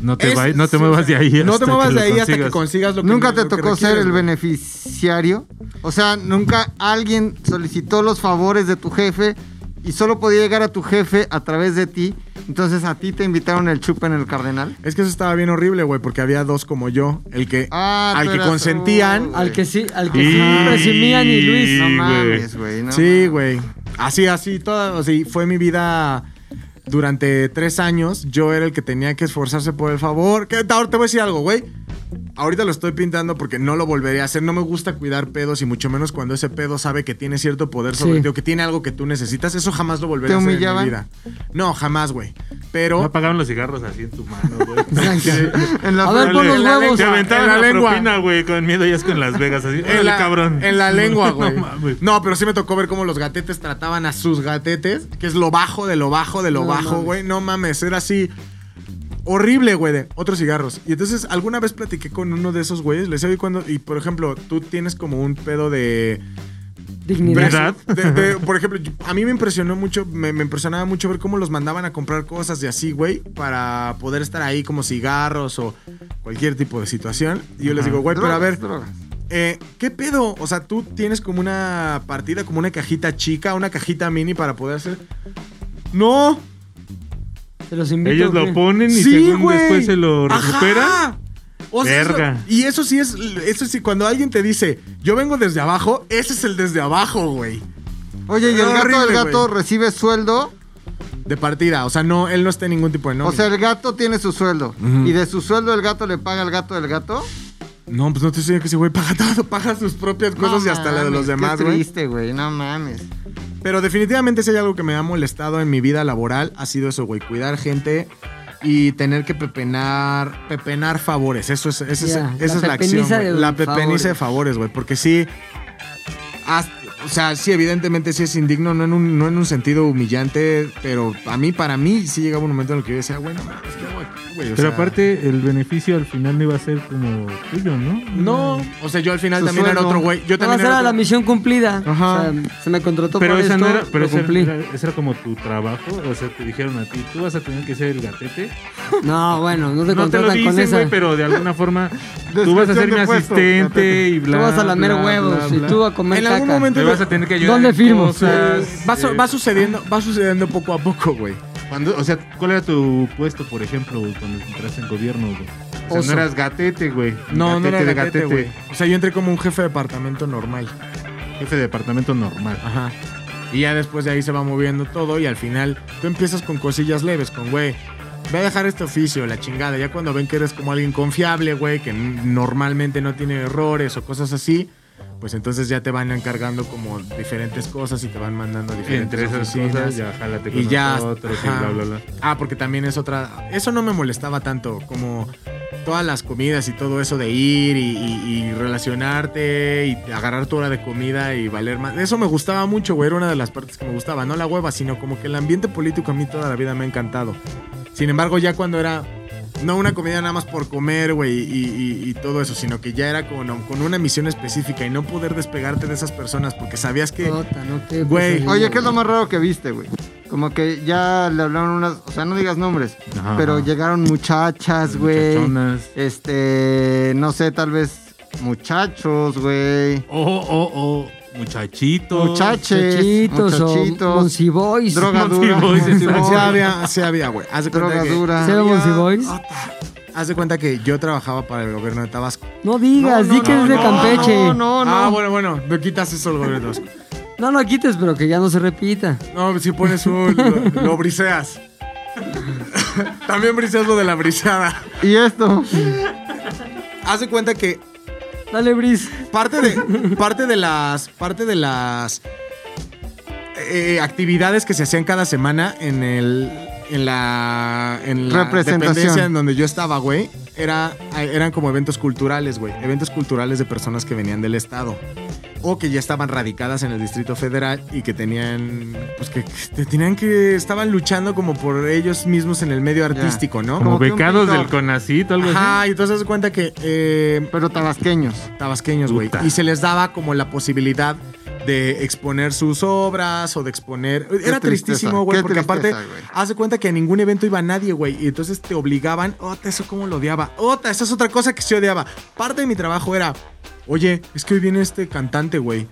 D: No te,
F: "Es-
D: vai- no te
F: sí,
D: muevas
F: o sea,
D: de ahí.
F: No te
D: hasta
F: muevas
D: que
F: de
D: lo
F: ahí hasta que
D: consigas.
F: consigas lo que
E: ¿Nunca
F: lo
E: te
F: que
E: tocó
F: requieres,
E: ser el
F: güey.
E: beneficiario? O sea, ¿nunca alguien solicitó los favores de tu jefe y solo podía llegar a tu jefe a través de ti. Entonces a ti te invitaron el chupe en el Cardenal.
F: Es que eso estaba bien horrible, güey, porque había dos como yo. El que
E: Ah,
F: al
E: tú
F: que
E: eras
F: consentían.
E: tú,
A: Al que sí, al que
D: Y-
A: sí presumían y Luis.
E: No
D: Sí,
E: mames, güey. no
F: sí, güey. Así, así, toda, así fue mi vida durante tres años. Yo era el que tenía que esforzarse por el favor. Que, ahora te voy a decir algo, güey. Ahorita lo estoy pintando porque no lo volveré a hacer. No me gusta cuidar pedos y mucho menos cuando ese pedo sabe que tiene cierto poder sobre
A: Sí.
F: ti o que tiene algo que tú necesitas. Eso jamás lo volveré
E: ¿Te
F: a hacer en mi
E: humillaban?
F: vida. No, jamás, güey.
D: No
F: Pero
D: apagaban los cigarros así en tu mano, güey.
E: En la
A: A ver,
E: frente.
A: pon los
D: En la
A: huevos.
D: Te aventaban
F: En la
D: la,
F: lengua.
D: propina, güey, con miedo ya es con Las Vegas, así.
F: en
D: órale,
F: la,
D: cabrón.
F: En la lengua, güey.
D: (laughs) No
F: No,
D: mames.
F: pero sí me tocó ver cómo los gatetes trataban a sus gatetes, que es lo bajo de lo bajo de lo
A: No
F: bajo,
A: mames.
F: güey. No mames, era así. Horrible, güey, de otros cigarros. Y entonces, alguna vez platiqué con uno de esos güeyes, les decía, "Oye, cuando. Y por ejemplo, tú tienes como un pedo de.
A: Eh, Dignidad.
D: ¿Verdad?
F: De-
D: (laughs)
F: de- por ejemplo, yo- a mí me impresionó mucho, me, me impresionaba mucho ver cómo los mandaban a comprar cosas y así, güey, para poder estar ahí como cigarros o cualquier tipo de situación. Y yo les digo, güey, pero a ver,
E: Drogas, drogas.
F: eh, ¿Qué pedo? O sea, tú tienes como una partida, como una cajita chica, una cajita mini para poder hacer. No,
A: Te los invito.
D: Ellos
A: güey.
D: lo ponen y
F: sí,
D: según
F: güey.
D: después se lo
F: Ajá.
D: recupera.
F: O sea, eso-
D: Verga.
F: y eso sí es, eso sí, cuando alguien te dice, yo vengo desde abajo, ese es el desde abajo, güey.
E: Oye, y el
F: Era
E: gato,
F: horrible,
E: el gato
F: güey.
E: recibe sueldo.
F: De partida, o sea, no, él no está en ningún tipo de
E: o
F: nombre.
E: sea, el gato tiene su sueldo. Y de su sueldo el gato le paga al gato del gato.
F: no, pues no te estoy diciendo que ese güey paga todo, paga sus propias cosas y hasta la de Pues los demás,
E: Qué
F: güey.
E: triste, güey. No mames.
F: Pero definitivamente si hay algo que me ha molestado en mi vida laboral ha sido eso, güey, cuidar gente y tener que pepenar, pepenar favores. Eso es, esa es-
A: Ya,
F: esa
A: la
F: es la acción,
A: pepeniza
F: güey.
A: de
F: la
A: favores.
F: pepeniza de favores, güey, porque sí, has- o sea, sí, evidentemente sí es indigno, no en, un, no en un sentido humillante, pero a mí, para mí, sí llegaba un momento en el que yo decía, bueno, es que hago aquí, güey. O
D: Pero
F: sea,
D: aparte, el beneficio al final no iba a ser como tuyo, ¿no?
F: No, o sea, yo al final
E: Su
F: también era
E: sueldo.
F: otro güey. Yo
A: No, esa
F: también era
A: era la
F: otro-
A: misión cumplida.
F: Ajá.
A: O sea, se me contrató
D: Pero
A: para
D: esa
A: esto,
D: no era, pero
A: lo
D: esa era-
A: cumplí.
D: era- esa era como tu trabajo, o sea, te dijeron a ti, tú vas a tener que ser el gatete.
A: No, bueno, no te
D: No te
A: contratan
D: lo
A: con
D: dicen,
A: esa.
D: güey, pero de alguna forma tú vas a ser
E: Descripción
D: mi
E: de puesto,
D: asistente y bla.
A: tú vas a lamer
D: bla,
A: huevos
D: bla, bla.
A: y tú a comer
F: En
A: caca.
F: algún momento
D: Me vas a tener que ayudar.
A: ¿Dónde
D: en
A: firmo?
D: cosas,
F: Va, su-
D: eh,
F: va sucediendo, va sucediendo poco a poco, güey.
D: Cuando, o sea, ¿cuál era tu puesto, por ejemplo, güey, cuando entraste en gobierno, güey? O sea,
F: Oso.
D: no eras gatete, güey.
F: No, no era
D: de
F: gatete, güey. O sea, yo entré como un jefe de departamento normal.
D: Jefe de Este departamento normal.
F: Ajá. Y ya después de ahí se va moviendo todo y al final tú empiezas con cosillas leves, con güey. Voy a dejar este oficio, la chingada. Ya cuando ven que eres como alguien confiable, güey, que n- normalmente no tiene errores o cosas así, pues entonces ya te van encargando como diferentes cosas y te van mandando diferentes
D: Entre esas
F: oficinas.
D: cosas, ya jálate con
F: y ya
D: nosotros y
F: ajá.
D: bla, bla, bla.
F: Ah, porque también es otra. Eso no me molestaba tanto, como todas las comidas y todo eso de ir y, y- y relacionarte y agarrar tu hora de comida y valer más. Eso me gustaba mucho, güey. Era una de las partes que me gustaba. No la hueva, sino como que el ambiente político a mí toda la vida me ha encantado. Sin embargo, ya cuando era. No una comida nada más por comer, güey, y, y- y todo eso, sino que ya era con, con una misión específica y no poder despegarte de esas personas porque sabías que...
A: Jota, no te-
F: Güey.
E: Oye, ¿qué es lo más raro que viste, güey? Como que ya le hablaron unas. O sea, no digas nombres.
D: Ajá.
E: Pero llegaron muchachas, güey.
D: Muchachonas.
E: Este. No sé, tal vez muchachos, güey.
D: Oh, oh, oh. Muchachito.
E: Muchaches.
A: Muchachitos o
E: Muchachitos.
A: Monsi Boys.
E: Droga dura.
D: Monty Boys,
E: Monty
D: exacto.
F: Sí
E: Boys,
F: había, sí había, güey. Haz de cuenta
E: Droga
F: que-
E: dura.
A: ¿Cero
F: Había-
A: Monsi Boys?
F: Haz de cuenta que yo trabajaba para el gobierno de Tabasco.
A: No digas,
F: No,
A: di
F: no,
A: que es de
F: no,
A: Campeche.
E: No, no, no.
F: Ah, bueno, bueno, me quitas eso el gobierno de Tabasco.
A: No lo quites, pero que ya no se repita.
F: No, si pones un. lo, lo briseas. (laughs) También briseas lo de la briseada.
E: Y esto.
F: Haz de cuenta que
A: Dale, Bris.
F: parte de, parte de las. Parte de las. eh, actividades que se hacían cada semana en el. En la. En la
E: Representación.
F: dependencia en donde yo estaba, güey. Era, eran como eventos culturales, güey. Eventos culturales de personas que venían del Estado. o que ya estaban radicadas en el Distrito Federal y que tenían, pues que, que tenían que, estaban luchando como por ellos mismos en el medio artístico, ¿no?
D: Como
E: Como que un
D: becados
E: pintor.
D: del Conacit, algo
F: Ajá, y entonces se cuenta que eh,
E: Pero tabasqueños.
F: tabasqueños, güey,
D: Puta.
F: y se les daba como la posibilidad de exponer sus obras o de exponer...
E: tristeza,
F: Era tristísimo, güey,
E: qué
F: porque aparte
E: tristeza, güey.
F: hace cuenta que a ningún evento iba nadie, güey, y entonces te obligaban, ota, eso como lo odiaba, ota, esa es otra cosa que se odiaba. Parte de mi trabajo era, oye, es que hoy viene este cantante, güey.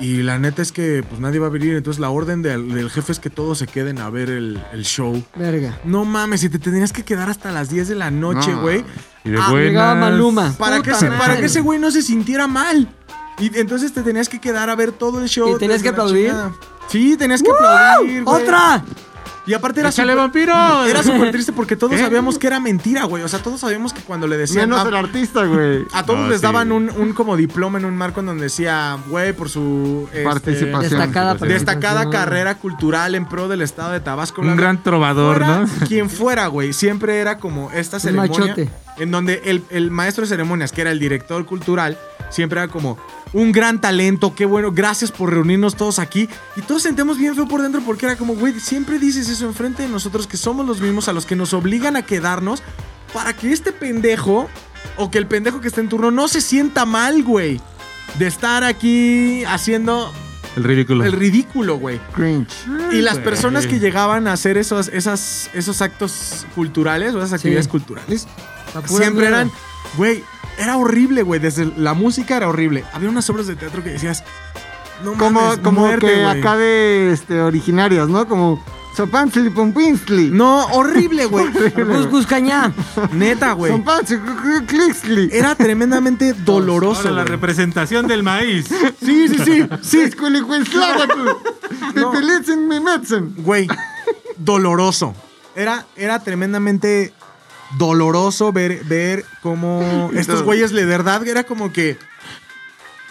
F: Y la neta es que pues nadie va a venir. Entonces la orden del, del jefe es que todos se queden a ver el, el show.
A: Verga.
F: No mames, si te tenías que quedar hasta las 10 de la noche,
E: No.
F: güey.
D: Y de
F: Ah,
D: buenas.
A: Llegaba Maluma.
F: Para,
A: Puta
F: que, se-
A: madre.
F: para que ese güey no se sintiera mal. Y entonces te tenías que quedar a ver todo el show.
A: ¿Y tenías
F: desde
A: que
F: la
A: aplaudir?
F: chingada. Sí, tenías que
A: ¡Wow!
F: aplaudir. güey.
A: ¡Otra!
F: Y aparte era
D: ¡Échale,
F: súper-
D: vampiro!
F: Era súper triste porque todos
D: ¿Eh?
F: sabíamos que era mentira, güey. O sea, todos sabíamos que cuando le decían.
E: Menos
F: "Ah,
E: el artista, güey.
F: a todos
D: Ah,
F: les
D: sí.
F: daban un, un como diploma en un marco en donde decía, güey, por su este,
E: Participación.
A: Destacada
D: Destacada
F: destacada
A: participación.
F: carrera cultural en pro del estado de Tabasco. bla,
D: Un
F: bla".
D: gran trovador,
F: Fuera
D: ¿no?
F: Quien fuera, güey, siempre era como esta ceremonia
A: machote.
F: en donde el, el maestro de ceremonias, que era el director cultural, siempre era como un gran talento, qué bueno, gracias por reunirnos todos aquí. Y todos sentimos bien feo por dentro porque era como, güey, siempre dices eso enfrente de nosotros que somos los mismos a los que nos obligan a quedarnos para que este pendejo o que el pendejo que está en turno no se sienta mal, güey, de estar aquí haciendo
D: El ridículo.
F: el ridículo, güey.
E: Cringe.
F: Y las
D: güey.
F: personas que llegaban a hacer esos, esas, esos actos culturales o esas actividades
A: Sí.
F: culturales,
A: La pura
F: siempre
A: mierda.
F: eran, güey, era horrible, güey. Desde la música era horrible. Había unas obras de teatro que decías, no
E: Como,
F: mames,
E: como
F: muerte,
E: que
F: güey.
E: acá de este, originarias, ¿no? Como Sopantzli Pompinsli.
F: No, horrible, güey.
A: Gus Gus
F: (laughs)
A: Cañá.
F: Neta, güey. Eh,
E: Sopantzli Clixli.
F: Era tremendamente doloroso.
D: Ahora la
F: güey.
D: representación del (laughs) maíz.
E: Sí, sí, sí. Sí,
F: (laughs)
E: Pipilitzin mi metzen.
F: Güey, doloroso. Era, era tremendamente doloroso ver, ver cómo estos güeyes, de verdad, era como que.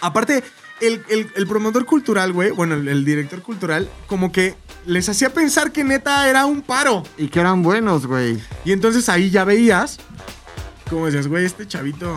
F: Aparte, el, el- el promotor cultural, güey, bueno, el, el director cultural, como que les hacía pensar que neta era un paro.
E: Y que eran buenos, güey.
F: Y entonces ahí ya veías, como decías, güey, este chavito.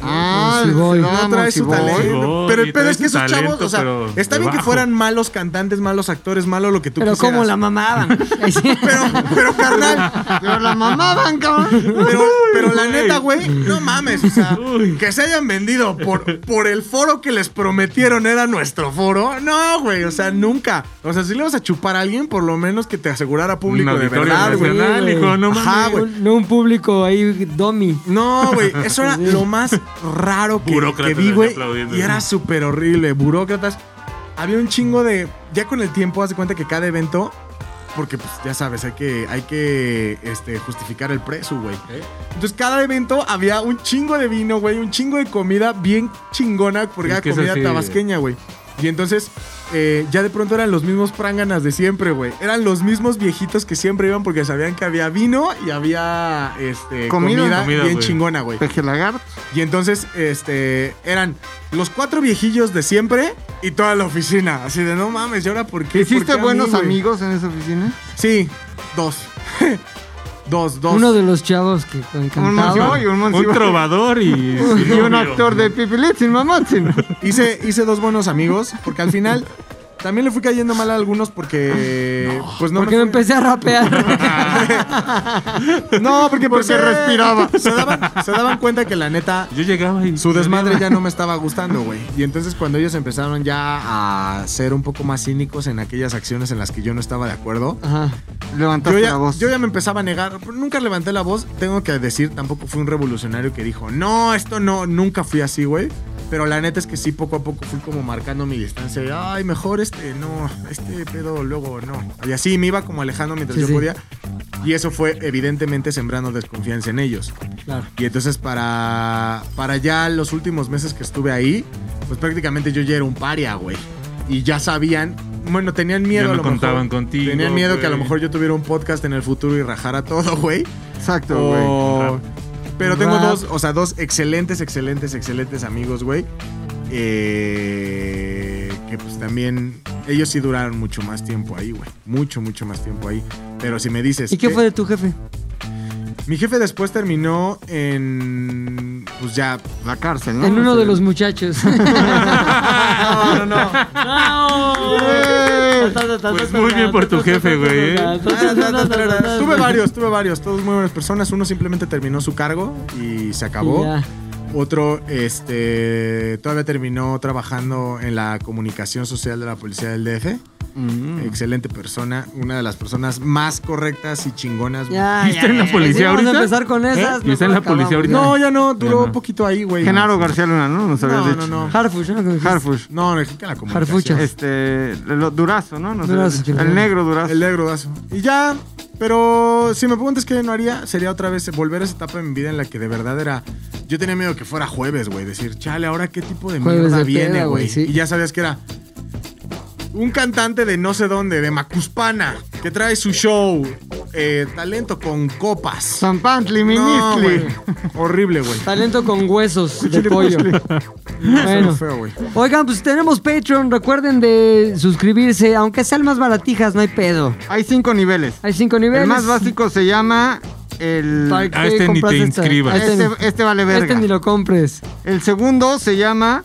E: Ah,
A: sí voy.
E: vamos,
F: No trae
E: sí
F: su
E: voy.
F: talento.
D: Voy,
F: Pero el
D: y
F: pedo
D: trae
F: es que
D: su
F: esos chavos,
D: talento,
F: o sea,
D: pero
F: está bien que
D: debajo.
F: fueran malos cantantes, malos actores, malo lo que tú
A: Pero
F: quisieras. Ah,
A: como la mamaban. Ahí sí.
F: (laughs) Pero, pero carnal,
E: Pero la mamaban, cabrón.
F: Pero, pero la
D: güey.
F: neta, güey, no mames. O sea,
D: Uy.
F: que se hayan vendido por, por el foro que les prometieron era nuestro foro. No, güey, o sea, nunca. O sea, si le vas a chupar a alguien, por lo menos que te asegurara
D: Un
F: público de
D: auditorio
A: Este,
F: verdad, güey.
D: nacional,
A: güey.
D: hijo, no mames.
F: Ajá, güey.
A: Un- no un público ahí dummy.
F: No,
D: (laughs)
F: güey, eso era lo más raro que, que
D: Burócratas
F: vi,
D: así
F: güey.
D: aplaudiendo,
F: Y era
D: güey.
F: súper horrible. Burócratas. Había un chingo de. Ya con el tiempo, haz de cuenta que cada evento. Porque, pues, ya sabes, hay que, hay que este, justificar el precio, güey. Entonces, cada evento había un chingo de vino, güey. Un chingo de comida bien chingona. Porque
D: Es
F: era
D: que es
F: comida
D: así.
F: tabasqueña, güey. Y entonces, eh, ya de pronto eran los mismos pránganas de siempre, güey. Eran los mismos viejitos que siempre iban porque sabían que había vino y había este,
E: Comida.
F: comida,
D: Comida,
F: bien
D: güey. (laughs)
F: chingona, güey.
E: Peje lagarto.
F: Y entonces, este, eran los cuatro viejillos de siempre y toda la oficina. Así de, no mames, ¿y ahora por qué?
E: ¿Hiciste
F: ¿Por qué a mí,
E: buenos
F: güey?"
E: amigos en esa oficina?
F: Sí, dos. (laughs) dos, dos.
A: Uno de los chavos que
E: Un
A: cantaba.
E: monsivo y un
D: Un
E: monsivo.
D: trovador (laughs) y.
E: Y un actor de Pipilitzin Mamotzin.
F: hice, hice dos buenos amigos porque al final también le fui cayendo mal a algunos porque... pues no
A: Porque me
F: fue-
A: empecé a
F: (laughs)
A: rapear.
F: No, porque,
E: Porque
F: empecé-
E: respiraba.
F: (laughs) Se daban, se daban cuenta que la neta...
D: Yo llegaba y.
F: Su desmadre ya no me estaba gustando, güey. Y entonces cuando ellos empezaron ya a ser un poco más cínicos en aquellas acciones en las que yo no estaba de acuerdo,
A: Ajá.
E: Levantaste
F: Yo ya,
E: la voz.
F: yo ya me empezaba a negar. pero Nunca levanté la voz. Tengo que decir, tampoco fui un revolucionario que dijo, no, esto no, nunca fui así, güey. Pero la neta es que sí, poco a poco fui como marcando mi distancia. y, Ay, mejor este, no, este pedo luego no. Y así me iba como alejando mientras
A: Sí,
F: yo
A: sí.
F: podía. Y eso fue evidentemente sembrando desconfianza en ellos.
A: Claro.
F: Y entonces para, para ya los últimos meses que estuve ahí, pues prácticamente yo ya era un paria, güey. Y ya sabían, bueno, tenían miedo
D: no
F: a lo
D: contaban
F: mejor.
D: contigo,
F: Tenían miedo que a lo
D: güey.
F: mejor yo tuviera un podcast en el futuro y rajara todo, güey.
E: Exacto, güey.
F: O- Pero
A: Un
F: tengo
A: rap.
F: dos, o sea, dos excelentes, excelentes, excelentes amigos, güey. Eh, que pues también ellos sí duraron mucho más tiempo ahí, güey. Mucho, mucho más tiempo ahí. Pero si me dices...
A: ¿Y qué
F: que-
A: fue de tu jefe?
F: Mi jefe después terminó en... Pues ya...
A: Ah,
E: La cárcel, ¿no?
A: En uno de
E: Sí.
A: los muchachos. (laughs)
F: No, no, no.
D: Pues muy bien por tu jefe, güey, ¿eh?
F: tuve varios, tuve varios. Todos muy buenas personas. Uno simplemente terminó su cargo y se acabó.
A: Y ya.
F: Otro, este, todavía terminó trabajando en la comunicación social de la policía del DF.
A: Mm.
F: Excelente persona, una de las personas más correctas y chingonas. güey.
A: Ya,
D: ¿Y está en la policía
A: sí, Vamos
D: ahorita?
A: a empezar con esas.
D: ¿Y está en la
A: mejor
D: policía
A: acabamos.
F: No, ya no, duró
D: Ya no.
F: un poquito ahí, güey.
E: Genaro García Luna, ¿no? Nos habías
F: No,
E: dicho.
F: no, no.
A: Harfush, ¿no?
E: Harfush.
F: No, dejé que la comunicación.
A: Harfucho.
E: Este, lo- Durazo, ¿no? Nos habías
A: Durazo,
E: dicho.
A: chingón.
E: el negro Durazo.
F: El negro dazo. Y ya, pero si me preguntas qué no haría, sería otra vez volver a esa etapa de mi vida en la que de verdad era. Yo tenía miedo que fuera jueves, güey. Decir, chale, ahora qué tipo de
A: Jueves
F: mierda
A: de
F: viene,
A: peda,
F: güey.
A: güey, sí.
F: Y ya sabías que era. Un cantante de no sé dónde, de Macuspana, que trae su show. eh, talento con copas.
E: Zampantli,
F: No, güey.
E: Ministli.
F: Horrible, güey.
A: Talento con huesos de pollo.
F: Bueno.
A: Bueno.
F: Feo, güey.
A: Oigan, pues tenemos Patreon. Recuerden de suscribirse. Aunque sean más baratijas, no hay pedo.
E: Hay cinco niveles.
A: Hay cinco niveles.
E: El más básico se llama el...
A: Para que
D: A este ni
A: compras
D: te
A: esta.
D: inscribas.
A: A
E: Este,
A: Este,
E: este vale verga.
A: este ni lo compres.
E: El segundo se llama...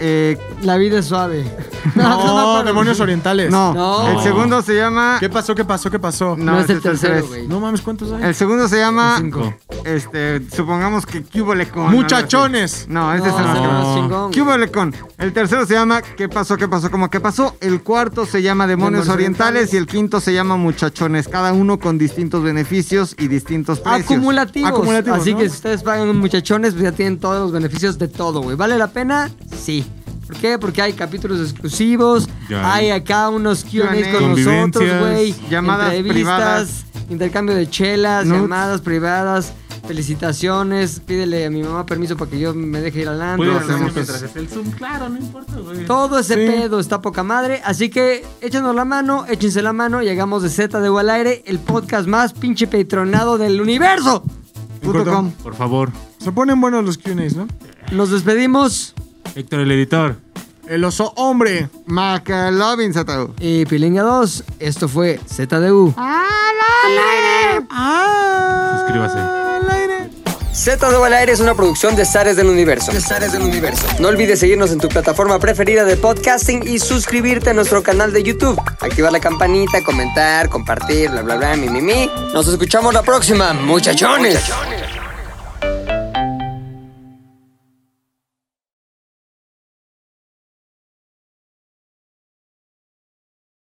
E: eh,
A: La vida es suave. (laughs) me
F: No,
A: acuerdo.
F: demonios orientales.
E: no.
A: No.
E: el segundo se llama...
F: ¿Qué pasó? ¿Qué pasó? ¿Qué pasó?
A: No, es
E: ese
A: el tercero,
E: tres.
A: güey.
F: No mames, ¿cuántos hay?
E: El segundo se llama...
A: El cinco.
E: Este, supongamos que Cubole con...
F: Muchachones.
E: No, ese
A: No,
E: este es el
A: ese
E: más
A: es
E: que
A: el más
E: no.
A: chingón, güey.
E: ¿Qué hubo, Lecón? El tercero se llama ¿Qué pasó? ¿Qué pasó? ¿Cómo qué pasó? El cuarto se llama Demonios,
A: Demonios
E: orientales,
A: Orientales.
E: y el quinto se llama Muchachones, cada uno con distintos beneficios y distintos precios.
A: Acumulativos.
F: Acumulativos,
A: Así
F: ¿no?
A: que si ustedes pagan muchachones, pues ya tienen todos los beneficios de todo, güey. ¿Vale la pena? Sí. ¿Por qué? Porque hay capítulos exclusivos,
D: Ya.
A: hay acá unos Q&A con
D: Convivencias.
A: nosotros, güey.
E: Llamadas privadas.
A: intercambio de chelas,
E: Nudes.
A: llamadas privadas, felicitaciones. Pídele a mi mamá permiso para que yo me deje ir al antro.
D: Puedes hacerlo
E: hacemos eso.
D: mientras esté el Zoom, claro, no importa, güey.
A: Todo ese pedo está poca madre. Así que échanos la mano, échense la mano. Llegamos de Z de U al aire, el podcast más pinche patronado del universo.
E: Punto com.
D: Por favor.
F: Se ponen buenos los Q&As, ¿no?
A: Nos despedimos.
D: Héctor, el editor.
F: El oso hombre.
E: Macalovin, Zatau.
A: Y Pilinga 2, esto fue ZDU.
G: ¡Ah,
D: Ah. Suscríbase.
A: ZDU al aire es una producción de Zares del Universo.
B: del universo.
A: No olvides seguirnos en tu plataforma preferida de podcasting y suscribirte a nuestro canal de YouTube. Activar la campanita, comentar, compartir, bla, bla, bla, mi, mi, mi. Nos escuchamos la próxima, muchachones.